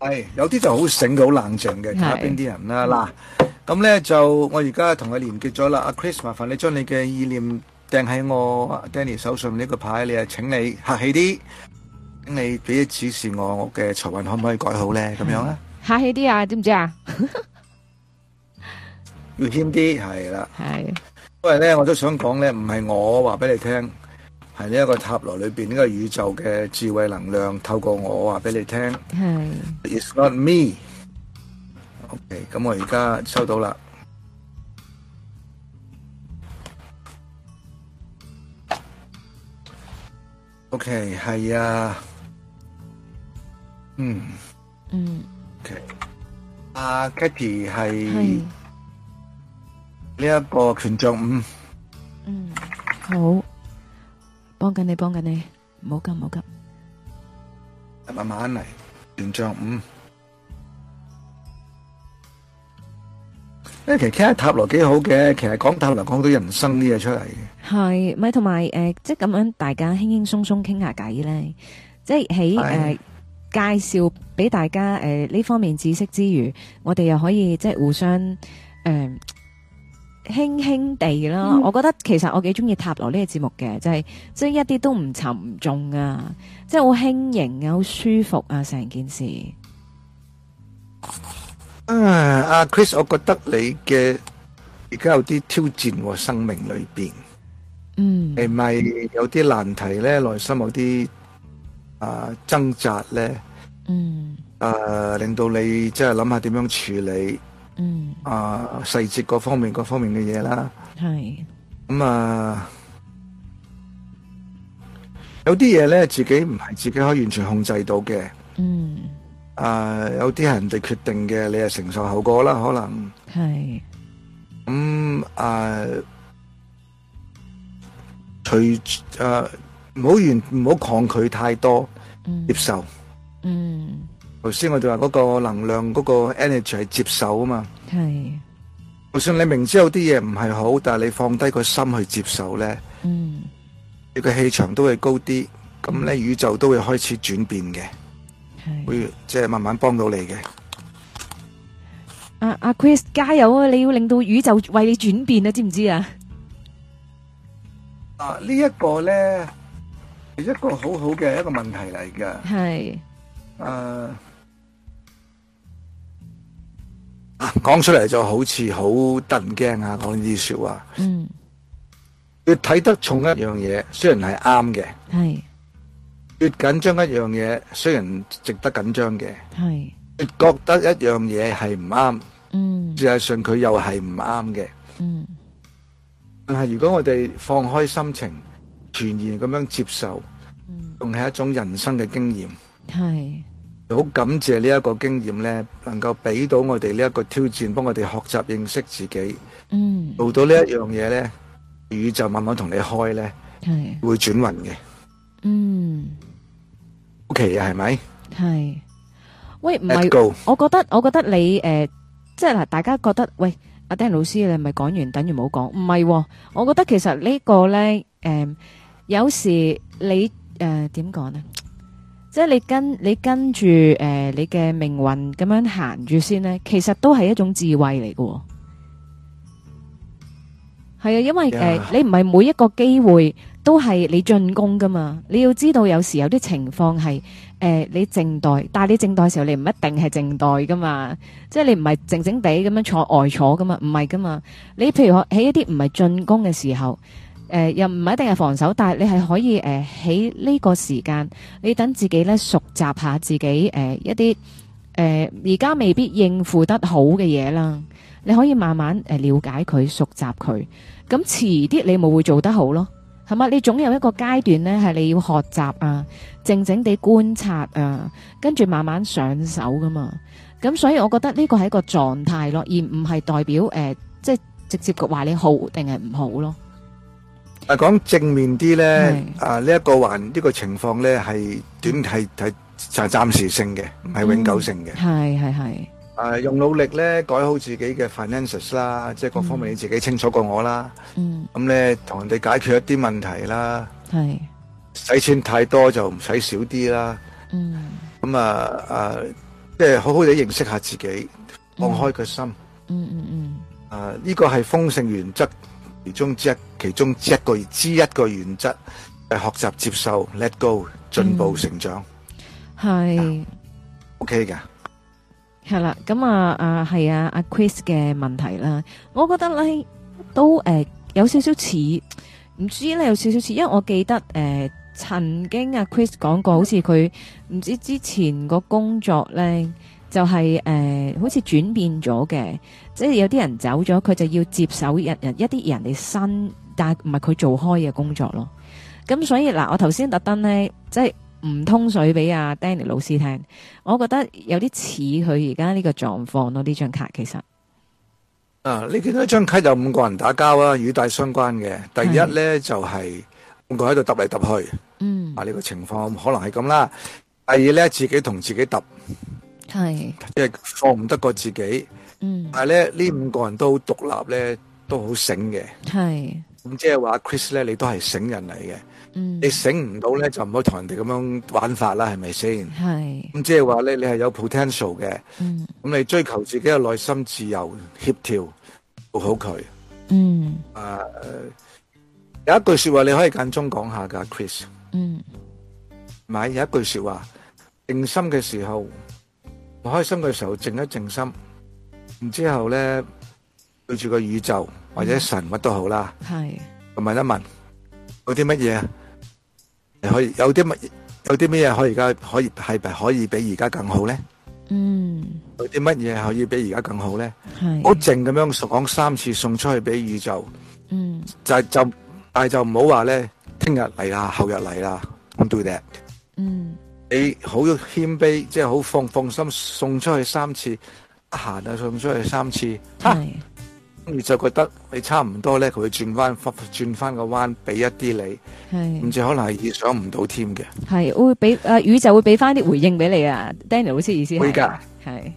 B: 係有啲就好醒嘅，好冷靜嘅，
A: 係
B: 睇下邊啲人啦。嗱，咁咧就我而家同佢連結咗啦。阿 Chris，麻煩你將你嘅意念掟喺我 Danny 手上呢個牌，你啊請你客氣啲，請你俾啲指示我，我嘅財運可唔可以改好咧？咁樣啊，
A: 客氣啲啊，知唔知啊？
B: 要謙啲係啦。
A: 係
B: 因為咧，我都想講咧，唔係我話俾你聽，係呢一個塔羅裏邊呢個宇宙嘅智慧能量透過我話俾你聽。
A: 係
B: It's not me。OK，咁我而家收到啦。OK，係 à, 啊，嗯
A: 嗯
B: hmm, ，OK，阿 À, Kitty 係
A: 係。
B: 呢一個權杖五，
A: 嗯，好，帮紧你，帮紧你，唔好急，唔好急，
B: 慢慢嚟，權杖五。因為其實傾下塔羅幾好嘅，其實講塔羅講到人生啲嘢出嚟嘅。
A: 系咪同埋诶，即系咁样，大家轻轻松松倾下偈咧，即系喺诶
B: 係
A: 介绍俾大家诶呢、方面知识之余，我哋又可以即系互相诶。輕輕地啦，我覺得其實我幾中意塔羅呢個節目嘅，就係即係一啲都唔沉重啊，即係好輕盈啊，好舒服啊，成件事
B: 啊，阿 Chris，我覺得你嘅而家有啲挑戰喎，生命裏邊
A: 嗯
B: 係咪有啲難題咧？內心有啲啊掙扎咧？
A: 嗯
B: 啊，令到你即係諗下點樣處理
A: 嗯，
B: 啊細節嗰方面各方面嘅嘢啦。
A: 係
B: 咁啊，有啲嘢咧自己唔係自己可以完全控制到嘅。
A: 嗯
B: 啊，有啲係人哋決定嘅，你係承受後果啦，可能。
A: 係。
B: 咁、啊，隨誒唔好完唔好抗拒太多，
A: 嗯
B: 接受。
A: 嗯，
B: 頭先我哋話嗰個能量嗰、個 energy 係接受啊嘛。
A: 系，
B: 就算你明知有啲嘢唔係好，但係你放低個心去接受呢，
A: 嗯，
B: 你嘅氣場都會高啲，咁呢宇宙都會開始轉變嘅，
A: 系。
B: 會即係慢慢幫到你嘅。
A: 阿阿 Chris 加油啊！你要令到宇宙為你轉變啊，知唔知啊？
B: 啊，呢、一個呢，係一個好好嘅一個問題嚟㗎。
A: 係，
B: 誒、啊講出嚟就好似好得人驚啊！講呢啲説話，
A: 嗯，
B: 越睇得重一樣嘢，雖然係啱嘅；
A: 係，
B: 越緊張一樣嘢，雖然值得緊張嘅；
A: 係，
B: 越覺得一樣嘢係唔啱，
A: 嗯，
B: 事實上佢又係唔啱嘅。
A: 嗯，
B: 但係如果我哋放開心情，全然咁樣接受，
A: 嗯，
B: 仲係一種人生嘅經驗。
A: 係，
B: 好感謝呢一個經驗呢，能夠俾到我哋呢一個挑戰，幫我哋學習認識自己。
A: 嗯，
B: 做到呢一樣嘢呢，宇宙慢慢同你開呢，
A: 係，
B: 會轉運嘅。
A: 嗯，
B: 好奇啊，係咪？
A: 係。喂，唔
B: Let
A: 係，
B: go，
A: 我覺得我覺得你诶、呃即係嗱，大家覺得喂，阿 Dan 老師你係咪講完等於冇講？唔係喎，我覺得其實呢個咧诶、誒有時你诶点讲咧？即係你跟你跟住诶、誒你嘅命運咁樣行住先咧，其實都係一種智慧嚟嘅喎。係啊，因為诶、
B: Yeah
A: 誒你唔係每一個機會都係你進攻噶嘛，你要知道有時有啲情況係。诶、你靜待，但系你靜待嘅時候，你唔一定係靜待噶嘛，即係你唔係靜靜地咁樣坐呆坐噶嘛，唔係噶嘛。你譬如喺一啲唔係進攻嘅時候，诶、又唔一定係防守，但係你係可以诶喺呢個時間，你等自己咧熟習下自己诶、誒一啲诶而家未必應付得好嘅嘢啦，你可以慢慢诶了解佢，熟習佢，咁遲啲你咪會做得好咯，係嘛？你總有一個階段咧係你要學習啊。靜靜地觀察啊，跟住慢慢上手噶嘛。咁所以我覺得呢個係一個狀態咯，而唔係代表诶、呃即係直接話你好定係唔好咯。
B: 但係講正面啲咧，
A: 係
B: 啊呢一個環呢個情況咧係短係係暫暫時性嘅，唔係永久性嘅。
A: 係係係，
B: 誒用努力咧改好自己嘅 finances 啦，即係各方面你自己清楚過我啦。
A: 嗯
B: 咁咧同人哋解決一啲問題啦，
A: 係，
B: 使錢太多就唔使少啲啦。
A: 嗯，
B: 咁啊誒，即係好好地認識下自己，放開個心。
A: 嗯嗯嗯
B: 啊！呢個係豐盛原則其中之一，其中之一個之一個原則係學習接受 let go 進步成長。
A: 嗯，係
B: OK 噶，
A: 係啦。咁啊啊係啊阿 Chris 嘅問題啦，我覺得咧都诶、呃有少少似，唔知咧有少少似，因為我記得诶、呃曾經阿 Chris 講過，好似佢唔知之前個工作咧就係、呃好似轉變咗嘅，即係有啲人走咗，佢就要接手人人一啲人哋新，但係唔係佢做開嘅工作咯。咁所以嗱，我頭先特登咧，即係唔通水俾阿 Danny 老師聽，我覺得有啲似佢而家呢個狀況咯。呢張卡其實
B: 啊！你見到一張卡有五個人打交啊，與大相關嘅。第一呢，就係、五個喺度揼嚟揼去，
A: 嗯
B: 啊呢、個情況可能係咁啦。第二呢，自己同自己揼，
A: 係
B: 即係放唔得過自己。
A: 嗯
B: 但係呢，呢五個人都好獨立呢，都好醒嘅。
A: 係
B: 咁即係話 Chris 呢，你都係醒人嚟嘅。
A: 嗯
B: 你醒唔到咧，就唔好同人哋咁樣玩法啦，係咪先？
A: 係
B: 咁即係話咧，你係有 potential 嘅，
A: 嗯
B: 咁你追求自己嘅內心自由、協調，做好佢。
A: 嗯
B: 啊、呃有一句说話你可以間中講下㗎，Chris，
A: 嗯
B: 咪有一句说話，靜心嘅時候，唔開心嘅時候靜一靜心，然之後咧對住個宇宙或者神乜都好啦。
A: 係
B: 問一問，有啲乜嘢你可以有啲乜有啲乜嘢可以而家可以係咪可以比而家更好咧？
A: 嗯
B: 有啲乜嘢可以比而家更好咧？
A: 係
B: 好靜咁樣講三次送出去俾宇宙，
A: 嗯
B: 就就但係就唔好話咧，聽日嚟啦，後日嚟啦，don't do that。
A: 嗯
B: 你好謙卑，即係好放放心送出去三次，得閒啊送出去三次，啊
A: 係
B: 宇宙覺得你差唔多咧，佢會轉翻轉翻個彎，俾一啲你。
A: 係
B: 唔知可能係意想唔到添嘅，
A: 係會俾啊宇宙會俾翻啲回應俾你啊，Daniel 老師意思係
B: 會㗎。
A: 係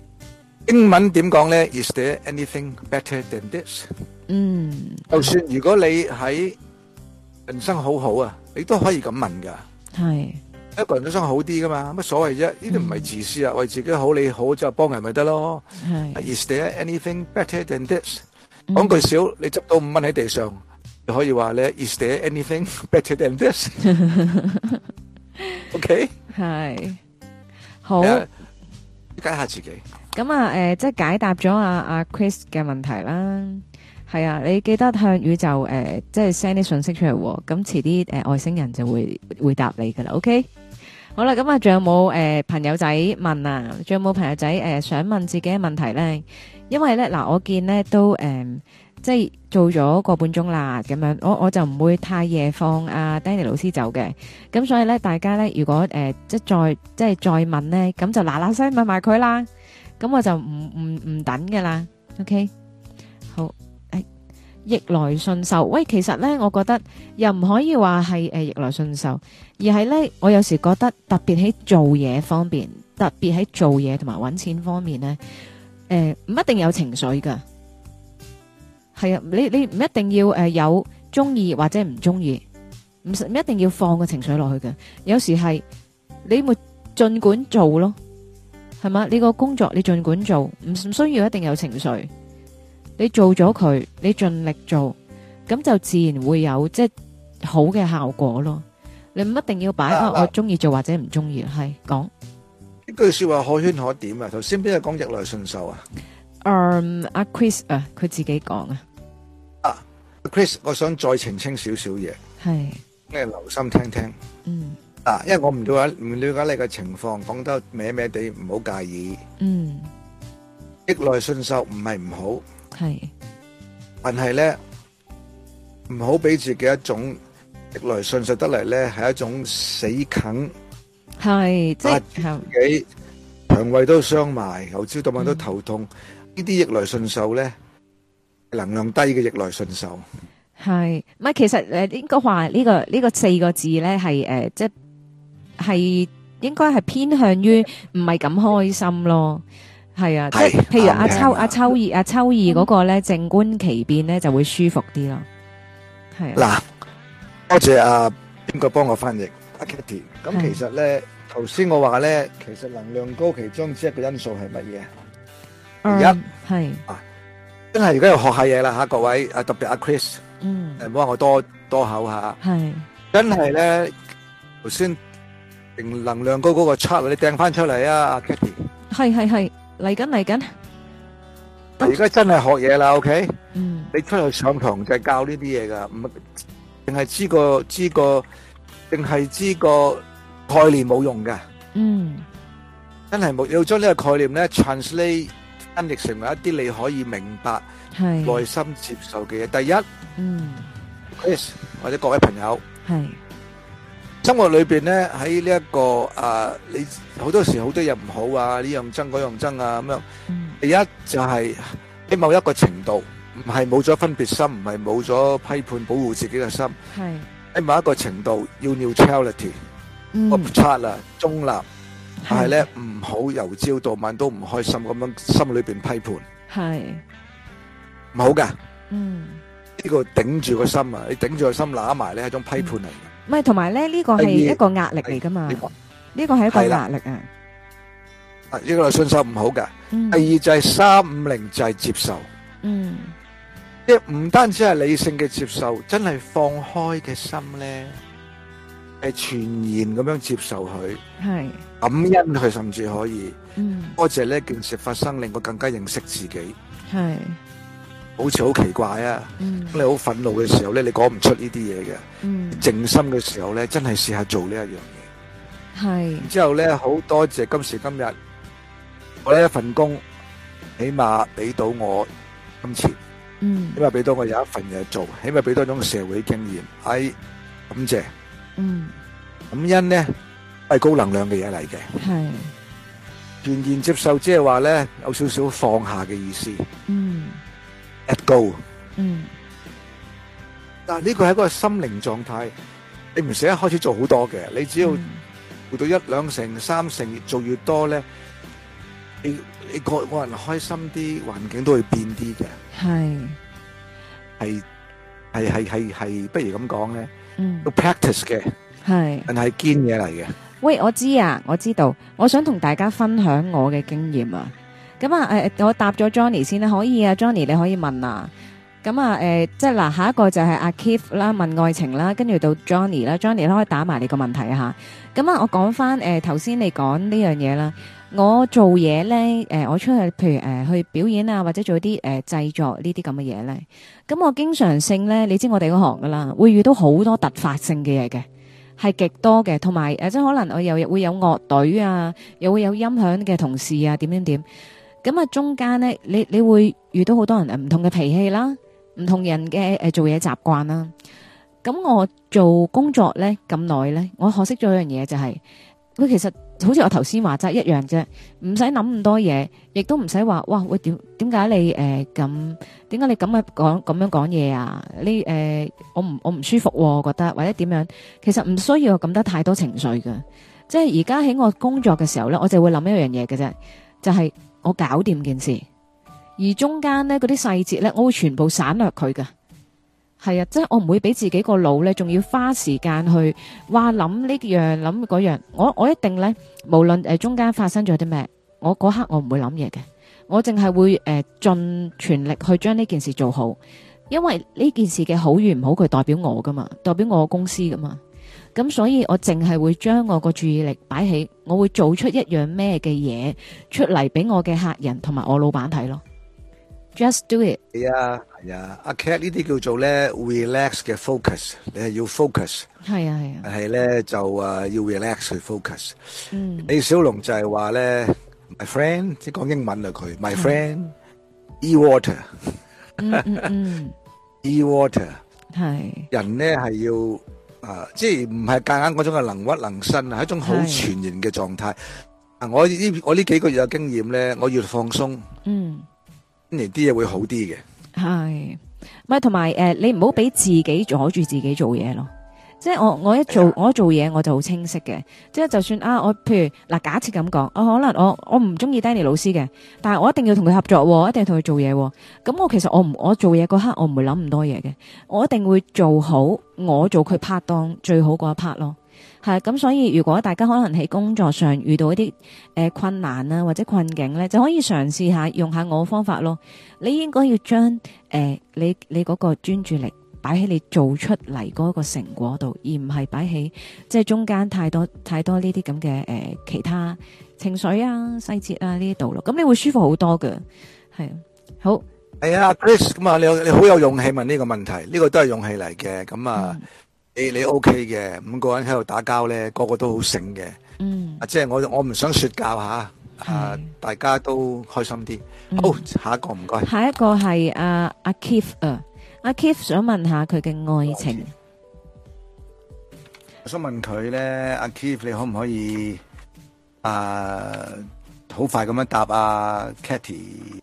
B: 英文點講呢？Is there anything better than this？
A: 嗯
B: 就算如果你喺人生好好啊，你都可以咁問㗎。
A: 係
B: 一個人都想好啲㗎嘛，乜所謂啫？呢啲唔係自私啊，
A: 嗯
B: 為自己好，你好就幫人咪得咯。
A: 係
B: Is there anything better than this？
A: 嗯
B: 講句少，你執到五蚊喺地上，你可以話呢 Is there anything better than this？OK，
A: 係好。
B: 誒了啊解下自己。
A: 咁啊，誒、即係解答咗阿阿 Chris 嘅問題啦。係啊，你記得向宇宙誒、呃即係 send 啲信息出嚟喎。咁遲啲誒、呃外星人就會回答你噶啦。OK，好啦，咁啊，仲有冇誒、朋友仔問啊？仲有冇朋友仔誒、想問自己嘅問題咧？因為咧嗱，我見咧都誒、即係做咗個半鐘啦，咁樣我我就唔會太夜放阿、Danny 老師走嘅。咁所以咧，大家咧如果誒、即係再即係再問咧，咁就嗱嗱聲問埋佢啦。咁我就唔唔唔等噶啦。OK，好，诶、逆來順受。喂，其實咧，我覺得又唔可以話係诶逆來順受，而係咧，我有時覺得特別喺做嘢方面，特別喺做嘢同埋揾錢方面咧，誒、唔一定有情緒噶。係啊，你你唔一定要誒、呃有中意或者唔中意，唔使唔一定要放個情緒落去嘅。有時係你咪盡管做咯，係嘛？你個工作你盡管做，唔唔需要一定有情緒。你做咗佢，你盡力做，咁就自然會有即係好嘅效果咯。你唔一定要擺啊，
B: 啊啊
A: 我中意做或者唔中意，係講。
B: 呢句说話可圈可點啊！頭先邊個講逆來順受啊
A: 嗯，阿 Chris 啊，佢自己講啊，
B: ？Chris，我想再澄清少少嘢，
A: 係，
B: 你留心聽聽
A: 嗯
B: 啊！因為我唔了解唔了解你嘅情況，講得歪歪地，唔好介意。
A: 嗯，
B: 逆來順受唔係唔好，
A: 係，
B: 但係咧唔好俾自己一種逆來順受得嚟咧係一種死啃
A: 係，即
B: 啊
A: 係
B: 自己，腸胃都傷埋，由朝到晚都頭痛。呢啲逆來順受咧，能量低嘅逆來順受。
A: 係，唔係其實誒應該話呢個呢個四個字咧係誒即係應該係偏向於唔係咁開心咯。係啊，即係
B: 係
A: 譬如
B: 啱
A: 阿
B: 嘅
A: 秋阿秋二阿秋二嗰個咧靜觀其變咧就會舒服啲咯，係啊，
B: 嗱，多謝阿邊個幫我翻譯阿 Kitty。咁
A: 係
B: 其實咧，頭先我話咧，其實能量高其中之一個因素係乜嘢？
A: 嗯
B: 一
A: 係，
B: 真係而家要學下嘢啦嚇，各位啊，特別阿 Chris，
A: 嗯
B: 誒唔好話我多多口嚇。
A: 係，
B: 真係咧，頭先定能量高嗰個 chart 你掟翻出嚟啊，阿 Kitty。
A: 係係係嚟緊嚟緊，
B: 而家真係學嘢啦，OK？
A: 嗯
B: 你出去上堂就係教呢啲嘢㗎，唔係淨係知個知個，淨係知個概念冇用㗎。
A: 嗯
B: 真係冇要將呢個概念咧 translate 翻譯成為一啲你可以明白、
A: 係，
B: 內心接受嘅嘢。第一
A: 嗯
B: ，Chris 或者各位朋友，
A: 係。
B: 生活裏邊咧喺呢一個啊，你好多時好多嘢唔好啊，呢樣憎嗰樣憎啊咁樣。
A: 嗯
B: 第一就係喺某一個程度，唔係冇咗分別心，唔係冇咗批判保護自己嘅心，
A: 係，
B: 喺某一個程度要 neutrality，
A: 嗯
B: 個，差啦，中立，但係
A: 係
B: 咧唔好由朝到晚都唔開心咁樣，心裏邊批判。
A: 係，
B: 唔好噶，呢、
A: 嗯，
B: 個頂住個心啊！你頂住個心揦埋咧係一種批判嚟嘅。
A: 唔係，同埋咧呢個係
B: 第二
A: 一個壓力嚟噶嘛，
B: 呢個
A: 呢個係一個
B: 係啦
A: 壓力啊，
B: 啊，呢個信心唔好噶。
A: 嗯
B: 第二就係三五零就係接受，
A: 嗯
B: 即係唔單止係理性嘅接受，真係放開嘅心咧，係全然咁樣接受佢，
A: 係，
B: 感恩佢，甚至可以
A: 嗯
B: 多謝呢件事發生，令我更加認識自己。
A: 係，
B: 好似好奇怪啊！
A: 嗯
B: 你好憤怒嘅時候咧，你講唔出呢啲嘢嘅；
A: 嗯
B: 靜心嘅時候咧，真係試下做呢一樣嘢。
A: 係，
B: 之後咧，好多謝今時今日我呢一份工，起碼俾到我金錢，
A: 嗯
B: 起碼俾到我有一份嘢做，起碼俾到一種社會經驗。哎，感謝
A: 嗯
B: 感恩呢係高能量嘅嘢嚟嘅。
A: 係，
B: 全然接受，即係話呢，有少少放下嘅意思
A: 嗯
B: ，let go。
A: 嗯
B: 嗱，呢個係一個心靈狀態，你唔使一開始做好多嘅，你只要
A: 嗯
B: 做到一兩成、三成，越做越多呢，你你個個人開心啲，環境都會變啲嘅。
A: 係，
B: 係係係係係，不如咁講咧，
A: 嗯
B: 要 practice 嘅，
A: 係。
B: 但係堅嘢嚟嘅。
A: 喂，我知啊，我知道，我想同大家分享我嘅經驗啊。咁啊，誒、我答咗 Johnny 先啦，可以啊，Johnny 你可以問啊。咁啊，誒、即係嗱，下一個就係阿 Keith 啦，問愛情啦，跟住到 Johnny 啦，Johnny 可以打埋你個問題啊吓。咁啊，我講翻誒頭先你講呢樣嘢啦，我做嘢咧，誒、我出去譬如誒、去表演啊，或者做啲誒、製作呢啲咁嘅嘢咧，咁我經常性咧，你知我哋嗰行噶啦，會遇到好多突發性嘅嘢嘅。係極多嘅，同埋誒，即係可能我又會有樂隊啊，又會有音響嘅同事啊，點點點。咁啊，中間呢，你你會遇到好多人呃唔同嘅脾氣啦，唔同人嘅誒、呃做嘢習慣啦。咁我做工作呢，咁耐呢，我學識咗一樣嘢就係、喂，其實好似我頭先話齋一樣啫，唔使諗咁多嘢，亦都唔使話哇，喂點點解你誒咁點解你咁嘅講咁樣講嘢啊？你誒、呃我唔我唔舒服喎、覺得或者點樣？其實唔需要有咁多太多情緒嘅。即係而家喺我工作嘅時候咧，我就會諗一樣嘢嘅啫，就係、我搞掂件事，而中間咧嗰啲細節咧，我會全部省略佢噶。係啊，即係我唔會俾自己個腦咧，仲要花時間去哇諗呢樣諗嗰樣。我我一定咧，無論誒、呃中間發生咗啲咩，我嗰刻我唔會諗嘢嘅，我淨係會誒、呃、盡全力去將呢件事做好，因為呢件事嘅好與唔好，佢代表我噶嘛，代表我公司噶嘛。咁所以我淨係會將我個注意力擺喺，我會做出一樣咩嘅嘢出嚟俾我嘅客人同埋我老闆睇咯。Just do it，
B: 系啊，系啊，阿 Cat 呢啲叫做咧 relax 嘅 focus，你係要 focus，
A: 係啊係啊，
B: 但係咧就诶要 relax 去 focus。
A: 嗯。
B: 李小龍就係話咧，my friend，即係講英文啊佢，my E friend，e water，e
A: 嗯嗯嗯，
B: E water，
A: 系
B: 人咧係要啊，即係唔係夾硬嗰種嘅能屈能伸啊，係一種好
A: 係
B: 全然嘅狀態。啊，我呢我呢幾個月嘅經驗咧，我越放鬆，
A: 嗯
B: 當然啲嘢會好啲嘅。
A: 系，咪同埋诶，你唔好俾自己阻住自己做嘢咯。即系我我一做我一做嘢我就好清晰嘅，即系就算啊我譬如嗱假設咁講，我可能我我唔中意 Danny 老師嘅，但係我一定要同佢合作喎，一定要同佢做嘢喎。咁我其實我唔我做嘢嗰刻我唔會諗咁多嘢嘅，我一定會做好我做佢拍檔最好嗰一 part 咯。係咁，所以如果大家可能喺工作上遇到一啲誒、呃困難啊或者困境咧，就可以嘗試下用下我嘅方法咯。你應該要將诶、你你嗰個專注力擺喺你做出嚟嗰個成果度，而唔係擺喺即係中間太多太多呢啲咁嘅诶其他情緒啊、細節啊呢啲度咯。咁你會舒服好多嘅，係啊好
B: 係啊，Chris，咁啊，你你好有勇氣問呢個問題，呢、個都係勇氣嚟嘅。咁啊，你你 OK 嘅，五個人喺度打交咧，個個都好醒嘅。
A: 嗯
B: 啊，即係我我唔想説教吓，啊
A: 係，
B: 大家都開心啲。
A: 嗯
B: 好，下一個唔該。
A: 下一個係阿阿 Keith 啊，阿 Keith 想問下佢嘅愛
B: 哦
A: 情，
B: 我想問佢咧，阿 Keith，你可唔可以啊好快咁樣答啊 c a t y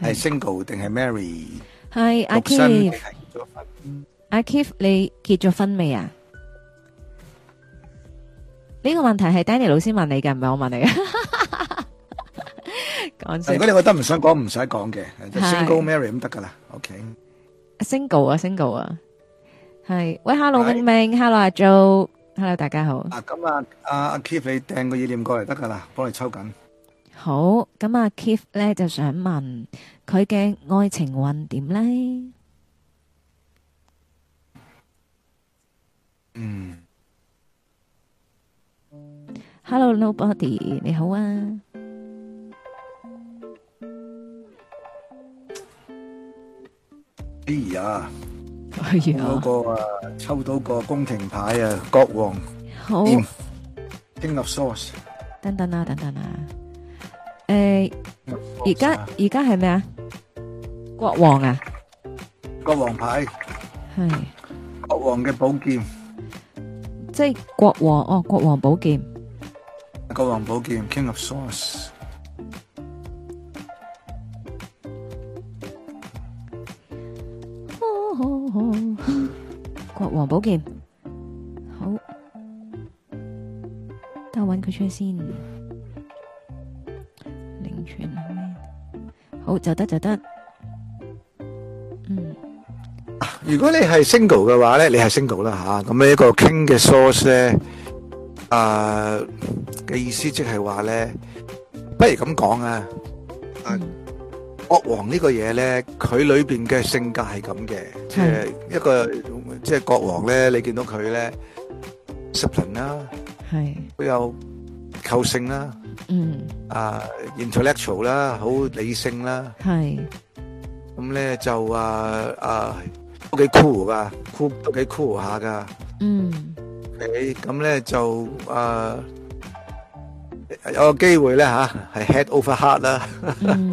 B: 係 single 定係 marry？
A: 係阿
B: 獨身
A: Keith，
B: 定係結咗婚？
A: 阿 Keith 你結咗婚未啊？呢個問題係 Danny 老師問你嘅，唔係我問你嘅。 講
B: 如
A: 笑
B: 果你覺得唔想講，唔使講嘅就
A: 係
B: ，single marry 咁得㗎啦。OK。
A: ，single 啊，single 啊，係喂，hello
B: 係
A: 明明，hello 阿 Jo，hello 大家好，
B: 啊，咁啊，阿阿 Keith，你掟個意念過嚟得㗎啦，幫你抽緊。
A: 好咁啊，Keith 咧就想問佢嘅愛情運點呢？
B: 嗯，
A: Hello Nobody，你好啊！
B: 哎呀，
A: 哎
B: 嗰
A: 呀，
B: 個啊，抽到個宮廷牌啊，國王
A: 好，
B: 掂 King of Swords。
A: 等等啊，等等啊，誒，而家而家係咩啊？國王啊，
B: 國王牌，
A: 係
B: 國王嘅寶劍，
A: 即係國王哦，國王寶劍，
B: 國王寶劍 King of Swords。
A: 國王寶劍，好，等我搵佢出去先。靈泉係咩？好就得就得，嗯，
B: 如果你係 single 嘅話咧，你係 single 啦吓，咁呢一個 King 嘅 Swords 咧，啊嘅意思即係話咧，不如咁講啊，啊
A: 嗯
B: 國王呢個嘢咧，佢裏邊嘅性格係咁嘅，即係一個即係國王咧，你見到佢咧 s i p l i n 啦，
A: 係，
B: 好有構性啦，
A: 嗯，
B: 啊 À, intellectual 啦，好理性啦，
A: 係，
B: 咁咧就啊啊都幾 cool 噶，cool 都幾 cool 下噶
A: 嗯，
B: ，OK，咁咧就啊有個機會咧吓，係 head over heart 啦。
A: 嗯，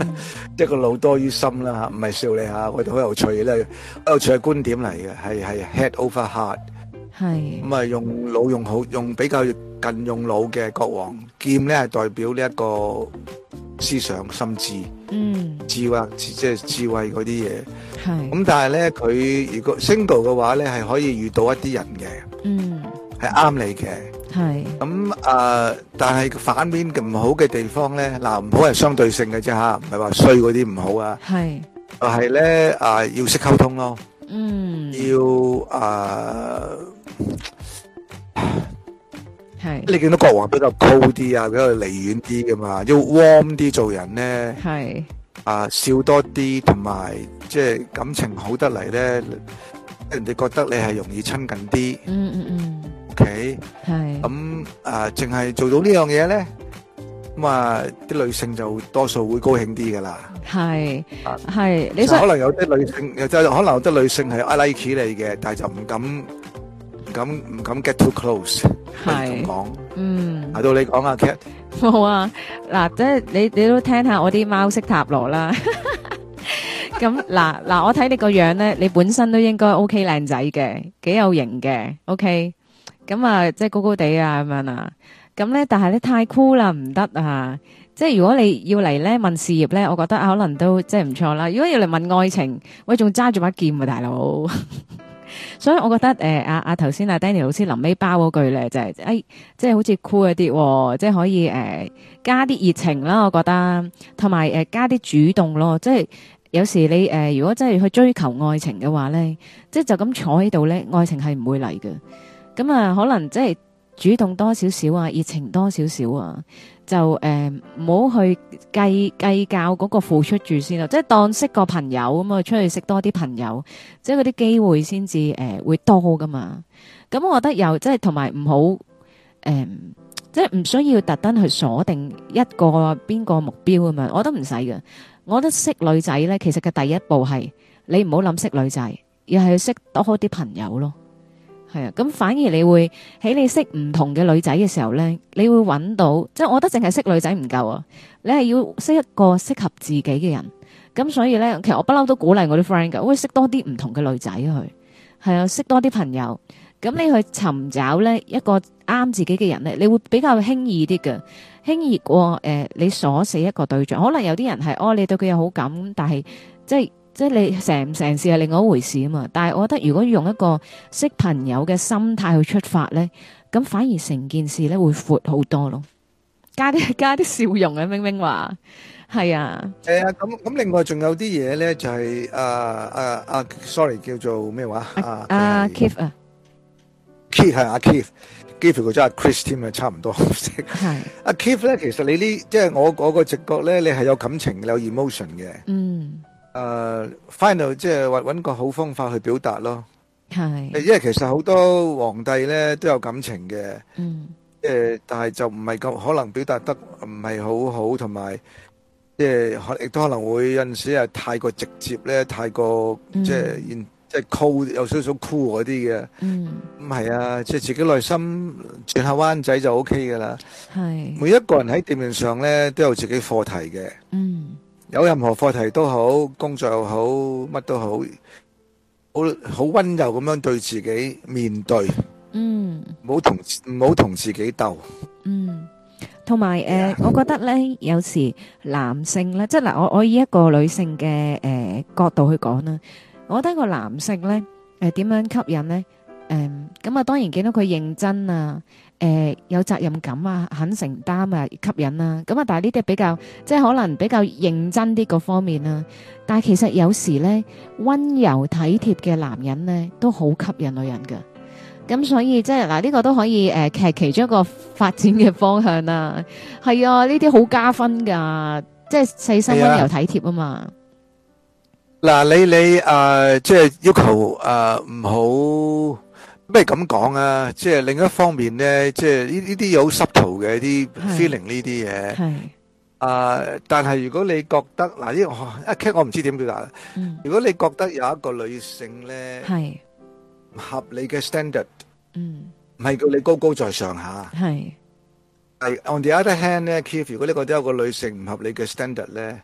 B: 一個腦多於心啦嚇，唔係笑你嚇，我哋好有趣咧，好有趣嘅觀點嚟嘅，係係 head over heart，
A: 係，
B: 咁啊用腦用好用比較近用腦嘅國王劍咧係代表呢一個思想心智
A: 嗯，
B: 智慧智即係智慧嗰啲嘢，
A: 係，
B: 咁但係咧佢如果 single 嘅話咧係可以遇到一啲人嘅，
A: 嗯，
B: 係啱你嘅，
A: 係
B: 咁啊、但係反面嘅唔好嘅地方咧，嗱唔好係相對性嘅啫吓，唔係話衰嗰啲唔好啊，
A: 係
B: 就係咧啊要識溝通咯，
A: 嗯
B: 要啊、
A: 係
B: 你見到國王比較高啲啊，比較離遠啲噶嘛，要 warm 啲做人咧，
A: 係
B: 啊、笑多啲，同埋即係感情好得嚟咧，人哋覺得你係容易親近啲
A: 嗯嗯
B: ，OK。
A: 嗯係
B: 咁啊，淨係做到呢樣嘢咧，咁啊啲女性就多數會高興啲噶啦。
A: 係
B: 啊
A: 係你
B: 其實
A: 想
B: 可能有啲女性，有就可能有啲女性係 I like 你嘅，但係就唔敢唔敢唔敢 get too close，不如咁
A: 係
B: 講。
A: 嗯
B: 係到你講啊，Cat，
A: 冇啊！嗱，即係你你都聽下我啲貓式塔羅啦。 咁嗱嗱，我睇你個樣咧，你本身都應該 O K 靚仔嘅，幾有型嘅，O K。咁啊，即係高高地啊咁樣啊。咁咧，但係咧太 cool 啦，唔得啊！即係如果你要嚟咧問事業咧，我覺得可能都即係唔錯啦。如果要嚟問愛情，喂，仲揸住把劍啊，大佬！ 所以我覺得誒，阿阿頭先阿 Danny 老師臨尾包嗰句咧，就係、誒。哎即係好似 cool 一啲喎，即係可以誒、呃加啲熱情啦，我覺得，同埋誒加啲主動咯，即係有時你誒、呃如果真係去追求愛情嘅話咧，即係就咁坐喺度咧，愛情係唔會嚟嘅。咁啊，可能即係主動多少少啊，熱情多少少啊，就誒唔好去計計較嗰個付出住先啦，即係當識個朋友咁啊，出去識多啲朋友，即係嗰啲機會先至誒會多噶嘛。咁我覺得又即係同埋唔好。誒、即係唔需要特登去鎖定一個邊個目標咁樣，我覺得唔使嘅。我覺得識女仔咧，其實嘅第一步係你唔好諗識女仔，而係去識多啲朋友咯。係啊，咁反而你會喺你識唔同嘅女仔嘅時候咧，你會揾到，即係我覺得淨係識女仔唔夠啊，你係要識一個適合自己嘅人。咁所以咧，其實我不嬲都鼓勵我啲 friend 㗎，喂，識多啲唔同嘅女仔去，係啊，識多啲朋友。咁你去尋找咧一個啱自己嘅人咧，你會比較輕易啲嘅，輕易過誒、呃你鎖死一個對象。可能有啲人係哦，你對佢有好感，但係即係即係你成唔成事係另外一回事啊嘛。但係我覺得如果用一個識朋友嘅心態去出發咧，咁反而成件事咧會闊好多咯。加啲 加啲笑容啊，明明話係啊，
B: 誒咁咁，另外仲有啲嘢咧就係啊啊啊，sorry 叫做咩話啊
A: 阿
B: 佢係
A: Kif 啊，
B: Keith 係阿 Keith，幾乎佢真係 Chris 添啊，差唔多 識。
A: 係
B: 阿 Keith 咧，其實你呢，即係我我個直覺咧，你係有感情、有 emotion 嘅。
A: 嗯
B: 誒，final 即係揾揾個好方法去表達咯。
A: 係
B: 因為其實好多皇帝咧都有感情嘅，
A: 嗯
B: 即係但係就唔係咁可能表達得唔係好好，同埋即係可亦都可能會有陣時係太過直接咧，太過
A: 嗯
B: 即係現即係 cool 有少少 cool 嗰啲嘅。
A: 嗯
B: 咁係啊，即係自己內心轉下彎仔就 OK 噶啦。
A: 係
B: 每一個人喺地面上咧都有自己課題嘅。
A: 嗯。
B: 有任何課題都好，工作又好，乜都好，好好温柔咁樣對自己面對，
A: 嗯
B: 唔好同唔好同自己鬥。
A: 嗯，同埋誒
B: Yeah.，
A: 我覺得咧，有時男性咧，即係嗱，我我以一個女性嘅誒、呃角度去講啦，我覺得個男性咧，誒、點樣吸引咧？誒、咁啊，當然見到佢認真啊，誒、有責任感啊，肯承擔啊，吸引啦、咁啊，但係呢啲比較即係可能比較認真啲嗰方面啦、但係其實有時咧，温柔體貼嘅男人咧，都好吸引女人㗎。咁所以即係嗱，呢、個都可以誒，其、其中一個發展嘅方向啦。係啊，呢啲好加分㗎，即係細心
B: 係啊
A: 温柔體貼啊嘛。
B: 嗱，你你誒、呃即係要求誒唔好，咩咁講啊？即係另一方面咧，即係呢呢啲有濕圖嘅啲
A: 係
B: feeling 呢啲嘢。
A: 係，
B: 啊、但係如果你覺得嗱呢、個哦一 k 我唔知點表達啦。
A: 嗯，
B: 如果你覺得有一個女性咧
A: 係，
B: 唔合理嘅 standard，
A: 嗯，
B: 唔係叫你高高在上下。啊
A: 係，
B: 係 on the other hand 咧，Keith，如果你覺得有個女性唔合理嘅 standard 咧，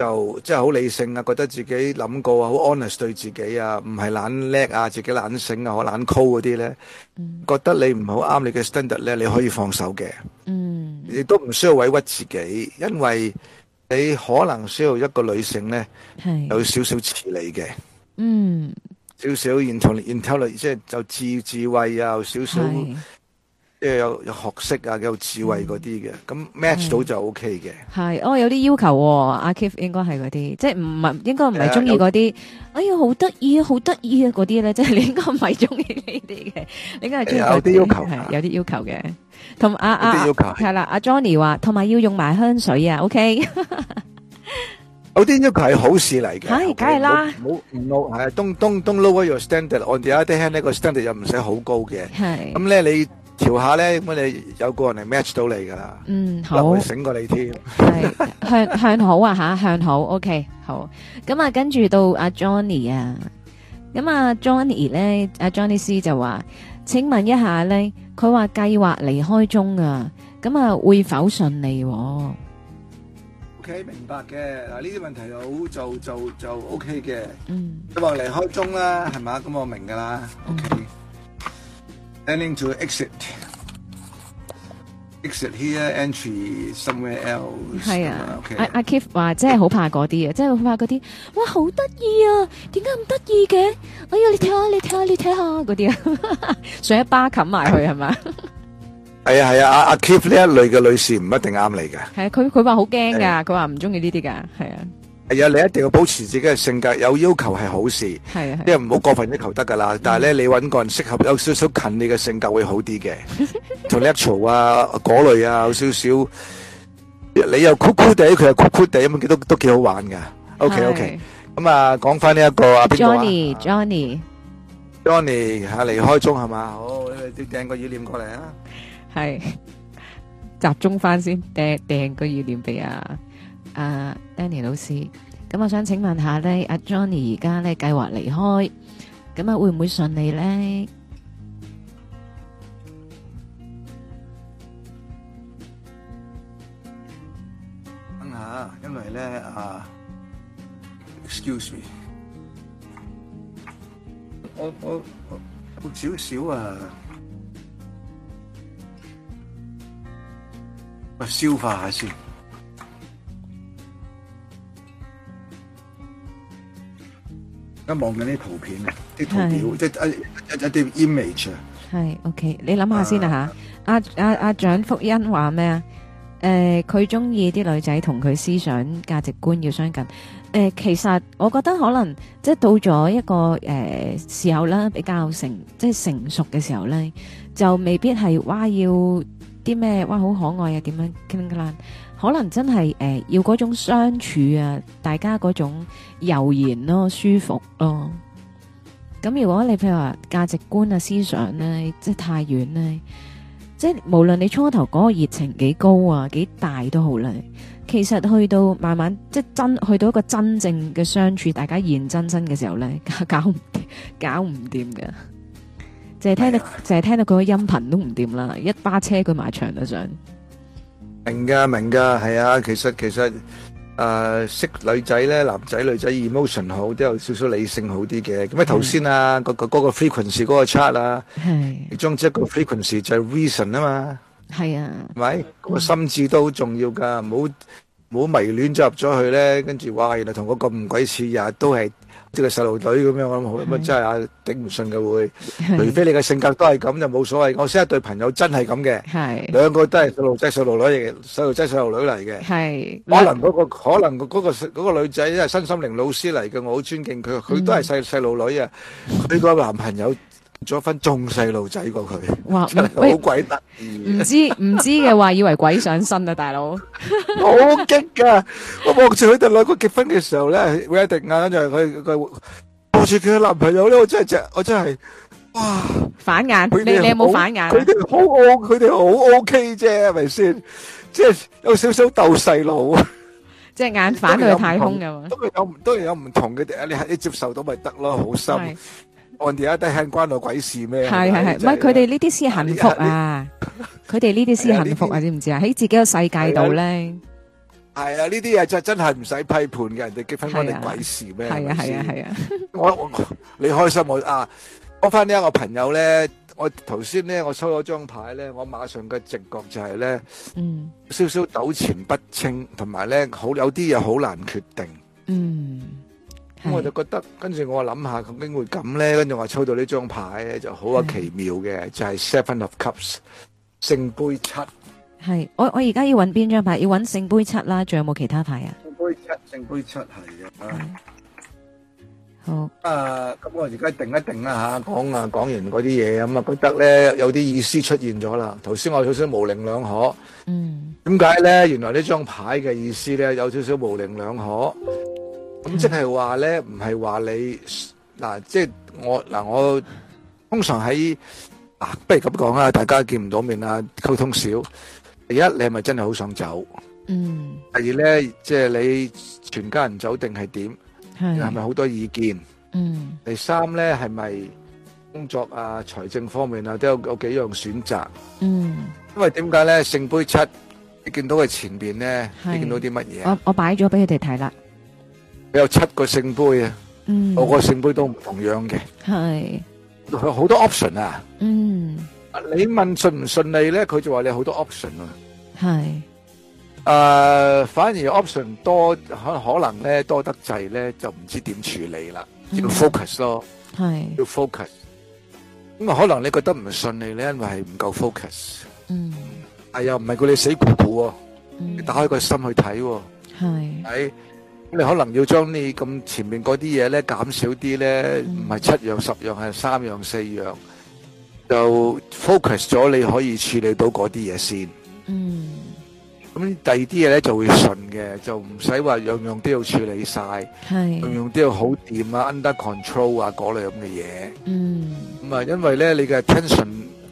B: 就即係好理性啊，覺得自己諗過啊，好 honest 對自己啊，唔係懶叻啊，自己懶醒啊，好懶 cool 嗰啲咧，
A: 嗯，
B: 覺得你唔好啱你嘅 standard 咧，你可以放手嘅，
A: 嗯，
B: 亦都唔需要委屈自己，因為你可能需要一個女性咧
A: 係，
B: 有少少似你嘅，
A: 嗯，
B: 少少 intelligent，即係就智智慧啊，有少少。
A: 係，
B: 即係有有學識啊，有智慧嗰啲嘅，
A: 嗯
B: 咁 match 到就 OK 嘅。
A: 係，哦有啲要求喎，阿 Kif 應該係嗰啲，即係唔係應該唔係中意
B: 係啊有
A: 嗰啲，哎呀好得意啊，好得意啊嗰啲 咧，即係你應該唔係中意呢啲嘅， 你應該係中意嗰
B: 啊有啲要求
A: 係有啲要求嘅。同阿
B: 有啲
A: 阿
B: 要求
A: 係啦，阿 Johnny 話，同埋要用埋香水啊，OK，
B: 有啲要求係好事嚟嘅，
A: 係
B: OK，
A: 梗係啦
B: 唔好唔好係啊 don't don't don't lower your standard。on the other hand 呢個 standard 又唔使好高嘅，
A: 係，
B: 咁咧你調下咧，咁你有個人係 match 到你㗎啦，
A: 嗯
B: 可能
A: 好
B: 會。醒過你添。
A: 系向向好啊吓，向好，OK，好。咁啊，跟住到阿 Johnny 啊，咁啊 Johnny 咧，阿 Johnny C 就話：請問一下咧，佢話計劃離開中啊，咁啊會否順利、喎？
B: OK，明白嘅。嗱，呢啲問題好就就就 OK 嘅。
A: 嗯
B: 咁我離開中啦，係嘛？咁我明㗎啦。OK。Planning to exit. Exit here, entry somewhere else。Ờ,
A: 係啊
B: OK。，
A: 阿阿 Kif 話真係好怕嗰啲啊，真係好怕嗰啲，哇好得意啊，點解咁得意嘅？哎呀，你睇下，你睇下，你睇下嗰啲啊， 上一巴冚埋佢係嘛？
B: 係啊係啊，阿阿 Keith 呢一類嘅女士唔一定啱你嘅。
A: 係啊，佢佢話好驚㗎，佢話唔中意呢啲㗎，係啊，
B: 係啊，你一定要保持自己嘅性格，有要求係好事，
A: 係啊，係啊
B: 即。係唔好過分要求得㗎啦。但係咧，你揾個人適合有少少近你嘅性格會好啲嘅，intellectual 啊嗰類啊，有少少你又酷酷地，佢又酷酷地，咁都都幾好玩㗎。OK OK。咁啊，講翻呢一個啊，邊個啊
A: Johnny Johnny
B: Johnny 嚇離開中係嘛？好，你掟個意念過嚟啊！
A: 系集中翻先，掟掟個意念俾阿阿 Danny 老師。咁我想請問下咧，阿 Johnny 而家咧計劃離開，咁啊會唔會順利咧？
B: 等下，因為咧啊，excuse me，我我我有少少啊，我消化下先。而家望緊啲圖片啊，啲圖表，即係一一一啲 image 啊。
A: 係 OK，你諗下先啊吓。阿阿阿蒋福恩話咩啊？诶、佢中意啲女仔同佢思想價值觀要相近。诶、其實我覺得可能即係到咗一個诶、時候啦，比較成即係成熟嘅時候咧，就未必係哇要啲咩哇好可愛啊點樣傾㗎啦。可能真係诶、要嗰種相處啊，大家嗰種悠然咯，舒服咯。咁如果你譬如話價值觀啊、思想咧，即係太遠咧，即係無論你初頭嗰個熱情幾高啊、幾大都好啦，其實去到慢慢即係真去到一個真正嘅相處，大家現真身嘅時候咧， 搞唔掂搞唔掂嘅，淨係聽到
B: 係啊
A: 淨係聽到佢個音頻都唔掂啦，一巴車佢埋牆度上，
B: 明噶，明噶，系啊，其實其實诶、呃識女仔咧，男仔女仔 emotion 好，都有少少理性好啲嘅。咁啊，頭先啊，嗰、個嗰、個 frequency à. 嗰個 chart 啊，
A: 係
B: 其中一個 frequency 就係 reason à. 啊嘛，
A: 係啊，
B: 係咪？咁啊，心智都好重要㗎，唔好唔好迷戀咗入咗去咧，跟住哇，原來同嗰個唔鬼似，日日都係即係個細路女咁樣，我諗好咁啊，
A: 係
B: 真係啊頂唔順嘅會。除
A: 係
B: 非你嘅性格都係咁就冇所謂。我識一對朋友真係咁嘅，
A: 係
B: 兩個都係細路仔細路女嚟嘅，細路仔細路女嚟嘅。
A: 係
B: 可能嗰、個可能嗰、個嗰個女仔係身心靈老師嚟嘅，我好尊敬佢，佢都係細細路女啊，佢個男朋友結咗婚仲細路仔 過佢，
A: 哇
B: 真係
A: 喂
B: 好鬼得意，
A: 唔知唔知嘅話，以為鬼上身啊，大佬。
B: 好激噶！我望住佢哋兩個結婚嘅時候咧，會一定啊，跟住佢佢望住佢嘅男朋友咧，我真係只我真係哇！
A: 反眼，
B: 佢
A: 你
B: 哋
A: 你有冇
B: 好
A: 反眼啊
B: 佢？哋好 O，佢哋好 OK 啫，係咪先？即係有少少鬥細路。
A: 即係眼反去太空㗎嘛？
B: 當然有唔當然有唔同嘅地，你係你接受到咪得咯，好心。
A: 係
B: on the other hand 關我鬼事咩？
A: 係係係，唔係佢哋呢啲先係幸福
B: 係
A: 啊！佢哋呢啲先係幸福
B: 係啊
A: 啊，知唔知啊？喺自己個世界度咧，
B: 係啊，呢啲嘢就真係唔使批判嘅，人哋結婚關
A: 係啊
B: 你鬼事咩？
A: 係啊係啊
B: 係咪先。
A: 係啊，
B: 我我我你開心我啊！講翻呢一個朋友咧，我頭先咧我收咗張牌咧，我馬上嘅直覺就係咧
A: 嗯
B: 少少糾纏不清，同埋咧好有啲嘢好難決定。
A: 嗯，
B: 咁我
A: 係
B: 就覺得，跟住我諗下究竟會咁咧，跟住我抽到呢張牌咧就好啊
A: 係
B: 奇妙嘅，就係 Seven of Cups。聖杯七，
A: 系我我而家要揾邊張牌？要揾聖杯七啦，仲有冇其他牌啊？
B: 聖杯七，聖杯七係啊。
A: 好，
B: 啊，咁我而家定一定啦吓，講啊講完嗰啲嘢咁啊，覺得咧有啲意思出現咗啦。頭先我有少少模棱兩可，
A: 嗯，
B: 點解咧？原來呢張牌嘅意思咧有少少模棱兩可，咁即係話咧唔係話你嗱，即係我嗱我通常喺嗱、不如咁講啦，大家見唔到面啊，溝通少。第一，你係咪真係好想走？
A: 嗯，
B: 第二咧，即係你全家人走定係點？係
A: 係，
B: 咪好多意見？
A: 嗯，
B: 第三咧係咪工作啊、財政方面啊都有有幾樣選擇？
A: 嗯，
B: 因為點解咧？聖杯七，你見到佢前邊咧，
A: 係啊
B: 你見到啲乜嘢？
A: 我我擺咗俾佢哋睇啦，
B: 佢有七個聖杯啊，
A: 嗯，
B: 個個聖杯都唔同樣嘅，
A: 係，
B: 佢好多 option 啊！
A: 嗯，
B: 你問順唔順利咧，佢就話你好多 option 啊。
A: 係，
B: 誒、反而 option 多，可可能咧多得滯咧，就唔知點處理啦，要
A: 嗯
B: focus 咯，
A: 係，
B: 要 focus。咁啊，可能你覺得唔順利咧，因為係唔夠 focus。
A: 嗯，
B: 係啊，唔係叫你死咕咕喎，
A: 嗯
B: 你打開個心去睇喎，
A: 係，
B: 係咁你可能要將你咁前面嗰啲嘢咧減少啲咧，
A: 嗯
B: 唔係七樣十樣係三樣四樣，就 focus 咗你可以處理到嗰啲嘢先。
A: 嗯，
B: 咁第二啲嘢咧就會順嘅，就唔使話樣樣都要處理晒，樣
A: 係，
B: 樣都要好掂啊，under control 啊嗰類咁嘅嘢。
A: 嗯，
B: 咁啊，因為咧你嘅 tension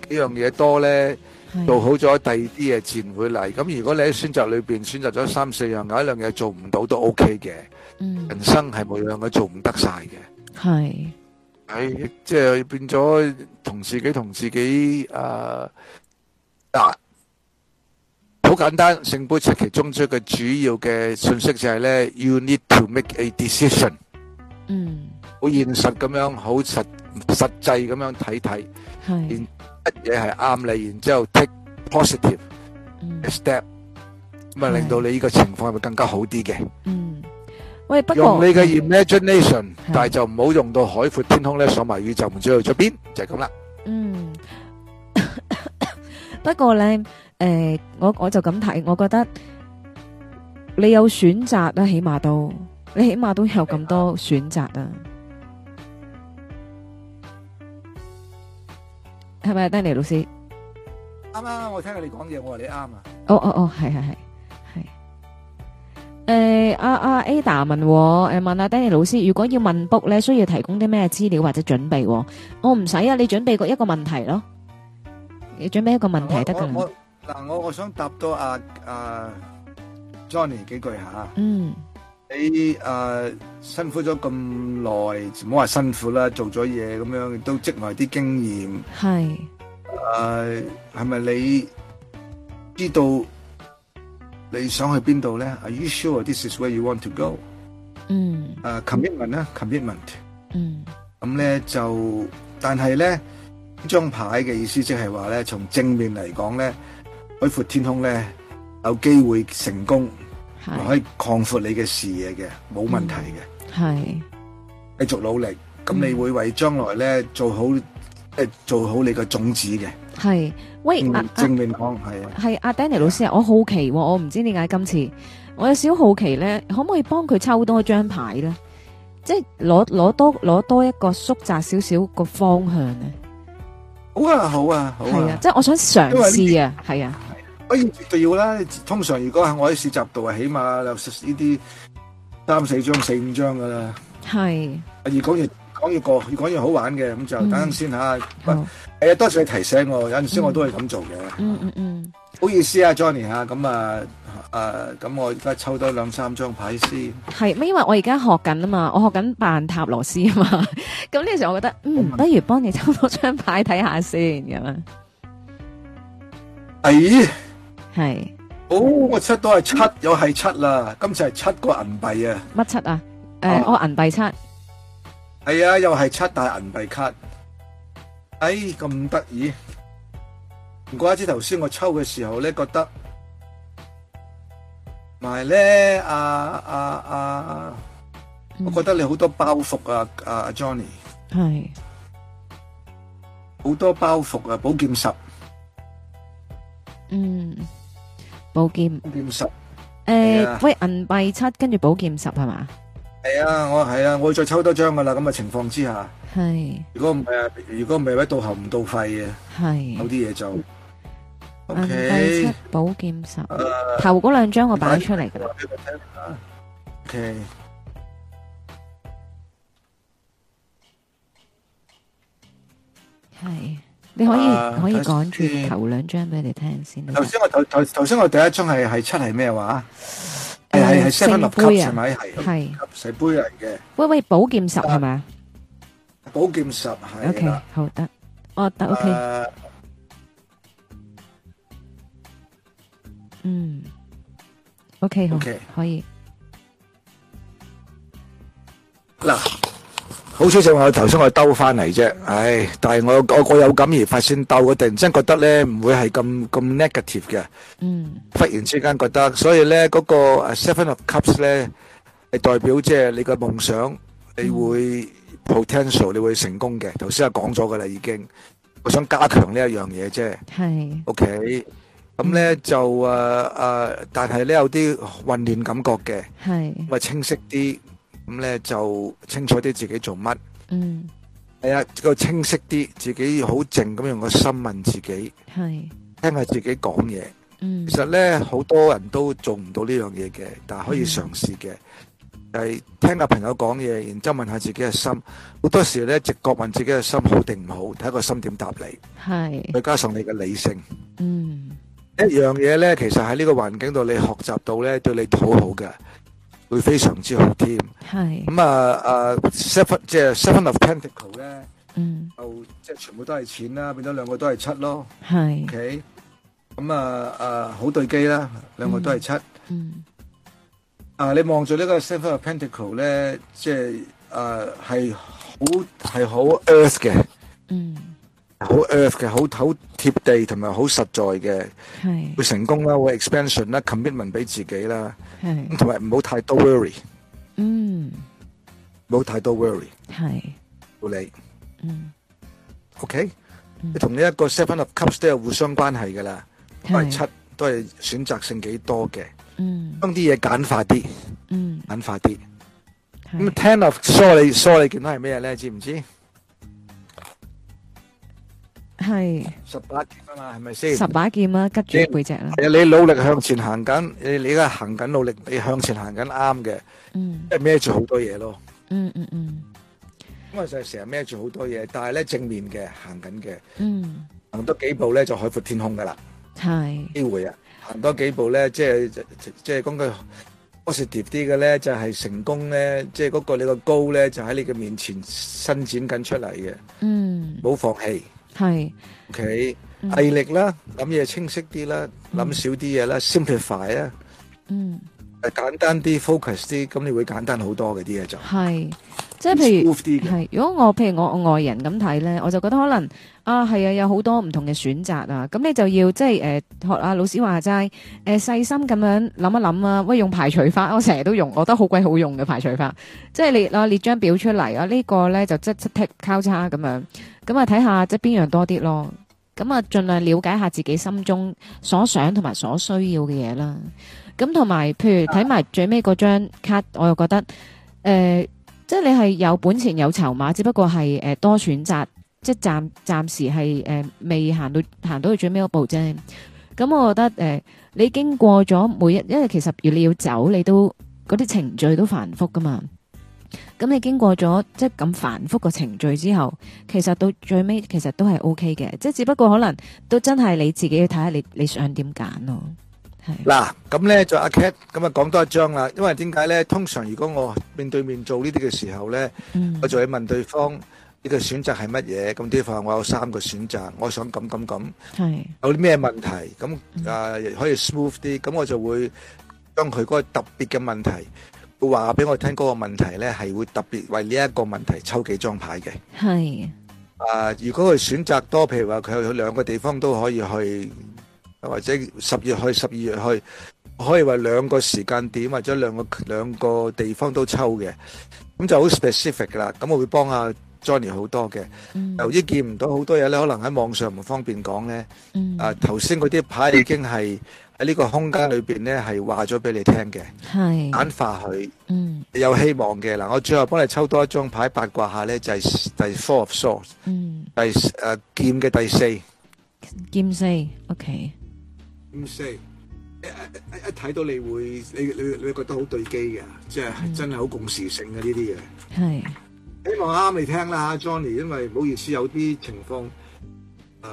B: 幾樣嘢多咧。
A: 係，
B: 做好咗第二啲嘢自然會嚟。咁如果你喺選擇裏邊選擇咗三四樣，有一樣嘢做唔到都 OK 嘅。
A: 嗯，
B: 人生係冇樣嘢做唔得晒嘅。
A: 係，
B: 係即係變咗同自己同自己誒嗱，好、簡單。聖杯七其中最嘅主要嘅信息就係咧，you need to make a decision。
A: 嗯，
B: 好現實咁樣，好實實際咁樣睇睇，
A: 係，
B: 乜嘢係啱你，然之後 take positive。
A: 嗯
B: step，咁啊
A: 係
B: 令到你呢個情況係咪更加好啲嘅？
A: 嗯，喂，不
B: 用
A: 過
B: 你嘅 imagination，
A: 係
B: 但係就唔好用到海闊天空咧，上埋宇宙唔知去咗邊，就係咁啦。
A: 嗯， 不過咧，诶、我我就咁睇，我覺得你有選擇啦，起碼都你起碼都有咁多選擇啊，係咪啊，Danny 老師？
B: 啱啱我聽你講嘢，我話你啱啊。
A: 哦哦哦，係係係係。诶，阿阿 Ada 問我，诶問阿 Danny 老師，如果要問 book 咧，需要提供啲咩資料或者準備喎？我唔使啊，你準備個一個問題咯，你準備一個問題得㗎啦。
B: 我嗱，我我想答多阿阿 Johnny 幾句嚇。
A: 嗯
B: 你誒辛苦咗咁耐，唔好話辛苦啦，做咗嘢咁樣亦都積埋啲經驗。
A: 係，
B: 誒係咪你知道你想去邊度咧？Are you sure this is where you want to go？
A: 嗯
B: 誒 commitment 啦，commitment。
A: 嗯
B: 咁咧就，但係咧呢張牌嘅意思即係話咧，從正面嚟講咧，海闊天空咧有機會成功，
A: 係
B: 可以擴闊你嘅視野嘅，冇問題嘅。
A: 係
B: 繼續努力，咁你會為將來咧做好，即係做好你嘅種子嘅。
A: 係，喂阿
B: 嗯正面講係啊。
A: 系阿 Danny 老師啊，我好奇喎，我唔知點解今次我有少好奇咧，可唔可以幫佢抽多張牌咧？即係攞攞多攞多一個縮窄少少個方向咧，
B: 好啊，好啊，好
A: 係
B: 啊
A: 啊，。即係我想嘗試啊，係啊，
B: 可以絕對要啦。通常如果喺我喺市集度啊，起碼有呢啲三四張、四五張噶啦。
A: 係
B: 越講越講越過，越講越好玩嘅，咁就
A: 嗯
B: 等陣先嚇。
A: 好，
B: 誒，多謝你提醒我，有陣時
A: 嗯
B: 我都係咁做嘅。
A: 嗯嗯嗯，
B: 好意思啊，Johnny 嚇，咁啊誒，咁我而家抽多兩三張牌先，
A: 係咩？因為我而家學緊啊嘛，我學緊扮塔羅斯啊嘛，咁呢個時候我覺得，嗯，不如幫你抽多張牌睇下先咁啊樣，
B: 係，
A: 係
B: 好，我出到係七，又係七啦，今次係七個銀幣啊，
A: 乜七啊？誒，
B: 哦
A: 我銀幣七，
B: 係啊，又係七大銀幣卡，哎，咁得意，唔怪之頭先我抽嘅時候咧，覺得，埋咧，啊啊啊我覺得你好多包袱啊，啊啊 Johnny，
A: 係
B: 好多包袱啊，寶劍十，
A: 嗯，寶劍
B: 劍十
A: 诶
B: 係啊，
A: 喂，銀幣七跟住寶劍十係嘛？
B: 係啊，我係啊，我會再抽多張噶啦。咁嘅情況之下，
A: 係
B: 如果唔係，如果唔係，位到喉唔到肺嘅，有
A: 係
B: 啲嘢就 O
A: 銀幣
B: K
A: 七。寶劍十，
B: 誒
A: 頭嗰兩張我擺出嚟噶啦。
B: OK，
A: 系，你可以、
B: 啊
A: 可以
B: 睇下
A: 講住
B: 先
A: 頭兩張俾你聽先得。
B: 頭先我頭頭頭先我第一張係係七係咩話？係
A: 誒
B: 係係 seven
A: 聖
B: of
A: 呃
B: cups
A: 杯
B: 係
A: 啊，
B: 咪？係
A: 係，
B: 係杯嚟嘅，
A: 喂喂，寶劍十係咪
B: 寶劍十
A: ？O
B: 係
A: K，
B: 啦。呃
A: 好得，哦得 O K，
B: 誒
A: 嗯，O K 好
B: OK，
A: 可以，
B: 嗱，好彩就我頭先我兜翻嚟啫，唉！但係我我我有感而發先兜，我突然之間覺得咧唔會係咁咁 negative 嘅。
A: 嗯
B: 忽然之間覺得，所以咧嗰、個呃 Seven of Cups 咧係代表即係你嘅夢想，你會 potential，你會成功嘅。頭先係講咗噶啦，已經。我想加強呢一樣嘢啫。
A: 係
B: OK，咁咧就誒誒、呃呃但係咧有啲混亂感覺嘅，
A: 係，
B: 咁啊清晰啲，咁咧就清楚啲自己做乜。
A: 嗯
B: 係啊，個清晰啲，自己好靜咁用個心問自己，
A: 係，
B: 聽下自己講嘢。
A: 嗯
B: 其實咧，好多人都做唔到呢樣嘢嘅，但係可以嘗試嘅。就係聽下朋友講嘢，然之後問下自己嘅心。好多時咧，直覺問自己嘅心好定唔好，睇個心點答你。
A: 係，
B: 再加上你嘅理性，
A: 嗯
B: 一樣嘢咧，其實喺呢個環境度，你學習到咧，對你好好嘅，會非常之好添。
A: 係，
B: 咁啊啊，seven 即係 seven of pentacle 咧，
A: 嗯
B: 就即係全部都係錢啦，變咗兩個都係七咯。
A: 係，
B: OK，咁啊啊，好對機啦，兩個都係七。
A: 嗯
B: 啊，你望住呢個 Seven of Pentacle 咧，即係啊，係好係好 earth 嘅，
A: 嗯
B: 好 earth 嘅，好好貼地同埋好實在嘅，
A: 係
B: 會成功啦，會 expansion 啦，commitment 俾自己啦，咁
A: 係，
B: 同埋唔好太多 worry，
A: 嗯
B: 唔好太多 worry，
A: 係，
B: 到你
A: 嗯
B: OK，
A: 嗯
B: 你同呢一個 Seven of Cups 都有互相關係噶啦，都係
A: 係，
B: 七，都係選擇性幾多嘅，
A: 嗯
B: 將啲嘢簡化啲，
A: 嗯
B: 簡化啲。咁
A: 係，
B: 啊 Ten of Swords，Swords 你見到係咩咧？知唔知？
A: 係
B: 十八點啊嘛，係咪先？
A: 十把劍啦，拮住背脊啦，
B: 系啊，你努力向前行緊，你你而家行緊努力，你向前行緊啱嘅，
A: 嗯
B: 即係孭住好多嘢咯。
A: 嗯嗯嗯
B: 咁我就成日孭住好多嘢，但係咧正面嘅行緊嘅，
A: 嗯。
B: 行多幾步咧就海闊天空噶啦，
A: 系，
B: 機會啊！行多幾步咧，即係即即係講句 positive 啲嘅咧，就係成功咧，即係嗰個你個高咧就喺你嘅面前伸展緊出嚟嘅，
A: 嗯，
B: 唔好放棄。
A: 系，
B: OK，
A: 嗯
B: 毅力啦，諗嘢清晰啲啦，諗少啲嘢啦，simplify 啊，
A: 嗯，
B: 誒簡單啲，focus 啲，咁你會簡單好多嘅啲嘢就。
A: 系，即系譬如
B: smooth 啲嘅
A: 系，如果我譬如我我外人咁睇咧，我就覺得可能啊係啊，有好多唔同嘅選擇啊，咁你就要即係诶、學阿老師話齋，诶、細心咁樣諗一諗啊，喂用排除法，我成日都用，我覺得好鬼好用嘅排除法，即係你啊列張表出嚟啊，呢、個咧就即即剔交叉咁樣，咁啊睇下即係邊樣多啲咯，咁啊盡量了解下自己心中所想同埋所需要嘅嘢啦，咁同埋譬如睇埋最尾嗰張卡，我又覺得诶。即係你係有本錢有籌碼，只不過係誒、呃多選擇，即係暫暫時係誒、呃未行到行到去最尾嗰步啫。咁我覺得誒、呃你經過咗每一，因為其實如你要走，你都嗰啲程序都繁複噶嘛。咁你經過咗即係咁繁複個程序之後，其實到最尾其實都係 O K 嘅，即係只不過可能都真係你自己去睇下你你想點揀咯，係
B: 嗱，咁咧就阿 Cat，咁啊講多一張啦。因為點解咧？通常如果我面對面做呢啲嘅時候咧，
A: 嗯
B: 我就會問對方呢個選擇係乜嘢。咁對方話我有三個選擇，我想咁咁咁，
A: 係
B: 有啲咩問題？咁
A: 嗯
B: 啊、可以 smooth 啲，咁我就會將佢嗰個特別嘅問題。會話俾我聽嗰個問題咧，係會特別為呢一個問題抽幾張牌嘅。
A: 係
B: 啊，如果佢選擇多，譬如話佢去兩個地方都可以去，或者十月去、十二月去，可以話兩個時間點或者兩個兩個地方都抽嘅，咁就好 specific 啦。咁我會幫下 Johnny 好多嘅。
A: 嗯
B: 由於見唔到好多嘢咧，可能喺網上唔方便講咧。
A: 嗯
B: 啊，頭先嗰啲牌已經係喺呢個空間裏邊咧，係話咗俾你聽嘅，
A: 系
B: 簡化佢
A: 嗯
B: 有希望嘅。嗱，我最後幫你抽多一張牌八卦下咧，就係、第 Four of Swords，
A: 嗯
B: 第誒、呃劍嘅第四。
A: 劍四，OK，
B: 五四，一一一睇到你會，你你你覺得好對機嘅，即係真係好共時性嘅呢啲嘢。
A: 係
B: 希望啱你聽啦，Johnny，因為唔好意思有啲情況，誒、呃、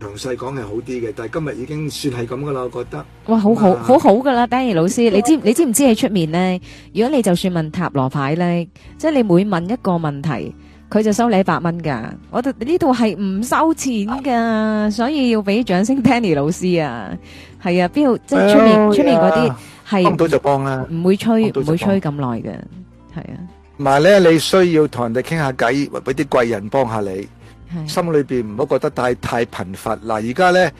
B: 詳細講係好啲嘅，但係今日已經算係咁噶啦，我覺得。
A: 哇，好好
B: 啊
A: 好好噶啦，Danny 老師，你知你知唔知喺出面呢？如果你就算問塔羅牌呢，即係你每問一個問題，佢就收你一百蚊噶。我哋呢度係唔收錢噶，所以要俾掌聲 Danny 老師啊。係啊，邊度即係出面出面嗰啲
B: 幫唔
A: 係
B: 到就幫啦。
A: 唔會吹
B: 幫到
A: 唔
B: 就
A: 會吹咁耐嘅，係啊
B: 同埋咧，你需要同人哋傾下偈，或俾啲貴人幫下你。
A: 係
B: 心裏邊唔好覺得太太貧乏。嗱，而家咧，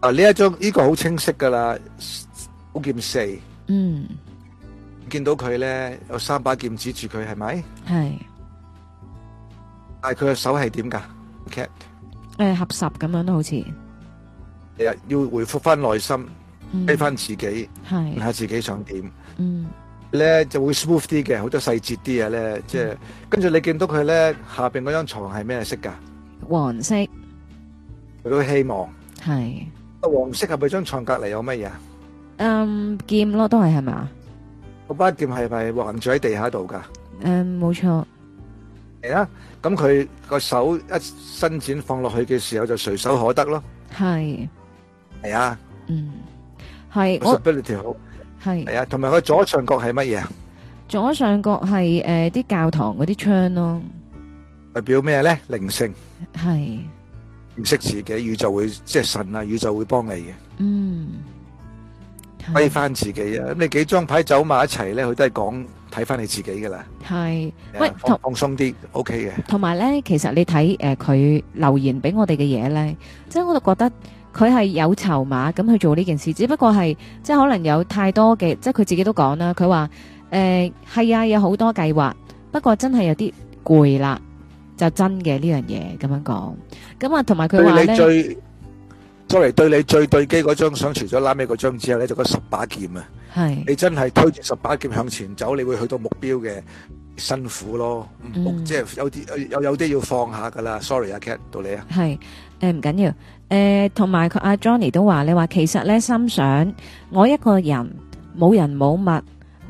B: 啊呢一張呢、個好清晰噶啦，寶劍四，
A: 嗯
B: 見到佢咧有三把劍指住佢，係咪？
A: 係
B: 但係佢嘅手係點㗎？cat
A: 誒合十咁樣咯，好似
B: 日要回復翻內心，
A: 嗯
B: 睇翻自己，
A: 係
B: 睇下自己想點
A: 嗯
B: 咧，就會 smooth 啲嘅，好多細節啲嘢咧，即係跟住你見到佢咧下邊嗰張床係咩色㗎？
A: 黃色
B: 佢都希望。
A: 係。
B: 黃色係咪張床隔離有乜嘢啊？
A: 嗯，劍咯，都係係咪啊？
B: 嗰把劍係咪橫住喺地下度㗎？
A: 嗯，冇錯，
B: 係啊，咁佢個手一伸展放落去嘅時候就隨手可得咯。
A: 係，
B: 係啊
A: 嗯，係我
B: ，possibility 好。
A: 係
B: 係啊，同埋佢左上角係乜嘢啊？
A: 左上角係诶啲教堂嗰啲窗咯，
B: 代表咩咧？靈性，
A: 係，
B: 唔識自己，宇宙會即係神啊，宇宙會幫你嘅。
A: 嗯，係
B: 歸翻自己啊！咁你幾張牌走埋一齊咧，佢都係講睇翻你自己噶啦。
A: 係，
B: 係
A: 喂
B: 啊
A: 同
B: 放放鬆啲，OK 嘅。
A: 同埋咧，其實你睇誒佢留言俾我哋嘅嘢咧，即係我就覺得佢係有籌碼咁去做呢件事，只不過係即係可能有太多嘅，即係佢自己都講啦，佢話誒係啊，有好多計劃，不過真係有啲攰啦，就真嘅呢樣嘢咁樣講。咁啊，同埋佢話
B: 對你
A: 咧，
B: 最，sorry，對你最對機嗰張相，除咗拉尾嗰張之後咧，就嗰十把劍啊！
A: 係
B: 你真係推住十把劍向前走，你會去到目標嘅，辛苦咯。唔好
A: 嗯
B: 即係有啲有有啲要放下噶啦。Sorry 啊，Cat，到你啊。
A: 係誒唔緊要誒，同埋佢阿 Johnny 都話你話其實咧心想我一個人冇人冇物，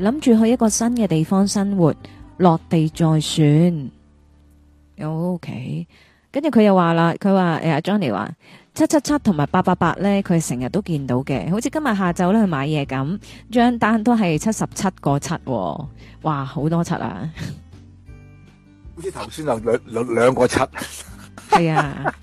A: 諗住去一個新嘅地方生活，落地再算。O K，跟住佢又話啦，佢話誒阿 Johnny 話七七七同埋八八八咧，佢成日都見到嘅，好似今日下晝咧去買嘢咁，張單都係七十七個七喎，哇好多七啊！
B: 好似頭先有兩兩兩個七，
A: 係啊，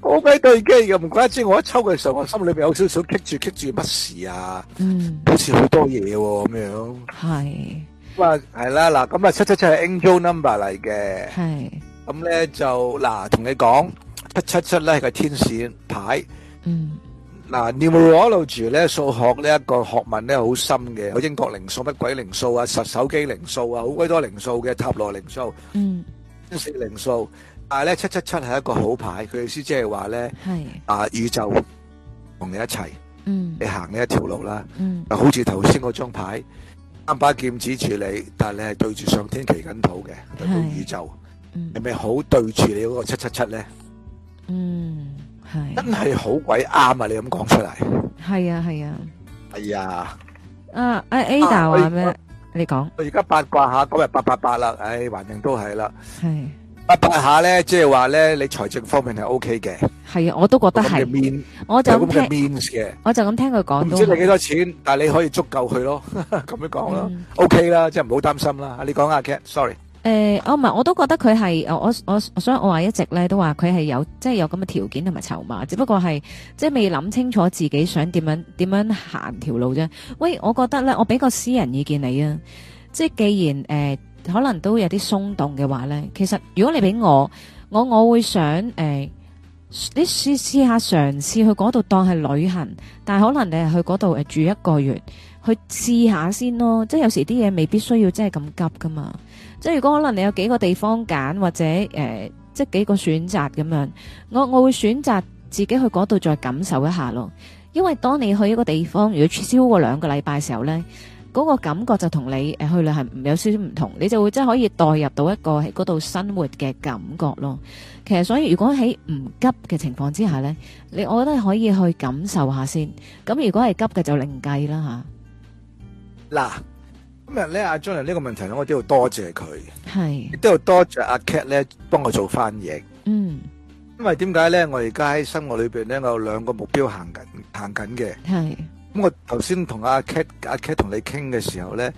B: 好鬼對機嘅。唔怪之我一抽嘅時候，我心裏邊有少少棘住棘住乜事啊，
A: 嗯
B: 好似好多嘢喎咁樣。
A: 係
B: 咁啊，係啦，嗱，咁啊，七七七係 angel number 嚟嘅，
A: 係
B: 咁咧就嗱，同你講，七七七咧係個天使牌，
A: 嗯
B: 嗱，numerology 咧數學呢一個學問咧好深嘅，有英國靈數、乜鬼靈數啊、實手機靈數啊，好鬼多靈數嘅塔羅靈數、
A: 嗯
B: 天使靈數，但係咧七七七係一個好牌，佢意思即係話咧
A: 係
B: 啊宇宙同你一齊，
A: 嗯
B: 你行呢一條路啦，
A: 嗯
B: 就好似頭先嗰張牌。三把劍指住你，但係你係對住上天祈緊禱嘅，對到
A: 係
B: 宇宙。
A: 嗯
B: 係咪好對住你嗰個七七七咧？
A: 嗯
B: 真
A: 係
B: 係好鬼啱啊！你咁講出嚟，
A: 係啊係啊。
B: 係啊！
A: 啊，阿 Ada
B: 我
A: 話咩？你講
B: 哎我而家八卦下，今日八八八啦，唉，橫掂都係啦。
A: 係
B: 八八下咧，即係話咧，你財政方面係 O K 嘅，
A: 係啊，我都覺得
B: 有咁嘅
A: 係，
B: 面，
A: 我就
B: 有
A: 咁
B: 咁
A: 聽，
B: 嘅 means 嘅。
A: 我就咁聽佢
B: 唔
A: 講都
B: 知你幾
A: 係。
B: 多錢，但係你可以足夠去咯， 咁樣講啦
A: 嗯
B: ，O K 啦，即係唔好擔心啦。你講下 Cat，sorry。
A: 誒，呃哦我唔係，我都覺得佢係哦我我我，所以我話一直咧都話佢係有即係有咁嘅條件同埋籌碼，只不過係即係未諗清楚自己想點樣點樣行條路啫。喂，我覺得咧，我俾個私人意見你啊，即係既然誒、呃可能都有啲鬆動嘅話咧，其實如果你俾我，我我會想誒、呃你試試下嘗試去嗰度當係旅行，但係可能你係去嗰度呃誒住一個月，去試下先咯。即係有時啲嘢未必需要真係咁急噶嘛。即係如果可能你有幾個地方揀，或者誒、呃即係幾個選擇咁樣，我我會選擇自己去嗰度再感受一下咯。因為當你去一個地方，如果超過兩個禮拜嘅時候呢，嗰、個感覺就同你誒去旅行有少少唔同，你就會真係可以代入到一個喺嗰度生活嘅感覺咯。其實所以如果喺唔急嘅情況之下呢，你我覺得可以去感受下先。咁如果係急嘅就另計啦
B: 嗱，今日咧阿 Johnny 呢個問題咧，我都要多謝佢，
A: 吓，係
B: 亦，都要多謝阿 Cat 咧幫我做翻譯。
A: 嗯，
B: 因為點解咧？我而家喺生活裏邊咧，我有兩個目標行緊行緊嘅。
A: 係，
B: 咁我頭先同阿 Cat 阿 Cat 同你傾嘅時候咧，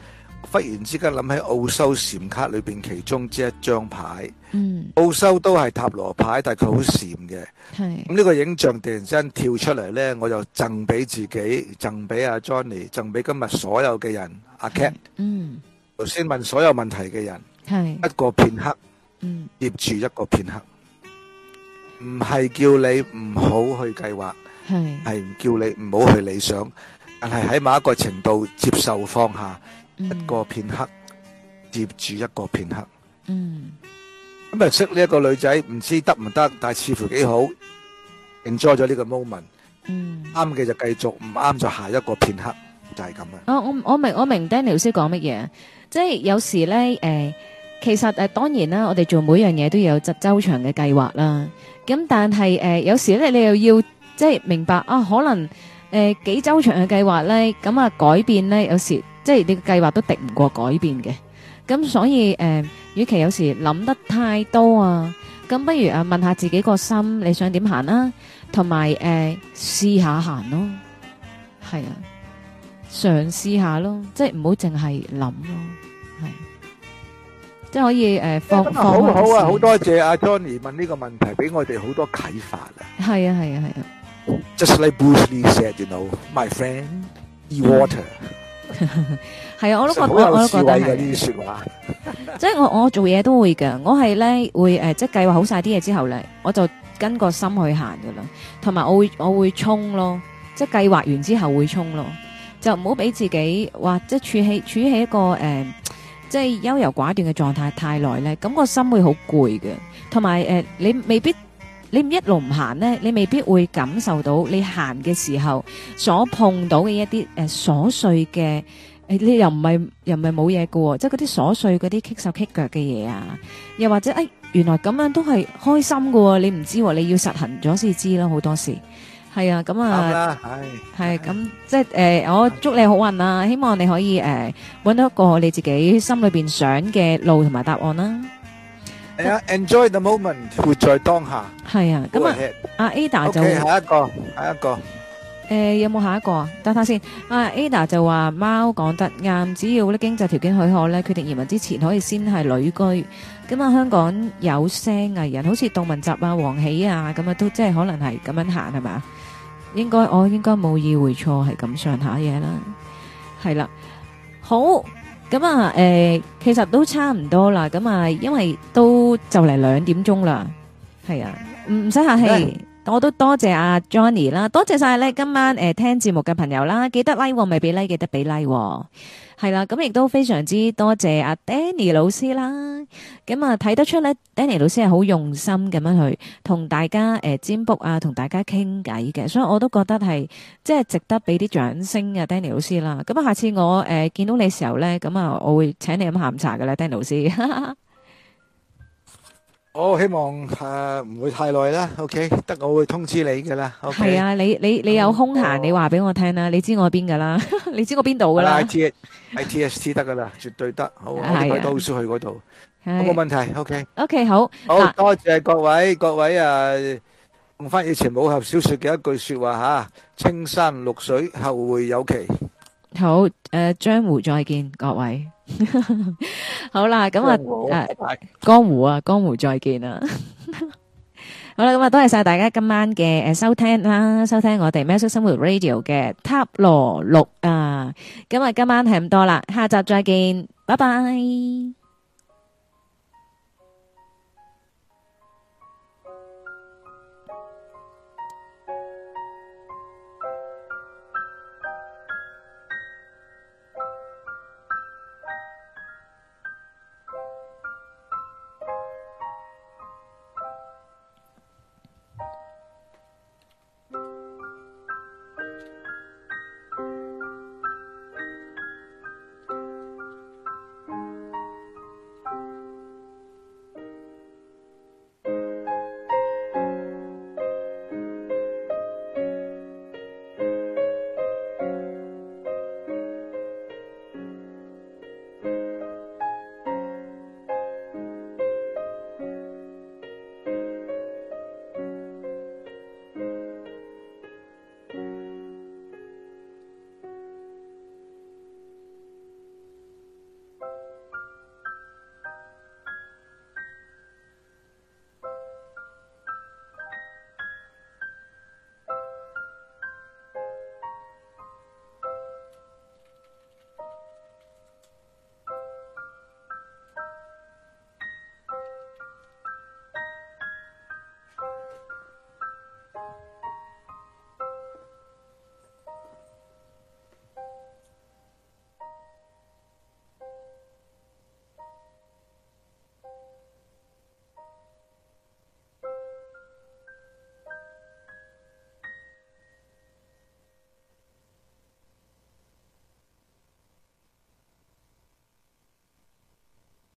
B: 忽然之間諗起澳洲閃卡裏邊其中之一張牌，
A: 嗯，
B: 澳洲都係塔羅牌，但係佢好閃嘅。
A: 係，
B: 咁呢個影像突然之間跳出嚟咧，我就贈俾自己，贈俾阿 Johnny，贈俾今日所有嘅人。阿 Cat
A: 嗯，
B: 頭先問所有問題嘅人，
A: 係
B: 一，個片刻。
A: 嗯，
B: 接住一個片刻，唔係叫你唔好去計劃，
A: 係，
B: 啊係叫你唔好去理想，但係喺某一個程度接受放下
A: 嗯
B: 一個片刻，接住一個片刻。
A: 嗯，
B: 咁啊，識呢一個女仔唔知得唔得，但係似乎幾好，enjoy 咗呢個 moment。
A: 嗯。
B: 啱嘅就繼續，唔啱就下一個片刻，就係咁啦。
A: 啊，我我明我明 Daniel 先講乜嘢，即係有時咧，誒、其實誒、當然啦，我哋做每樣嘢都要有周周長嘅計劃啦。咁但係誒、有時咧，你又要即係明白啊，可能誒、幾周長嘅計劃咧，咁啊改變咧，有時即係你嘅計劃都敵唔過改變嘅。咁所以誒、與其有時諗得太多啊，咁不如啊問下自己個心你想點行啦，同埋誒試下行咯，係啊。嘗試下咯，即係唔好淨係諗咯，係即係可以诶、呃放
B: 今日
A: 放
B: 好
A: 開
B: 好啊，好
A: 係啊
B: 多謝阿 Johnny 問呢個問題，俾我哋好多啟發啊！
A: 係啊係啊
B: Just like Bruce Lee said, you know, my friend, e water。
A: 係啊，嗯我都覺得
B: 好有
A: 我都
B: 智
A: 覺得
B: 慧嘅
A: 係
B: 呢。啲说話。
A: 即係我我做嘢都會嘅，我係咧會誒、呃即係計劃好晒啲嘢之後咧，我就跟個心去行噶啦，同埋我會我會衝咯，即係計劃完之後會衝咯，就唔好俾自己話即係處喺處喺一個誒、呃即係優柔寡斷嘅狀態太耐咧，咁、個心會好攰嘅，同埋誒你未必。你唔一路唔行咧，你未必會感受到你行嘅時候所碰到嘅一啲誒瑣碎嘅誒你又唔係又唔係冇嘢嘅喎，即係嗰啲瑣碎嗰啲棘手棘腳嘅嘢啊，又或者誒、哎原來咁樣都係開心嘅喎，你唔知喎，你要實行咗先知啦，好多時係啊，咁
B: 啱
A: 啊
B: 啦，唉，
A: 係咁，即係誒、呃我祝你好運啊！希望你可以誒揾、到一個你自己心裏邊想嘅路同埋答案啦。
B: 係啊，enjoy the moment，活在當下。
A: 係啊，咁啊，阿 Ada 就
B: OK，下一個，下一個。
A: 誒、有冇下一個啊？等下先。啊 Ada 就話貓講得啱，只要呢經濟條件許可呢，決定移民之前可以先係旅居。咁啊，香港有些藝人，好似杜汶澤啊、黃喜啊，咁啊都即係可能係咁樣行係嘛？應該我應該冇意會錯係咁上下嘢啦。係啦，好咁啊，誒、其實都差唔多啦。咁啊，因為都就嚟兩點鐘啦，係啊，唔唔使客氣。我都多謝阿 Johnny 啦，多謝晒咧今晚诶、呃、听節目嘅朋友啦，記得 like 喎未俾 like 記得俾 like 喎係啦，咁亦都非常之多謝阿 Danny 老師啦，咁啊睇得出咧 Danny 老師係好用心咁樣去同大家诶、呃占卜啊，同大家傾偈嘅，所以我都覺得係即係值得俾啲掌聲啊 Danny 老師啦，咁啊下次我诶、呃、见到你嘅時候咧，咁啊我會請你飲下午茶噶啦 Danny 老師，
B: 我希望誒唔會太耐啦，OK，得我會通知你㗎啦
A: 係
B: ，OK。
A: 啊，你你你有空閒
B: 哦
A: 你話俾我聽啦，你知我邊噶啦， 你知我邊度噶啦。
B: ，IT ITST 得㗎啦，絕對得。好，我
A: 係啊
B: 哋都好少去嗰度，
A: 係
B: 冇問題，OK。
A: OK，好，
B: 好
A: 嗱
B: 多謝各位，各位誒，用翻以前武俠小説嘅一句説話嚇：青山綠水，後會有期。
A: 好，誒、江湖再見，各位。 好啦，咁啊，
B: 我
A: 誒
B: 拜拜
A: 江湖啊，江湖再見啊！好啦，咁啊，多謝晒大家今晚嘅誒收聽啦，收聽我哋《喵式生活 Radio》嘅塔羅六啊，咁啊，今晚係咁多啦，下集再見，拜拜。